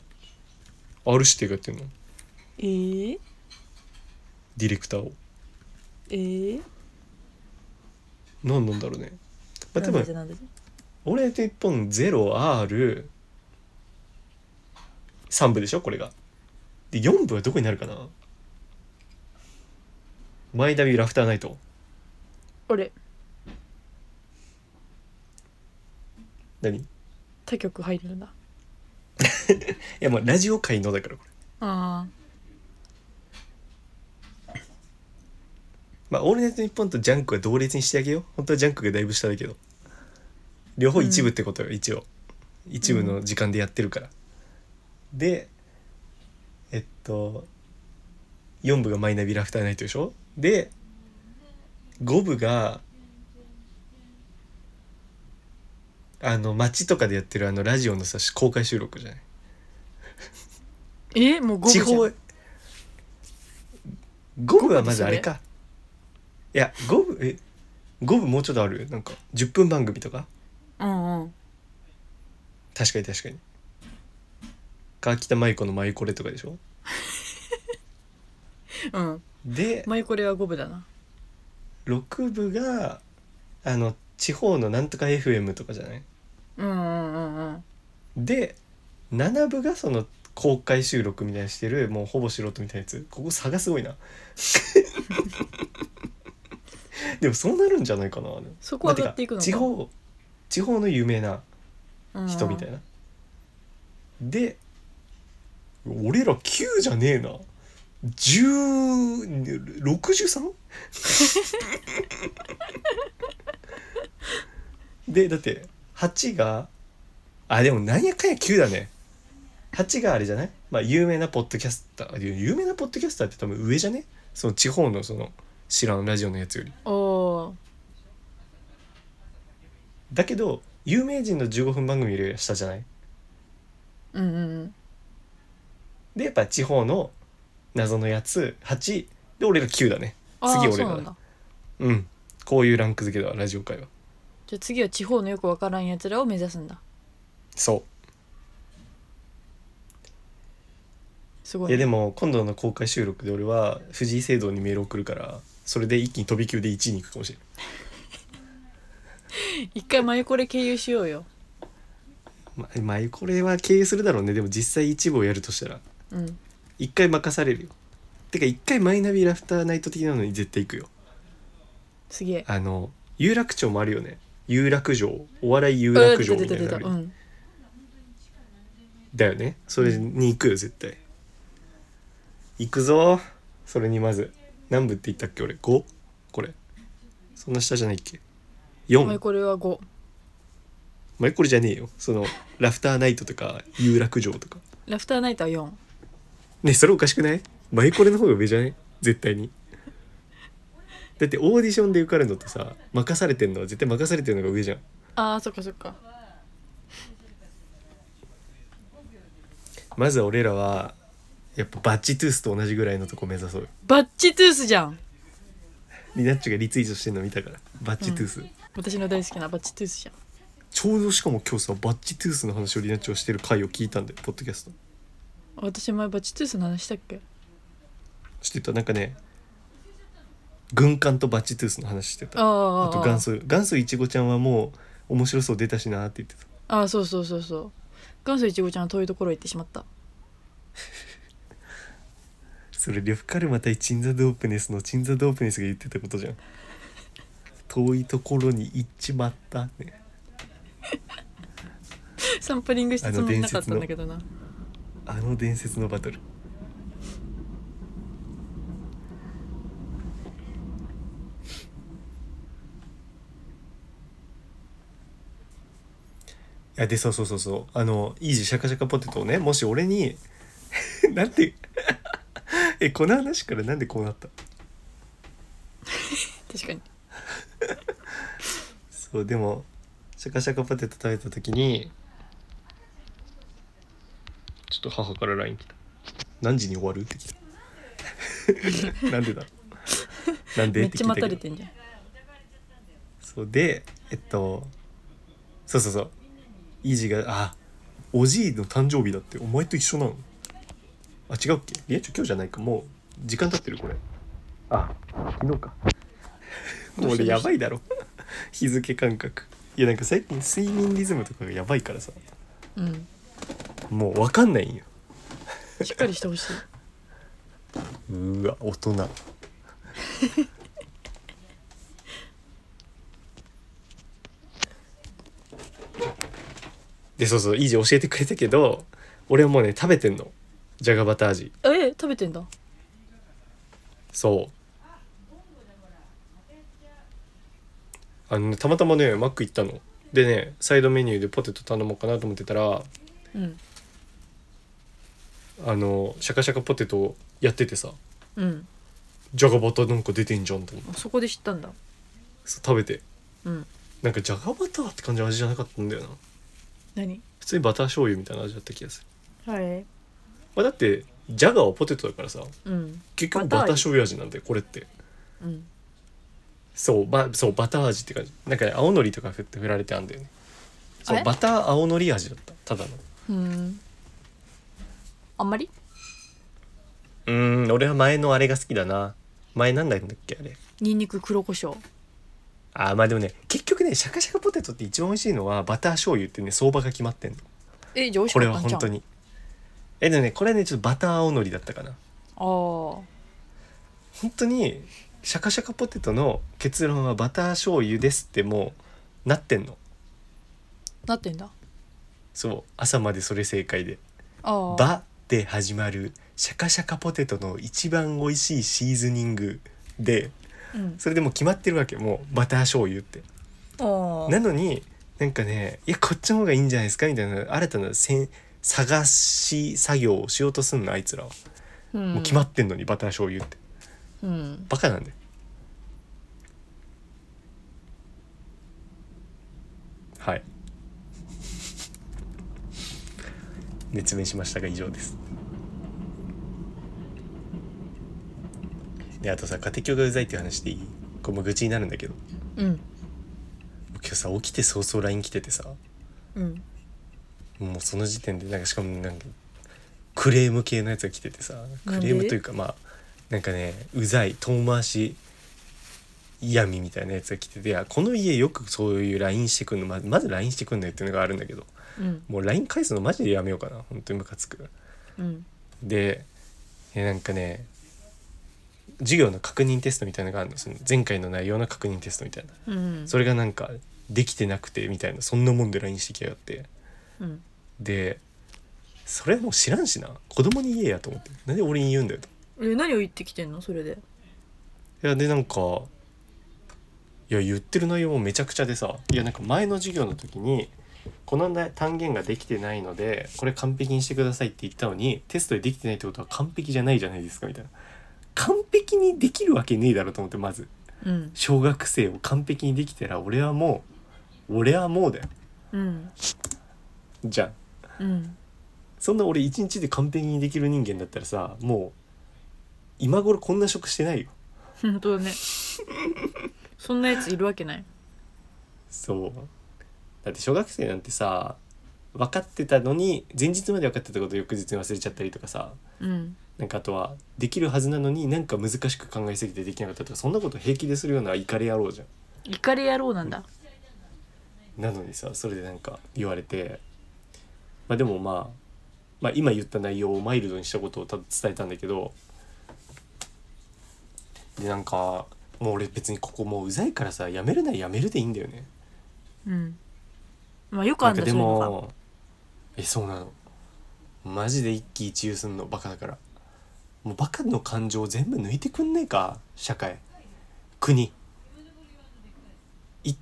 [SPEAKER 1] R 指定がやってるの
[SPEAKER 2] えー、
[SPEAKER 1] ディレクターを
[SPEAKER 2] えー、
[SPEAKER 1] 何なんだろうね、まあ、多
[SPEAKER 2] なんだぜ
[SPEAKER 1] 分
[SPEAKER 2] なんだぜ
[SPEAKER 1] オールナイトニッポン 0R3 部でしょこれがで4部はどこになるかなマイダビラフターナイト
[SPEAKER 2] 俺
[SPEAKER 1] 何い
[SPEAKER 2] 他局入るんだ
[SPEAKER 1] やまあラジオ界のだからこれ
[SPEAKER 2] あ
[SPEAKER 1] まあオールナイトニッポンとジャンクは同列にしてあげよう本当はジャンクがだいぶ下だけど両方一部ってことよ、一応一部の時間でやってるから、でえっと4部がマイナビラフターナイトでしょで5部があの街とかでやってるあのラジオのさ公開収録じゃない
[SPEAKER 2] ーえー、もう5部
[SPEAKER 1] 地
[SPEAKER 2] じゃん
[SPEAKER 1] 方へ5部はまずあれかいや5部え5部もうちょっとあるなんか10分番組とか
[SPEAKER 2] うんうん
[SPEAKER 1] 確かに確かに川北舞子の「舞これ」とかでしょ
[SPEAKER 2] うん
[SPEAKER 1] で
[SPEAKER 2] 前これは5部だな
[SPEAKER 1] 6部があの地方のなんとか FM とかじゃない
[SPEAKER 2] うんうんうんうん
[SPEAKER 1] で7部がその公開収録みたいにしてるもうほぼ素人みたいなやつここ差がすご いなでもそうなるんじゃないかな
[SPEAKER 4] そこは上がっていくの
[SPEAKER 1] まあ
[SPEAKER 4] か
[SPEAKER 1] て地方地方の有名な
[SPEAKER 4] うん
[SPEAKER 1] 人みたいな、で俺ら9じゃねえな 1063? でだって8があでもなんやかんや9だね8があれじゃないまあ有名なポッドキャスター有名なポッドキャスターって多分上じゃねその地方のその知らんラジオのやつより
[SPEAKER 4] おお
[SPEAKER 1] だけど有名人の15分番組よりは下じゃない
[SPEAKER 4] ーうんうん
[SPEAKER 1] でやっぱ地方の謎のやつ8で俺ら9だね
[SPEAKER 4] あー
[SPEAKER 1] 次俺
[SPEAKER 4] そう
[SPEAKER 1] ら
[SPEAKER 4] な
[SPEAKER 1] だ
[SPEAKER 4] んだ
[SPEAKER 1] うんこういうランク付けだわラジオ界は
[SPEAKER 4] じゃあ次は地方のよくわからんやつらを目指すんだ
[SPEAKER 1] そ
[SPEAKER 4] すご
[SPEAKER 1] う
[SPEAKER 4] い
[SPEAKER 1] い
[SPEAKER 4] ね
[SPEAKER 1] やでも今度の公開収録で俺は藤井聖堂にメール送るからそれで一気に飛び級で1位に行くかもしれない
[SPEAKER 4] 一回マユコレ経由しようよ
[SPEAKER 1] ままあこれは経営するだろうねでも実際一部をやるとしたら
[SPEAKER 4] うん
[SPEAKER 1] 一回任されるよてか一回マイナビラフターナイト的なのに絶対行くよ
[SPEAKER 4] すげえ
[SPEAKER 1] あの有楽町もあるよね有楽城お笑い有
[SPEAKER 4] うん
[SPEAKER 1] 楽
[SPEAKER 4] 出
[SPEAKER 1] 城
[SPEAKER 4] た
[SPEAKER 1] み
[SPEAKER 4] 出
[SPEAKER 1] た
[SPEAKER 4] た出
[SPEAKER 1] いなの
[SPEAKER 4] た
[SPEAKER 1] あ
[SPEAKER 4] う
[SPEAKER 1] るよ
[SPEAKER 4] ん
[SPEAKER 1] だよねそれに行くよ絶対行くぞそれにまず何部って言ったっけ俺 5? これそんな下じゃないっけ
[SPEAKER 4] マユ
[SPEAKER 1] 4?
[SPEAKER 4] コレは5
[SPEAKER 1] まあこれじゃねえよそのラフターナイトとか有楽城とか
[SPEAKER 4] ラフターナイトは4
[SPEAKER 1] ねそれおかしくないマイコレの方が上じゃない絶対にだってオーディションで受かるのとさ任されてんのは絶対任されてるのが上じゃん
[SPEAKER 4] あーそっかそっか
[SPEAKER 1] まずは俺らはやっぱバッチトゥースと同じぐらいのとこ目指そうよ
[SPEAKER 4] バッチトゥースじゃん
[SPEAKER 1] リナッチョがリツイートしてんの見たからバッチトゥース、
[SPEAKER 4] 私の大好きなバッチトゥースじゃん
[SPEAKER 1] ちょうどしかも今日さバッチトゥースの話をリナッチョがしてる回を聞いたんでポッドキャスト
[SPEAKER 4] 私前バッチトゥースの話したっけ
[SPEAKER 1] してたなんかね軍艦とバッチトゥースの話して
[SPEAKER 4] あ
[SPEAKER 1] たあ
[SPEAKER 4] あ
[SPEAKER 1] と元祖元祖いちごちゃんはもう面白そう出たしなーって言ってた
[SPEAKER 4] ああそうそうそうそう元祖いちごちゃんは遠いところへ行ってしまった
[SPEAKER 1] それ呂布カルマ対チンザ・ドープネスのチンザ・ドープネスが言ってたことじゃん遠いところに行っちまったね
[SPEAKER 4] サンプリングしたつもりなかったんだけどな
[SPEAKER 1] あの伝説のバトルいやでそうそうそうそうあのイージーシャカシャカポテトをねもし俺に なんてえこの話からなんでこうなった
[SPEAKER 4] 確かに
[SPEAKER 1] そうでもシャカシャカポテト食べた時にちょっと母から LINE 来た「何時に終わる?」って来た なんでだろうなんで
[SPEAKER 4] め
[SPEAKER 1] っ
[SPEAKER 4] ってちゃ
[SPEAKER 1] 聞い
[SPEAKER 4] 待
[SPEAKER 1] た
[SPEAKER 4] た
[SPEAKER 1] け
[SPEAKER 4] れ
[SPEAKER 1] ど
[SPEAKER 4] てんじゃん
[SPEAKER 1] そうでえっとそうそうそうイージが「あおじいの誕生日だってお前と一緒なの?」あ違うっけいやちょ今日じゃないかもう時間経ってるこれあ昨日か
[SPEAKER 4] どう
[SPEAKER 1] も
[SPEAKER 4] し
[SPEAKER 1] う
[SPEAKER 4] た
[SPEAKER 1] 俺やばいだろ 日付感覚いやなんか最近睡眠リズムとかがやばいからさ
[SPEAKER 4] うん
[SPEAKER 1] もう分かんないんよ
[SPEAKER 4] しっかりしてほしいう
[SPEAKER 1] ーわ大人でそうそうイージー教えてくれたけど俺はもうね食べてんのじゃがバター味
[SPEAKER 4] え食べてんだ
[SPEAKER 1] そうあのねたまたまねマック行ったのでねサイドメニューでポテト頼もうかなと思ってたら
[SPEAKER 4] うん
[SPEAKER 1] あのシャカシャカポテトやっててさ
[SPEAKER 4] うん
[SPEAKER 1] じゃがバターなんか出てんじゃんと思って
[SPEAKER 4] あそこで知ったんだ
[SPEAKER 1] そう食べて
[SPEAKER 4] うん
[SPEAKER 1] なんかじゃがバターって感じの味じゃなかったんだよな
[SPEAKER 4] 何
[SPEAKER 1] 普通にバター醤油みたいな味だった気がする、
[SPEAKER 4] はい
[SPEAKER 1] まあ、だってジャガーはポテトだからさ
[SPEAKER 4] うん
[SPEAKER 1] 結局
[SPEAKER 4] バター
[SPEAKER 1] バター醤油味なんだよこれって
[SPEAKER 4] うん
[SPEAKER 1] そう,、ま、そうバター味って感じなんかね青のりとか振って振られてあんだよねそ
[SPEAKER 4] あ
[SPEAKER 1] う
[SPEAKER 4] れ
[SPEAKER 1] バター青のり味だったただの
[SPEAKER 4] うんあんまり
[SPEAKER 1] うーん俺は前のあれが好きだな前なんだっけあれ
[SPEAKER 4] ニンニク黒胡椒
[SPEAKER 1] あーまあでもね結局ねシャカシャカポテトって一番美味しいのはバター醤油ってね相場が決まってんの
[SPEAKER 4] えじゃあ美味し
[SPEAKER 1] こ
[SPEAKER 4] か
[SPEAKER 1] れ
[SPEAKER 4] っ
[SPEAKER 1] は
[SPEAKER 4] たんじゃ
[SPEAKER 1] 本
[SPEAKER 4] ん
[SPEAKER 1] 当にえでもねこれはねちょっとバター青のりだったかな
[SPEAKER 4] あ
[SPEAKER 1] 本当にシャカシャカポテトの結論はバター醤油ですってもうなってんの
[SPEAKER 4] あなってんだ
[SPEAKER 1] そう朝までそれ正解で
[SPEAKER 4] あ
[SPEAKER 1] 「
[SPEAKER 4] あ
[SPEAKER 1] バ」で始まるシャカシャカポテトの一番美味しいシーズニングで
[SPEAKER 4] うん
[SPEAKER 1] それでもう決まってるわけもうバター醤油って
[SPEAKER 4] ああ
[SPEAKER 1] なのになんかねいやこっちの方がいいんじゃないですかみたいな新たなせん探し作業をしようとすんのあいつらは、
[SPEAKER 4] うん
[SPEAKER 1] もう決まってんのにバター醤油って
[SPEAKER 4] うん
[SPEAKER 1] バカなんではい熱弁しましたが以上ですであとさ家庭教がうざいっていう話でいいこれもう愚痴になるんだけど
[SPEAKER 4] うん
[SPEAKER 1] 今日さ起きて早々 LINE 来ててさ
[SPEAKER 4] うん
[SPEAKER 1] もうその時点でなんかしかもなんかクレーム系のやつが来ててさク
[SPEAKER 4] なんで
[SPEAKER 1] レームというかまあなんかねうざい遠回し嫌味みたいなやつが来てていやこの家よくそういう LINE してくんのままず LINE してくんのよっていうのがあるんだけど
[SPEAKER 4] うん
[SPEAKER 1] もう LINE 返すのマジでやめようかな本当にムカつく
[SPEAKER 4] うん
[SPEAKER 1] でえなんかね授業の確認テストみたいなのがあるのその前回の内容の確認テストみたいな
[SPEAKER 4] うん
[SPEAKER 1] それがなんかできてなくてみたいなそんなもんで LINE してきやがって
[SPEAKER 4] うん
[SPEAKER 1] でそれもう知らんしな子供に言えやと思ってなんで俺に言うんだよと
[SPEAKER 4] え何を言ってきてんのそれで
[SPEAKER 1] いやでなんかいや言ってる内容もめちゃくちゃでさいやなんか前の授業の時にこのな単元ができてないのでこれ完璧にしてくださいって言ったのにテストでできてないってことは完璧じゃないじゃないですかみたいな完璧にできるわけねえだろと思ってまず
[SPEAKER 4] うん
[SPEAKER 1] 小学生を完璧にできたら俺はもう俺はもうだよ
[SPEAKER 4] うん
[SPEAKER 1] じゃん
[SPEAKER 4] うん
[SPEAKER 1] そんな俺一日で完璧にできる人間だったらさもう今頃こんな職してないよ
[SPEAKER 4] 本当だねそんなやついるわけない
[SPEAKER 1] そうだって小学生なんてさ分かってたのに前日まで分かってたことを翌日に忘れちゃったりとかさ
[SPEAKER 4] うん
[SPEAKER 1] なんかあとはできるはずなのになんか難しく考えすぎてできなかったとかそんなこと平気でするような怒り野郎じゃ
[SPEAKER 4] 怒り野郎なんだ
[SPEAKER 1] んなのにさそれでなんか言われてまあでもまあまあ今言った内容をマイルドにしたことをた伝えたんだけどでなんかもう俺別にここもううざいからさやめるならやめるでいいんだよね
[SPEAKER 4] うんまあよくあんだ
[SPEAKER 1] で
[SPEAKER 4] そういうのが
[SPEAKER 1] もえそうなのマジで一喜一憂すんのバカだからもうバカの感情全部抜いてくんねえか社会国い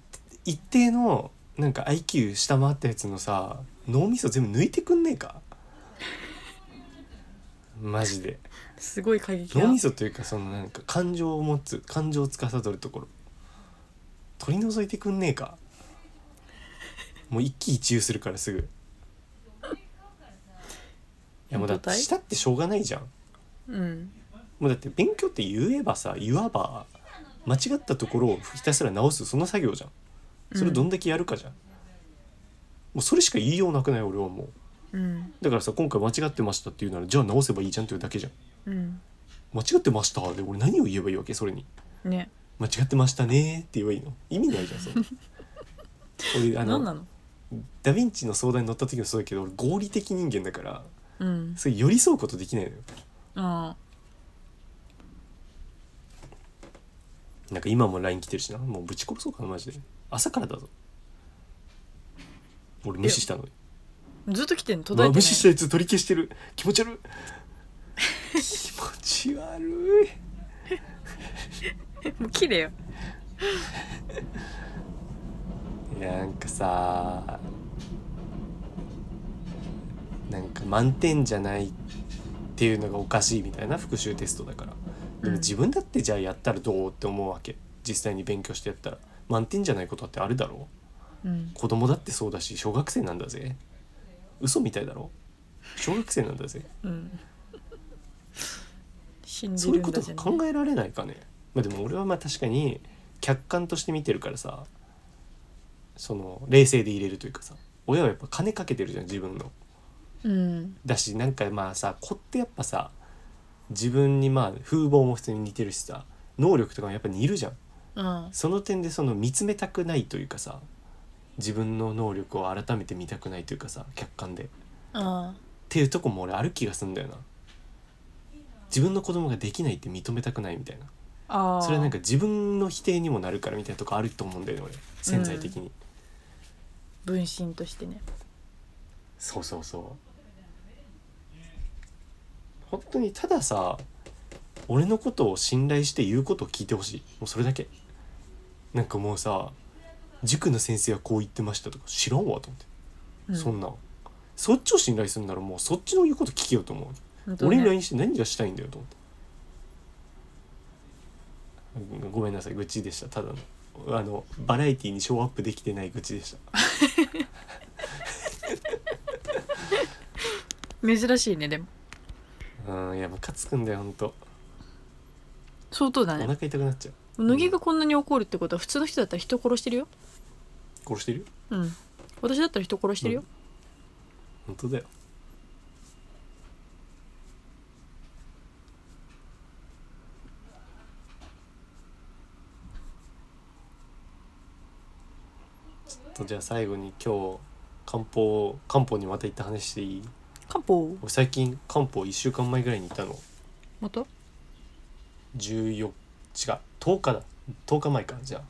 [SPEAKER 1] 一定のなんか IQ 下回ったやつのさ脳みそ全部抜いてくんねえかマジです
[SPEAKER 4] ごい過激
[SPEAKER 1] 脳
[SPEAKER 4] だ
[SPEAKER 1] みそというかそのなんか感情を持つ感情を司るところ取り除いてくんねえかもう一喜一憂するからすぐいやもうだって
[SPEAKER 4] 本当だい
[SPEAKER 1] したってしょうがないじゃん
[SPEAKER 4] うん
[SPEAKER 1] もうだって勉強って言えばさ言わば間違ったところをひたすら直すその作業じゃんそれどんだけやるかじゃん、もうそれしか言いようなくない俺はもう
[SPEAKER 4] うん
[SPEAKER 1] だからさ今回間違ってましたっていうならじゃあ直せばいいじゃんっていうだけじ
[SPEAKER 4] う
[SPEAKER 1] ゃん
[SPEAKER 4] ん
[SPEAKER 1] 間違ってましたで俺何を言えばいいわけそれに
[SPEAKER 4] ね
[SPEAKER 1] 間違ってましたねって言えばいいの意味ないじゃんそれ 俺あ
[SPEAKER 4] 何な
[SPEAKER 1] の
[SPEAKER 4] の
[SPEAKER 1] ダ・ヴィンチの相談に乗った時もそうだけど俺合理的人間だから
[SPEAKER 4] うん
[SPEAKER 1] それ寄り添うことできないのよ
[SPEAKER 4] あ
[SPEAKER 1] なんか今も LINE 来てるしなもうぶち殺そうかなマジで朝からだぞ俺無視したのに
[SPEAKER 4] ーずっと来てんの途
[SPEAKER 1] う
[SPEAKER 4] 絶え
[SPEAKER 1] わ
[SPEAKER 4] て
[SPEAKER 1] 無視した
[SPEAKER 4] な
[SPEAKER 1] やつ取り消してる気持ち悪 い気持ち悪い
[SPEAKER 4] いもう綺麗よ
[SPEAKER 1] いやなんかさなんか満点じゃないっていうのがおかしいみたいな復習テストだからでも
[SPEAKER 4] うん
[SPEAKER 1] 自分だってじゃあやったらどうって思うわけ実際に勉強してやったら満点じゃないことだってあるだろ
[SPEAKER 4] うん
[SPEAKER 1] 子供だってそうだし小学生なんだぜ嘘みたいだろ小学生なんだぜ
[SPEAKER 4] うん信じ
[SPEAKER 1] そう
[SPEAKER 4] る
[SPEAKER 1] いうんこ
[SPEAKER 4] だ
[SPEAKER 1] と
[SPEAKER 4] ぜ、
[SPEAKER 1] が
[SPEAKER 4] ね、
[SPEAKER 1] 考えられないかね、まあ、でも俺はまあ確かに客観として見てるからさその冷静で入れるというかさ親はやっぱ金かけてるじゃん自分の。
[SPEAKER 4] うん
[SPEAKER 1] だしなんかまあさ子ってやっぱさ自分にまあ風貌も普通に似てるしさ能力とかもやっぱ似るじゃん。
[SPEAKER 4] うん
[SPEAKER 1] その点でその見つめたくないというかさ自分の能力を改めて見たくないというかさ客観でっ
[SPEAKER 4] あ
[SPEAKER 1] ていうとこも俺ある気がすんだよな自分の子供ができないって認めたくないみたいな
[SPEAKER 4] あ
[SPEAKER 1] それはなんか自分の否定にもなるからみたいなとこあると思うんだよね俺潜在的に、
[SPEAKER 4] 分身としてね
[SPEAKER 1] そうそうそう本当にたださ俺のことを信頼して言うことを聞いてほしいもうそれだけなんかもうさ塾の先生はこう言ってましたとか知らんわと思って、
[SPEAKER 4] うん
[SPEAKER 1] そんなんそっちを信頼するならもうそっちの言うこと聞けよと思う、
[SPEAKER 4] 本当
[SPEAKER 1] 俺
[SPEAKER 4] ね
[SPEAKER 1] に LINE して何がしたいんだよと思ってごごめんなさい愚痴でしたただのあのバラエティにショーアップできてない愚痴でした
[SPEAKER 4] 珍しいねでも
[SPEAKER 1] うんいやムカつくんだよほんと
[SPEAKER 4] 相当だ
[SPEAKER 1] お
[SPEAKER 4] ね
[SPEAKER 1] 腹痛くなっちゃう
[SPEAKER 4] 乃木がこんなに怒るってことは普通の人だったら人殺してるよ
[SPEAKER 1] 殺してるよ
[SPEAKER 4] うん私だったら人殺してるよ、
[SPEAKER 1] 本当だよちょっとじゃあ最後に今日漢方漢方にまた行った話していい
[SPEAKER 4] 漢方
[SPEAKER 1] 俺最近漢方1週間前ぐらいに行ったの
[SPEAKER 4] また
[SPEAKER 1] 14違う10日だ10日前かじゃあ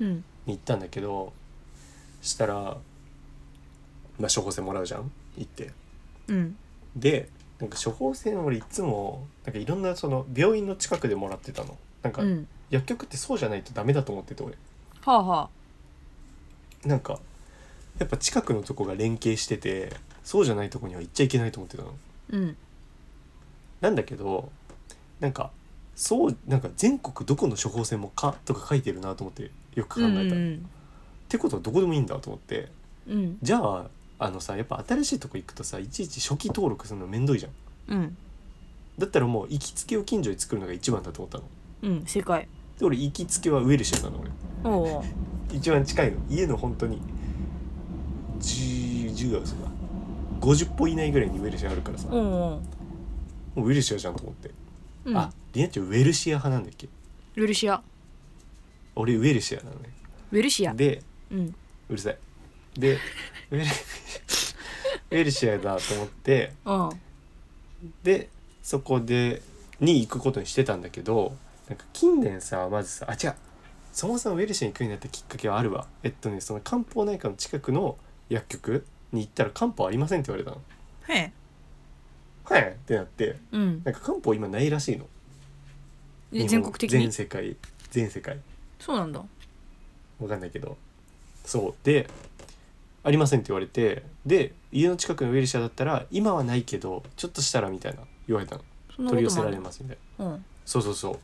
[SPEAKER 4] うん
[SPEAKER 1] に行ったんだけどしたらまあ処方箋もらうじゃん行って
[SPEAKER 4] うん
[SPEAKER 1] でなんか処方箋を俺いつもなんかいろんなその病院の近くでもらってたのなんか
[SPEAKER 4] うん
[SPEAKER 1] 薬局ってそうじゃないとダメだと思ってて俺
[SPEAKER 4] はあは
[SPEAKER 1] なんかやっぱ近くのとこが連携しててそうじゃないとこには行っちゃいけないと思ってたの
[SPEAKER 4] あうん
[SPEAKER 1] なんだけどなんかそうなんか全国どこの処方箋も「か」とか書いてるなと思ってよく考えた
[SPEAKER 4] う
[SPEAKER 1] ら、
[SPEAKER 4] んう
[SPEAKER 1] っ
[SPEAKER 4] ん
[SPEAKER 1] てことはどこでもいいんだと思って
[SPEAKER 4] うん
[SPEAKER 1] じゃああのさやっぱ新しいとこ行くとさいちいち初期登録するのめんどいじゃん
[SPEAKER 4] うん
[SPEAKER 1] だったらもう行きつけを近所に作るのが一番だと思ったの
[SPEAKER 4] うん正解
[SPEAKER 1] で俺行きつけはウェルシアなの俺
[SPEAKER 4] おお
[SPEAKER 1] 一番近いの家の本当に10 10は嘘だ50歩以内ぐらいにウェルシアあるからさ
[SPEAKER 4] お
[SPEAKER 1] も
[SPEAKER 4] お
[SPEAKER 1] うウェルシアじゃんと思って、
[SPEAKER 4] うん
[SPEAKER 1] あリナちゃんウェルシア派なんだっけ
[SPEAKER 4] ウェルシア
[SPEAKER 1] 俺ウェルシアなのね
[SPEAKER 4] ウェルシア
[SPEAKER 1] で
[SPEAKER 4] うん
[SPEAKER 1] うるさいでウェル ウェルシアだと思って
[SPEAKER 4] うん
[SPEAKER 1] でそこでに行くことにしてたんだけどなんか近年さまずさあ違うそもそもウェルシアに行くようになったきっかけはあるわえっとねその漢方内科の近くの薬局に行ったら漢方ありませんって言われたの
[SPEAKER 4] へえ
[SPEAKER 1] はいってなって
[SPEAKER 4] うん
[SPEAKER 1] なんか漢方今ないらしいの日
[SPEAKER 4] で
[SPEAKER 1] 本
[SPEAKER 4] 全国的
[SPEAKER 1] 全
[SPEAKER 4] に
[SPEAKER 1] 世界全世界
[SPEAKER 4] そうなんだ
[SPEAKER 1] わかんないけどそうでありませんって言われてで家の近くのウェルシアだったら今はないけどちょっとしたらみたいな言われたの
[SPEAKER 4] そんな
[SPEAKER 1] 取
[SPEAKER 4] こ
[SPEAKER 1] り寄
[SPEAKER 4] と
[SPEAKER 1] せ
[SPEAKER 4] もあ
[SPEAKER 1] ら
[SPEAKER 4] る
[SPEAKER 1] れますみたいな
[SPEAKER 4] うん
[SPEAKER 1] そうそうそう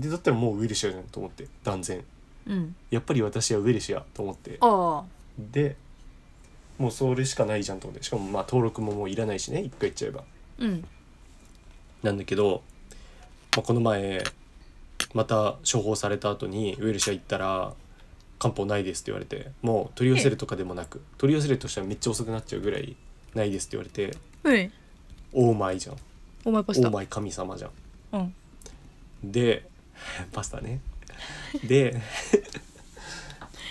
[SPEAKER 1] でだったらもうウェルシアじゃんと思って断然
[SPEAKER 4] うん
[SPEAKER 1] やっぱり私はウェルシアと思って
[SPEAKER 4] ああ
[SPEAKER 1] でもうそれしかないじゃんと思ってしかもまあ登録ももういらないしね一回行っちゃえば
[SPEAKER 4] うん
[SPEAKER 1] なんだけど、まあ、この前また処方された後にウェルシア行ったら「漢方ないです」って言われてもう取り寄せるとかでもなく取り寄せるとしたらめっちゃ遅くなっちゃうぐらい「ないです」って言われて
[SPEAKER 4] はい
[SPEAKER 1] 「オーマイ」じゃん「
[SPEAKER 4] お前
[SPEAKER 1] オ
[SPEAKER 4] パスタ
[SPEAKER 1] ーマイ神様」じゃん。
[SPEAKER 4] うん
[SPEAKER 1] で パスタね。で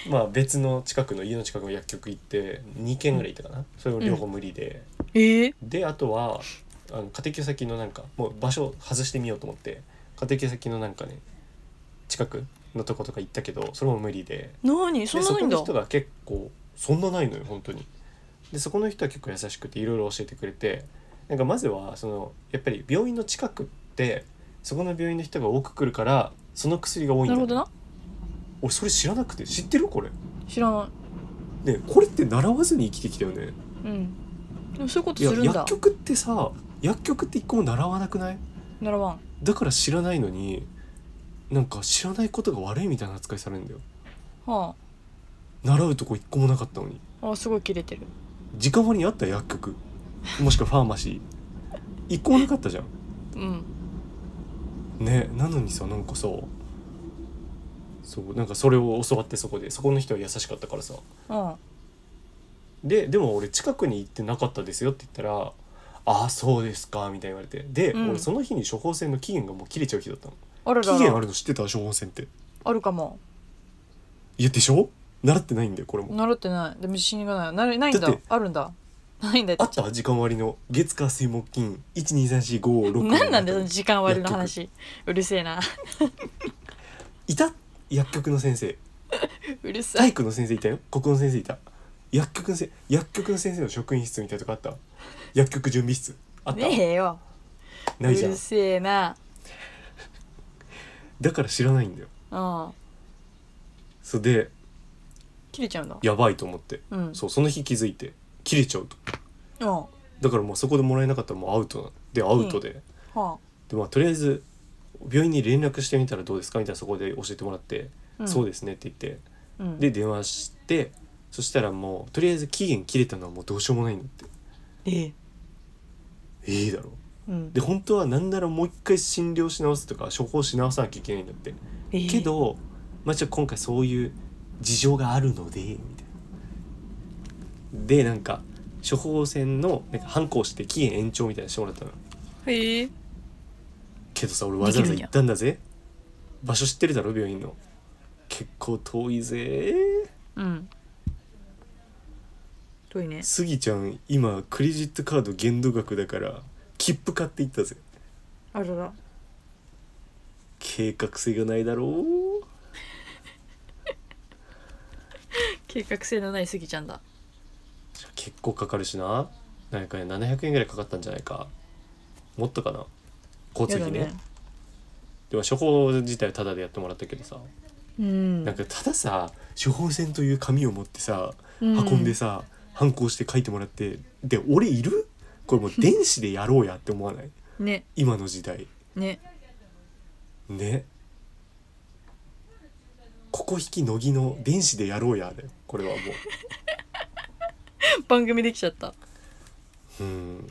[SPEAKER 1] まあ別の近くの家の近くの薬局行って2軒ぐらい行ったかなそれを両方無理で、
[SPEAKER 4] ええ
[SPEAKER 1] であとはあの家庭先のなんかもう場所外してみようと思って家庭先のなんかね近くのとことか行ったけどそれも無理で
[SPEAKER 4] 何そんな
[SPEAKER 1] でそ
[SPEAKER 4] ない
[SPEAKER 1] こ
[SPEAKER 4] んだ
[SPEAKER 1] の人が結構そんなないのよ本当にでそこの人は結構優しくていろいろ教えてくれてなんかまずはそのやっぱり病院の近くってそこの病院の人が多く来るからその薬が多いん
[SPEAKER 4] な
[SPEAKER 1] だ
[SPEAKER 4] るほ
[SPEAKER 1] よ
[SPEAKER 4] どな
[SPEAKER 1] 俺それ知らなくて知ってるこれ
[SPEAKER 4] 知らない
[SPEAKER 1] ねこれって習わずに生きてきたよね
[SPEAKER 4] うんでもそういうこと
[SPEAKER 1] い
[SPEAKER 4] す
[SPEAKER 1] や
[SPEAKER 4] るんだ
[SPEAKER 1] 薬局ってさ薬局って一個も習わなくない
[SPEAKER 4] 習わん
[SPEAKER 1] だから知らないのになんか知らないことが悪いみたいな扱いされるんだよ
[SPEAKER 4] は
[SPEAKER 1] 習うとこ一個もなかったのに
[SPEAKER 4] ああすごい切れてる
[SPEAKER 1] 直場にあった薬局もしくはファーマシー一個もなかったじゃん
[SPEAKER 4] うん
[SPEAKER 1] ねなのにさなんかさそうなんかそれを教わってそこでそこの人は優しかったからさ
[SPEAKER 4] あ
[SPEAKER 1] ででも俺近くに行ってなかったですよって言ったら「ああそうですか」みたいに言われてで、
[SPEAKER 4] うん
[SPEAKER 1] 俺その日に処方箋の期限がもう切れちゃう日だったの
[SPEAKER 4] ああら
[SPEAKER 1] 期限あ
[SPEAKER 4] ら
[SPEAKER 1] るの知ってた処方箋って
[SPEAKER 4] あるかも
[SPEAKER 1] いやでしょ習ってないんだよこれも
[SPEAKER 2] 習ってないでも自信がないなない
[SPEAKER 1] だ
[SPEAKER 2] ん
[SPEAKER 1] っ
[SPEAKER 2] だ
[SPEAKER 1] て
[SPEAKER 2] あるんだないんだよ
[SPEAKER 1] あった時間割の月火水木金1234567
[SPEAKER 2] 何なんだよその時間割の話うるせえな
[SPEAKER 1] いた薬局の先生
[SPEAKER 2] うるさ
[SPEAKER 1] 体
[SPEAKER 2] い
[SPEAKER 1] 育の先生いたよ国語の先生いた薬局のせ薬局の先生の職員室みたいなとこあった薬局準備室あった、
[SPEAKER 2] ねえよう
[SPEAKER 1] ないじゃん
[SPEAKER 2] るせえな
[SPEAKER 1] だから知らないんだよ
[SPEAKER 2] うん
[SPEAKER 1] それで
[SPEAKER 2] 切れちゃうんだ
[SPEAKER 1] やばいと思って、
[SPEAKER 2] うん
[SPEAKER 1] そうその日気づいて切れちゃうと
[SPEAKER 2] うんは
[SPEAKER 1] だからもうそこでもらえなかったらもうアウトなでアウトで、
[SPEAKER 2] あ
[SPEAKER 1] でまあとりあえず病院に連絡してみたらどうですかみたいなそこで教えてもらって、
[SPEAKER 2] うん
[SPEAKER 1] そうですねって言って
[SPEAKER 2] うん
[SPEAKER 1] で電話してそしたらもうとりあえず期限切れたのはもうどうしようもないんだって
[SPEAKER 2] ええ
[SPEAKER 1] いいだろ
[SPEAKER 2] うん
[SPEAKER 1] で本当はなんならもう一回診療し直すとか処方し直さなきゃいけないんだって
[SPEAKER 2] ええ
[SPEAKER 1] けど、まあ、ちょっと今回そういう事情があるのでみたいなでなんか処方箋のなんか反抗して期限延長みたいなのしてもらったの
[SPEAKER 2] へえ
[SPEAKER 1] けどさ俺わざわざ
[SPEAKER 2] できるんや
[SPEAKER 1] 行ったんだぜ場所知ってるだろ病院の結構遠いぜ
[SPEAKER 2] うん遠いね
[SPEAKER 1] スギちゃん今クレジットカード限度額だから切符買って行ったぜ
[SPEAKER 2] あらら
[SPEAKER 1] 計画性がないだろう
[SPEAKER 2] 計画性のないすぎちゃんだ
[SPEAKER 1] 結構かかるしななんかね700円ぐらいかかったんじゃないかもっとかな交通
[SPEAKER 2] やだ
[SPEAKER 1] 費ねでも処方自体はタダでやってもらったけどさ、
[SPEAKER 2] うん
[SPEAKER 1] なんかたださ処方箋という紙を持ってさ
[SPEAKER 2] うん
[SPEAKER 1] 運んでさ、反抗して書いてもらってで俺いるこれもう電子でやろうやって思わない
[SPEAKER 2] ね
[SPEAKER 1] 今の時代
[SPEAKER 2] ね
[SPEAKER 1] ねここ引き乃木の電子でやろうやでこれはも
[SPEAKER 2] 番組できちゃった
[SPEAKER 1] ううん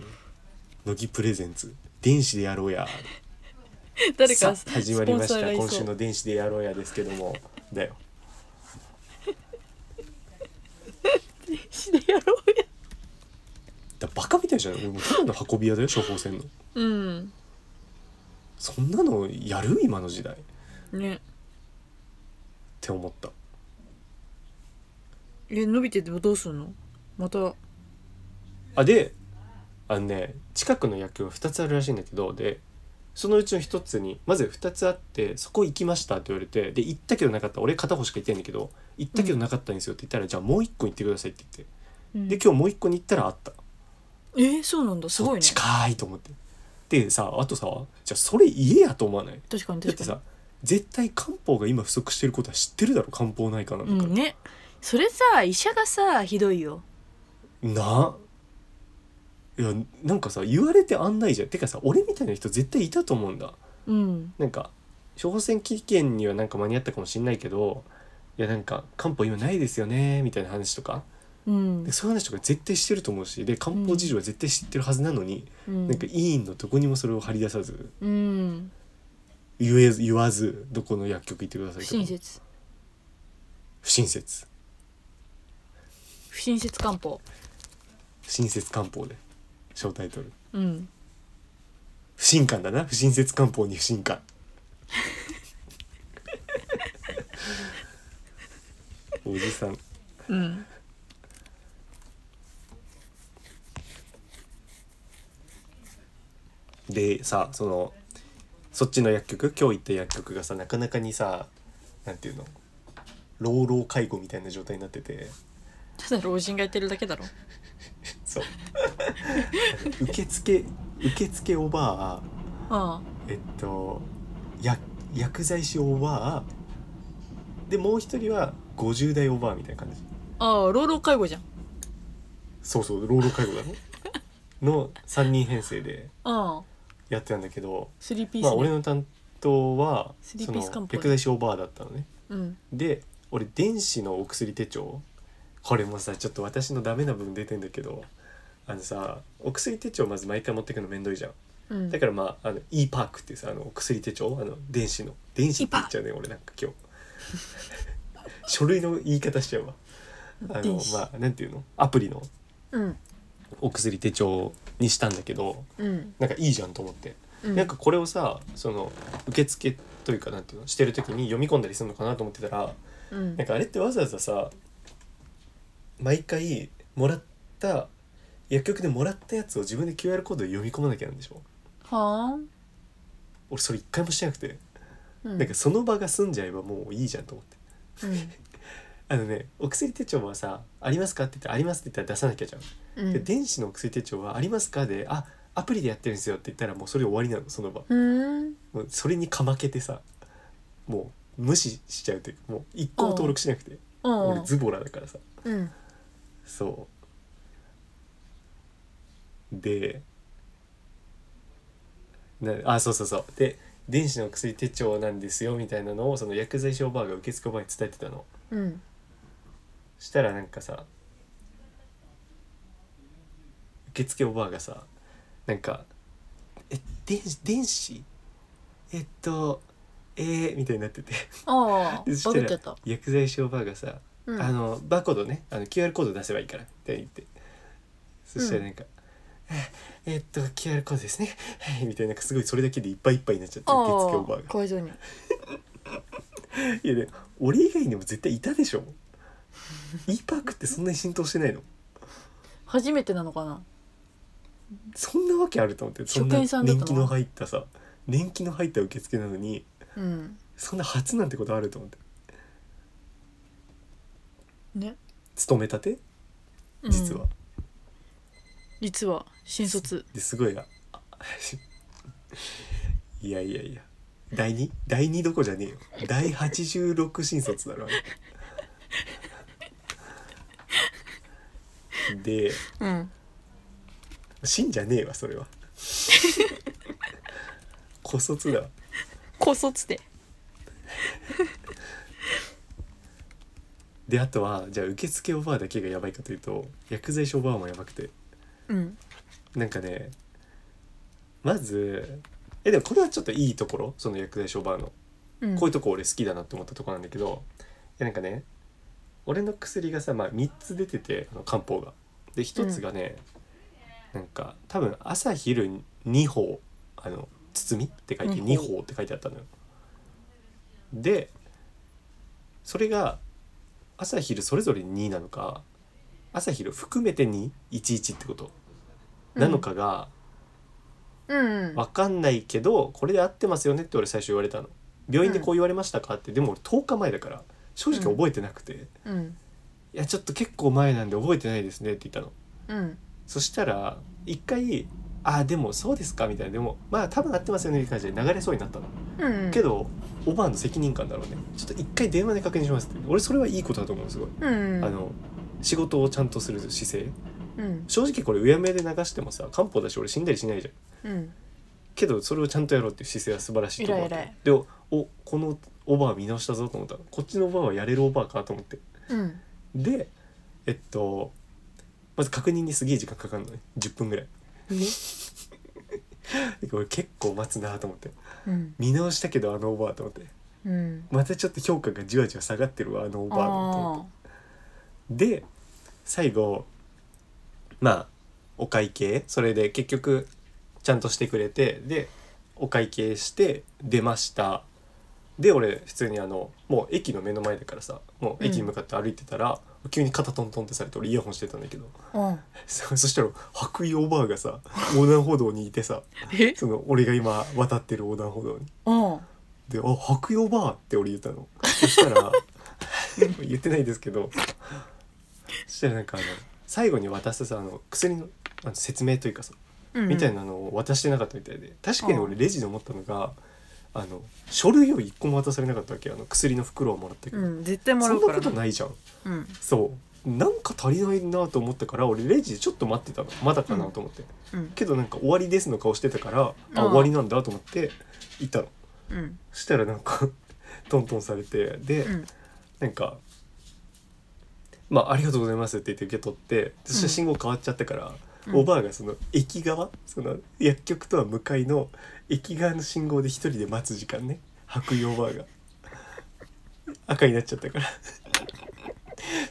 [SPEAKER 1] 乃木プレゼンツ電子でやろうや
[SPEAKER 2] 誰
[SPEAKER 1] さ
[SPEAKER 2] か
[SPEAKER 1] あ
[SPEAKER 2] ス
[SPEAKER 1] 始まりま
[SPEAKER 2] スポンサ
[SPEAKER 1] し
[SPEAKER 2] ー
[SPEAKER 1] た
[SPEAKER 2] がいそう
[SPEAKER 1] 今週の「電子でやろうや」ですけどもだよ
[SPEAKER 2] しでやろうや
[SPEAKER 1] だバカみたいじゃない俺もうただの運び屋だよ処方箋の
[SPEAKER 2] うん
[SPEAKER 1] そんなのやる今の時代っ
[SPEAKER 2] ね
[SPEAKER 1] て思った
[SPEAKER 2] え伸びててもどうすんのまたう
[SPEAKER 1] あであのね近くの薬局が2つあるらしいんだけどでそのうちの1つにまず2つあって「そこ行きました」って言われてで行ったけどなかった俺片方しか行ってないんだけど行ったけどなかったんですよって言ったら、じゃあもう1個行ってくださいって言って
[SPEAKER 2] ん
[SPEAKER 1] で今日もう1個に行ったらあった
[SPEAKER 2] えそうなんだすごいね
[SPEAKER 1] 近いと思ってでさあとさじゃあそれ言えやと思わない
[SPEAKER 2] 確かに
[SPEAKER 1] だっ
[SPEAKER 2] 確
[SPEAKER 1] て
[SPEAKER 2] か
[SPEAKER 1] さ
[SPEAKER 2] に
[SPEAKER 1] 絶対漢方が今不足してることは知ってるだろ漢方内科なんだから
[SPEAKER 2] う、んねそれさ医者がさひどいよ
[SPEAKER 1] ないやなんかさ言われてあんないじゃんてかさ俺みたいな人絶対いたと思うんだ
[SPEAKER 2] うん
[SPEAKER 1] なんか処方箋期限にはなんか間に合ったかもしんないけどいやなんか漢方今ないですよねみたいな話とか
[SPEAKER 2] うん
[SPEAKER 1] でそういう話とか絶対してると思うしで漢方事情は絶対知ってるはずなのに、
[SPEAKER 2] うん
[SPEAKER 1] なんか委員のどこにもそれを張り出さず
[SPEAKER 2] うん
[SPEAKER 1] 言えず言わずどこの薬局行ってください
[SPEAKER 2] 不
[SPEAKER 1] とか
[SPEAKER 2] 親切
[SPEAKER 1] 不親切
[SPEAKER 2] 不親切漢方
[SPEAKER 1] 不親切漢方で小タイトル
[SPEAKER 2] うん
[SPEAKER 1] 不信感だな不親切漢方に不信 感おじさん
[SPEAKER 2] うん
[SPEAKER 1] でさそのそっちの薬局今日行った薬局がさなかなかにさなんていうの老老介護みたいな状態になってて
[SPEAKER 2] ただ老人がいてるだけだろ
[SPEAKER 1] そう 受付受付おばあ
[SPEAKER 2] あ
[SPEAKER 1] えっと薬薬剤師おばあでもう一人は50代おばあみたいな感じ
[SPEAKER 2] あああ老老介護じゃん
[SPEAKER 1] そうそう老老介護だ ろの3人編成で
[SPEAKER 2] ああ
[SPEAKER 1] やってたんだけど、
[SPEAKER 2] スリーピース、
[SPEAKER 1] まあ、俺の担当は
[SPEAKER 2] スリー
[SPEAKER 1] そ
[SPEAKER 2] ピー
[SPEAKER 1] の
[SPEAKER 2] ス漢方
[SPEAKER 1] 薬剤師おばあだったのね
[SPEAKER 2] うん
[SPEAKER 1] で俺電子のお薬手帳これもさちょっと私のダメな部分出てんだけどあのさお薬手帳まず毎回持ってくのめんどいじゃん
[SPEAKER 2] うん
[SPEAKER 1] だからまああの e パークってさあのお薬手帳あの電子の電子って言っちゃうね俺なんか今日 書類の言い方しちゃうわあの
[SPEAKER 2] 電子
[SPEAKER 1] まあなんていうのアプリの
[SPEAKER 2] うん
[SPEAKER 1] お薬手帳にしたんだけど
[SPEAKER 2] うん
[SPEAKER 1] なんかいいじゃんと思って、
[SPEAKER 2] うん
[SPEAKER 1] なんかこれをさその受付というかなんていうのしてる時に読み込んだりするのかなと思ってたら
[SPEAKER 2] うん
[SPEAKER 1] なんかあれってわざわざさ毎回もらった薬局でもらったやつを自分で QR コードで読み込まなきゃなんでしょ
[SPEAKER 4] はあ、
[SPEAKER 1] 俺それ一回もしてなくて、
[SPEAKER 4] うん、
[SPEAKER 1] なんかその場が済んじゃえばもういいじゃんと思ってあのねお薬手帳はさ「ありますか?」って言って「あります」って言ったら出さなきゃじゃん、
[SPEAKER 4] うん
[SPEAKER 1] で電子のお薬手帳は「ありますか?」で「あアプリでやってるんですよ」って言ったらもうそれで終わりなのその場
[SPEAKER 4] うんうん
[SPEAKER 1] もうそれにかまけてさもう無視しちゃうというかもう一個も登録しなくて
[SPEAKER 4] うん
[SPEAKER 1] 俺ズボラだからさ
[SPEAKER 4] うん
[SPEAKER 1] そうでなあそうそうそうで電子の薬手帳なんですよみたいなのをその薬剤師おばあが受付前に伝えてたの
[SPEAKER 4] うん
[SPEAKER 1] したらなんかさ受付おばあがさなんか「え電子電子えっとえー」みたいになってて
[SPEAKER 4] ああ
[SPEAKER 1] でそ
[SPEAKER 4] バグっ
[SPEAKER 1] し
[SPEAKER 4] ちゃ
[SPEAKER 1] た
[SPEAKER 4] った
[SPEAKER 1] ら薬剤師おばあがさ
[SPEAKER 4] うん
[SPEAKER 1] あのバーコードねあの QR コード出せばいいからって言ってそしたらなんか「ええっと QR コードですね はい」みたいななんかすごいそれだけでいっぱいいっぱいになっちゃって
[SPEAKER 4] あ
[SPEAKER 1] 受
[SPEAKER 4] あ
[SPEAKER 1] 付オーバー
[SPEAKER 4] かわいそうに
[SPEAKER 1] がいやね俺以外にも絶対いたでしょ e パークってそんなに浸透してないの
[SPEAKER 4] 初めてなのかな
[SPEAKER 1] そんなわけあると思ってそん
[SPEAKER 4] 職
[SPEAKER 1] な
[SPEAKER 4] 員さんだったの
[SPEAKER 1] 年季の入ったさ年季の入った受付なのに
[SPEAKER 4] うん
[SPEAKER 1] そんな初なんてことあると思って
[SPEAKER 4] ね
[SPEAKER 1] 勤めたて
[SPEAKER 4] うん
[SPEAKER 1] 実は、
[SPEAKER 4] 実は新卒
[SPEAKER 1] ですごいあ いやいやいや第2第2どこじゃねえよ第86新卒だろあ れで
[SPEAKER 4] うん
[SPEAKER 1] 新じゃねえわそれは 古卒だわ
[SPEAKER 4] 高卒で
[SPEAKER 1] であとはじゃあ受付おばあだけがやばいかというと薬剤師おばあもやばくて
[SPEAKER 4] うん
[SPEAKER 1] なんかねまずえでもこれはちょっといいところその薬剤師おばあの
[SPEAKER 4] うん
[SPEAKER 1] こういうとこ俺好きだなって思ったとこなんだけどいやなんかね俺の薬がさ、まあ、3つ出ててあの漢方が。で1つがね、なんか多分朝昼2包あの包みって書いて
[SPEAKER 4] 二
[SPEAKER 1] 2
[SPEAKER 4] 包
[SPEAKER 1] 包って書いてあったのよ。でそれが朝昼それぞれ2なのか朝昼含めて211ってことなのかが
[SPEAKER 4] うんうん
[SPEAKER 1] わかんないけどこれで合ってますよねって俺最初言われたの病院でこう言われましたかって、でも俺10日前だから正直覚えてなくて、い
[SPEAKER 4] うん
[SPEAKER 1] やちょっと結構前なんで覚えてないですねって言ったの
[SPEAKER 4] うん
[SPEAKER 1] そしたら一回「あーでもそうですか」みたいなでもまあ多分合ってますよねって感じで流れそうになったの、
[SPEAKER 4] うん
[SPEAKER 1] けどおばあの責任感だろうねちょっと一回電話で確認しますって俺それはいいことだと思うすごい、
[SPEAKER 4] うん
[SPEAKER 1] あの仕事をちゃんとする姿勢
[SPEAKER 4] うん
[SPEAKER 1] 正直これうやむやで流してもさ漢方だし俺死んだりしないじゃん
[SPEAKER 4] うん
[SPEAKER 1] けどそれをちゃんとやろうっていう姿勢は素晴らしいと思って
[SPEAKER 4] 偉い偉い
[SPEAKER 1] でおおこのオーバー見直したぞと思ったこっちのオーバーはやれるオーバーかと思って
[SPEAKER 4] うん
[SPEAKER 1] でえっとまず確認にすげえ時間かかるのね10分ぐらいで俺結構待つなと思って
[SPEAKER 4] うん
[SPEAKER 1] 見直したけどあのオーバーと思って
[SPEAKER 4] うん
[SPEAKER 1] またちょっと評価がじわじわ下がってるわあのオーバーのと思って
[SPEAKER 4] あ
[SPEAKER 1] で最後まあお会計それで結局ちゃんとしてくれてでお会計して出ましたで俺普通にあのもう駅の目の前だからさもう駅に向かって歩いてたら、急に肩トントンってされて俺イヤホンしてたんだけど
[SPEAKER 4] あうん
[SPEAKER 1] そそしたら白衣おばあがさ横断歩道にいてさ
[SPEAKER 4] え
[SPEAKER 1] その俺が今渡ってる横断歩道に。
[SPEAKER 4] うん
[SPEAKER 1] で「あ白洋バー」って俺言ったのそしたら 言ってないですけどそしたらなんかあの最後に渡すさあの薬のあの説明というかさ、
[SPEAKER 4] うん
[SPEAKER 1] みたいなのを渡してなかったみたいで確かに俺レジで思ったのがあの書類を一個も渡されなかったわけあの薬の袋をもらったけど、
[SPEAKER 4] うん絶対も
[SPEAKER 1] そ
[SPEAKER 4] ら
[SPEAKER 1] ん
[SPEAKER 4] う
[SPEAKER 1] な
[SPEAKER 4] から
[SPEAKER 1] ことないじゃん
[SPEAKER 4] うん
[SPEAKER 1] そうなんか足りないなと思ったから俺レジでちょっと待ってたのまだかなと思って、
[SPEAKER 4] うん
[SPEAKER 1] けどなんか「終わりです」の顔してたから「あ
[SPEAKER 4] うん
[SPEAKER 1] 終わりなんだ」と思って行ったの。
[SPEAKER 4] うん
[SPEAKER 1] したらなんか トントンされてで、
[SPEAKER 4] うん
[SPEAKER 1] なんか「まあありがとうございます」って言って受け取ってそしたら信号変わっちゃったから、
[SPEAKER 4] うん
[SPEAKER 1] おばあがその駅側その薬局とは向かいの駅側の信号で一人で待つ時間ね白衣おばあが赤になっちゃったから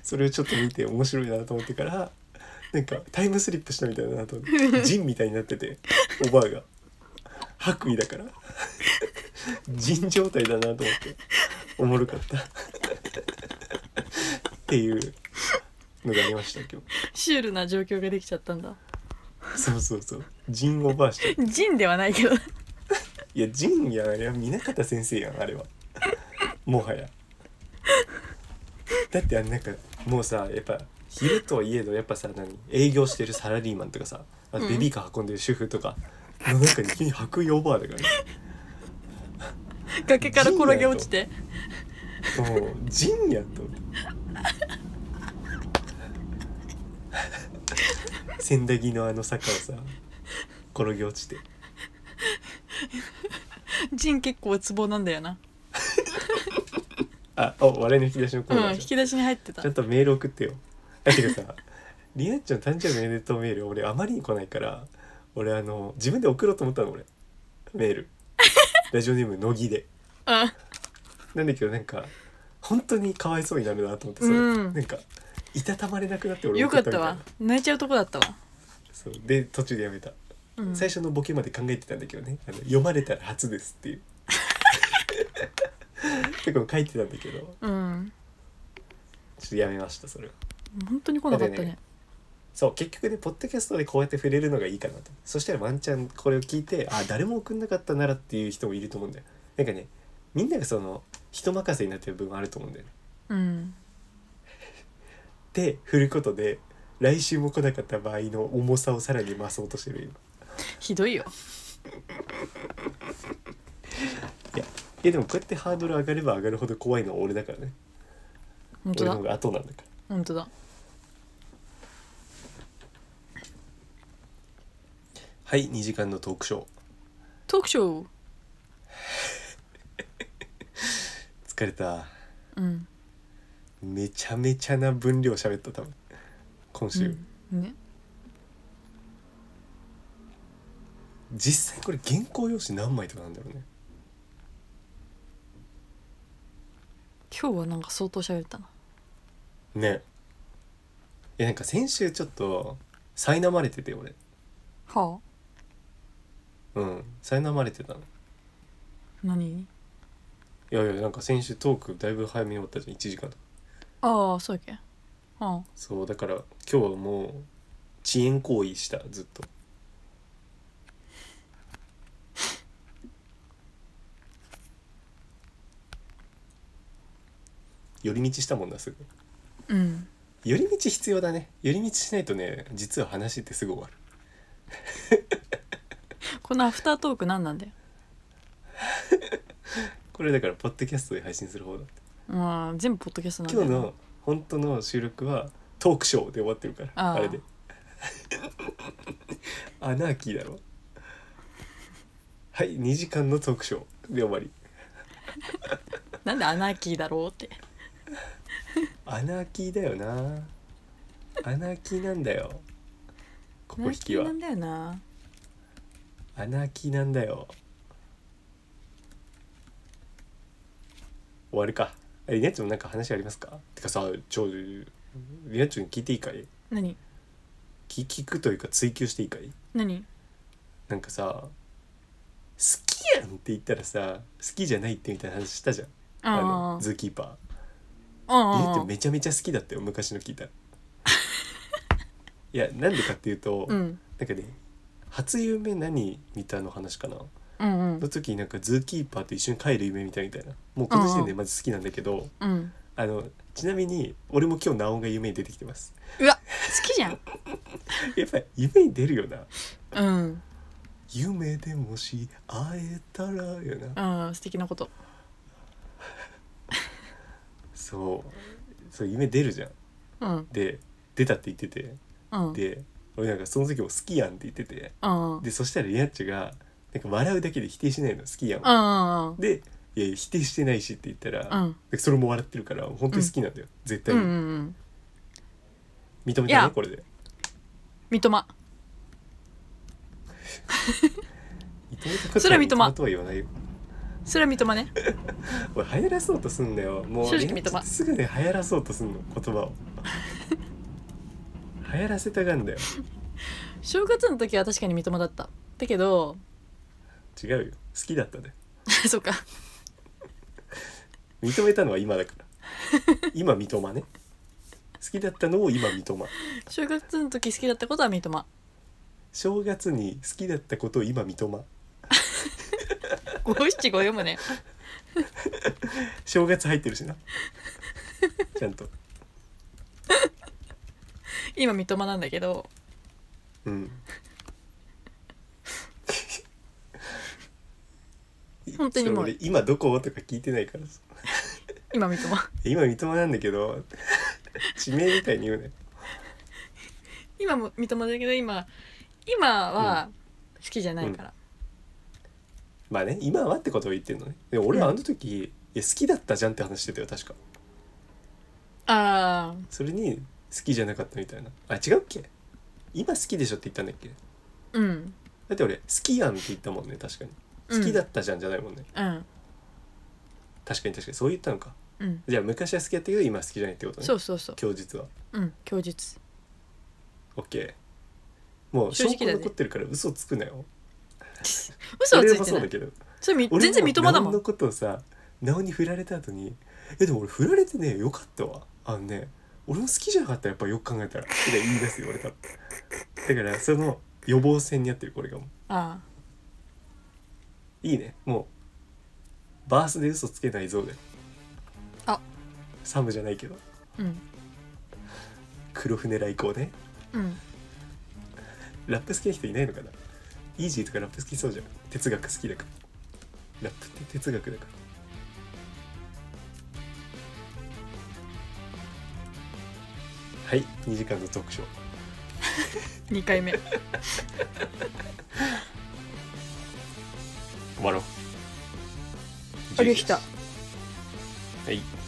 [SPEAKER 1] それをちょっと見て面白いなと思ってからなんかタイムスリップしたみたいだなと 思ってジンみたいになってておばあが白衣だ からジン状態だなと思っておもろかったっていうのがありました今
[SPEAKER 2] シュールな状況ができちゃったんだ
[SPEAKER 1] 日そうそうそうジンオーバーして
[SPEAKER 2] ジンではないけど
[SPEAKER 1] いやジンやんあれは南方先生やんあれはもはやだってあのなんかもうさやっぱ昼とはいえどやっぱさ何営業してるサラリーマンとかさあベビーカー運んでる主婦とかの中に急に白衣オーバーだからね
[SPEAKER 2] 崖から転げ落ちて
[SPEAKER 1] もうジンやと思って千駄木のあの坂をさ転げ落ちて
[SPEAKER 2] ジン結構ツボなんだよな
[SPEAKER 1] あお笑いの引き出しのコ
[SPEAKER 2] う
[SPEAKER 1] ー
[SPEAKER 2] ん
[SPEAKER 1] ナー
[SPEAKER 2] 引
[SPEAKER 1] じ
[SPEAKER 2] き出しに入って
[SPEAKER 1] ゃ
[SPEAKER 2] た
[SPEAKER 1] んちょっとメール送ってよだけどさ りなちゃん誕生日おめでとうメール俺あまりに来ないから俺あの自分で送ろうと思ったの俺メ ールラジオネーム乃木でなんだけどなんか本当にかわいそうになるなと思ってそれ、
[SPEAKER 2] うん
[SPEAKER 1] なんかいたたまれなくなって
[SPEAKER 2] うん
[SPEAKER 1] 俺
[SPEAKER 2] よ
[SPEAKER 1] 送
[SPEAKER 2] か
[SPEAKER 1] っ
[SPEAKER 2] った
[SPEAKER 1] み
[SPEAKER 2] た
[SPEAKER 1] たいな
[SPEAKER 2] わ泣いちゃうとこだったわ
[SPEAKER 1] そうで途中でやめた、
[SPEAKER 2] うん
[SPEAKER 1] 最初のボケまで考えてたんだけどねあの読まれたら初ですっていう 結構書いてたんだけどちょ
[SPEAKER 2] うん
[SPEAKER 1] っとやめましたそれは
[SPEAKER 2] 本当に来なかった
[SPEAKER 1] だ
[SPEAKER 2] ね
[SPEAKER 1] ってねそう結局ねポッドキャストでこうやって触れるのがいいかなとそしたらワンチャンこれを聞いてあ誰も送んなかったならっていう人もいると思うんだよなんかねみんながその人任せになってる部分あると思うんだよね
[SPEAKER 2] うん
[SPEAKER 1] で振ることで来週も来なかった場合の重さをさらに増そうとしてる今
[SPEAKER 2] ひどいよ
[SPEAKER 1] いやでもこうやってハードル上がれば上がるほど怖いのは俺だからね
[SPEAKER 2] 本当
[SPEAKER 1] 俺の
[SPEAKER 2] だ
[SPEAKER 1] 方が後なんだから
[SPEAKER 2] 本当だ
[SPEAKER 1] はい2時間のトークショー
[SPEAKER 2] トークショー
[SPEAKER 1] 疲れた
[SPEAKER 2] うん
[SPEAKER 1] めちゃめちゃな分量喋った多分今週、
[SPEAKER 2] ね
[SPEAKER 1] 実際これ原稿用紙何枚とかなんだろうね
[SPEAKER 2] 今日はなんか相当喋ったな
[SPEAKER 1] ねいやなんか先週ちょっと苛まれてて俺
[SPEAKER 2] はあ
[SPEAKER 1] うん苛まれてたの
[SPEAKER 2] 何
[SPEAKER 1] いやいやなんか先週トークだいぶ早めに終わったじゃん1時間とか
[SPEAKER 2] ああそうやっけはあ
[SPEAKER 1] そうだから今日はもう遅延行為したずっと寄り道したもんなすぐ
[SPEAKER 2] うん
[SPEAKER 1] 寄り道必要だね寄り道しないとね実は話ってすぐ終わる
[SPEAKER 2] このアフタートーク何なんだよ
[SPEAKER 1] これだからポッドキャストで配信する方だって
[SPEAKER 2] まあ全部ポッドキャストなんだ
[SPEAKER 1] 今
[SPEAKER 2] よ
[SPEAKER 1] 日の本当の収録はトークショーで終わってるから
[SPEAKER 2] あ
[SPEAKER 1] あ
[SPEAKER 2] ー
[SPEAKER 1] れで アナーキーだろはい2時間のトークショーで終わり
[SPEAKER 2] なんでアナーキーだろうって
[SPEAKER 1] アナーキーだよなアナーキーなんだよここ引き
[SPEAKER 2] ア
[SPEAKER 1] は
[SPEAKER 2] ナーキーなんだよな
[SPEAKER 1] アナーキーなんだよ終わるかえリナッチもなんか話ありますかてかさちょリナッチに聞いていいかい
[SPEAKER 2] 何
[SPEAKER 1] 聞聞くというか追求していいかい
[SPEAKER 2] 何
[SPEAKER 1] なんかさ「好きやん!」って言ったらさ「好きじゃない」ってみたいな話したじゃんあ
[SPEAKER 2] あ
[SPEAKER 1] のズーキーパ
[SPEAKER 2] ああ
[SPEAKER 1] ーリナッ
[SPEAKER 2] あ
[SPEAKER 1] チめちゃめちゃ好きだったよ昔の聞いたらいやなんでかっていうと、
[SPEAKER 2] うん
[SPEAKER 1] なんかね初夢何見たの話かな
[SPEAKER 2] うんうん
[SPEAKER 1] の時になんかズーキーパーと一緒に帰る夢見たみたいなもうこの時点でまず好きなんだけど、
[SPEAKER 2] うん
[SPEAKER 1] あのちなみに俺も今日ナオンが夢に出てきてます
[SPEAKER 2] うわ好きじゃん
[SPEAKER 1] やっぱり夢に出るよな
[SPEAKER 2] うん
[SPEAKER 1] 夢でもし会えたらよな
[SPEAKER 2] うん素敵なこと
[SPEAKER 1] そうそう夢出るじゃん
[SPEAKER 2] うん
[SPEAKER 1] で出たって言ってて
[SPEAKER 2] うん
[SPEAKER 1] で俺なんかその時も好きやんって言ってて
[SPEAKER 2] うんうん
[SPEAKER 1] でそしたらリナッチがなんか笑うだけで否定しないの好きやんを
[SPEAKER 2] うん
[SPEAKER 1] でいやいや否定してないしって言ったら、
[SPEAKER 2] うん
[SPEAKER 1] でそれも笑ってるから本当に好きなんだよ、絶
[SPEAKER 2] う
[SPEAKER 1] 対
[SPEAKER 2] んう
[SPEAKER 1] に、
[SPEAKER 2] ん
[SPEAKER 1] 認め
[SPEAKER 2] い
[SPEAKER 1] た
[SPEAKER 2] や
[SPEAKER 1] ねこれで
[SPEAKER 2] 三笘
[SPEAKER 1] 認めたこと
[SPEAKER 2] それは認め
[SPEAKER 1] とは言わないよ
[SPEAKER 2] それは三笘ね
[SPEAKER 1] おい流行らそうとすんだよもう
[SPEAKER 2] 正直
[SPEAKER 1] リナッチ
[SPEAKER 2] 認め
[SPEAKER 1] すぐね流行らそうとすんの言葉 を流行らせたがんだよ
[SPEAKER 2] 正月の時は確かに三笘だっただけど
[SPEAKER 1] 違うよ好きだったね
[SPEAKER 2] そっか
[SPEAKER 1] 認めたのは今だから今認めねきだったのを今三笘
[SPEAKER 2] 小学生の時好きだったことは三笘
[SPEAKER 1] 正月に好きだったことを今三笘
[SPEAKER 2] 五七五読むね
[SPEAKER 1] 正月入ってるしなちゃんと
[SPEAKER 2] 今三笘なんだけど
[SPEAKER 1] うん
[SPEAKER 2] 本当にもう
[SPEAKER 1] そう俺今どことか聞いてないからさ
[SPEAKER 2] 今三笘
[SPEAKER 1] 今三笘なんだけど地名みたいに言うね
[SPEAKER 2] 今も三笘だけど今今は好きじゃないから、
[SPEAKER 1] まあね今はってことを言ってるのねでも俺はあの時、いや好きだったじゃんって話してたよ確か
[SPEAKER 2] ああ
[SPEAKER 1] それに好きじゃなかったみたいなあ違うっけ今好きでしょって言ったんだっけ
[SPEAKER 2] うん
[SPEAKER 1] だって俺好きやんって言ったもんね確かに
[SPEAKER 2] うん
[SPEAKER 1] 好きだったじゃんじゃないもんね、
[SPEAKER 2] うん
[SPEAKER 1] 確かに確かにそう言ったのか
[SPEAKER 2] うん
[SPEAKER 1] じゃあ昔は好きだったけど今は好きじゃないってことね
[SPEAKER 2] そうそうそう
[SPEAKER 1] 供述は
[SPEAKER 2] うん供 述
[SPEAKER 1] OK もう
[SPEAKER 2] 正
[SPEAKER 1] 証
[SPEAKER 2] 直だ
[SPEAKER 1] 拠
[SPEAKER 2] ね
[SPEAKER 1] 残ってるから嘘つくなよ
[SPEAKER 2] 嘘はつ
[SPEAKER 1] 俺
[SPEAKER 2] い
[SPEAKER 1] も
[SPEAKER 2] て
[SPEAKER 1] そう
[SPEAKER 2] な
[SPEAKER 1] だ
[SPEAKER 2] い
[SPEAKER 1] けど
[SPEAKER 2] それみ
[SPEAKER 1] 俺
[SPEAKER 2] 全然三笘だ
[SPEAKER 1] な
[SPEAKER 2] も
[SPEAKER 1] おの
[SPEAKER 2] ん
[SPEAKER 1] ことをさなおに振られた後に「えでも俺振られてねよかったわあのね俺も好きじゃなかったやっぱよく考えたら」って言い出すよ俺多分だからその予防線になってるこれがも
[SPEAKER 2] あ
[SPEAKER 1] ういいねもうバースで嘘つけないぞで
[SPEAKER 2] あ
[SPEAKER 1] サムじゃないけど
[SPEAKER 2] あうん
[SPEAKER 1] 黒船来航ね
[SPEAKER 2] うん
[SPEAKER 1] ラップ好きな人いないのかなイージーとかラップ好きそうじゃん哲学好きだからラップって哲学だからはい2時間の読書
[SPEAKER 2] 2回目
[SPEAKER 1] 終わろう
[SPEAKER 2] あできた
[SPEAKER 1] はい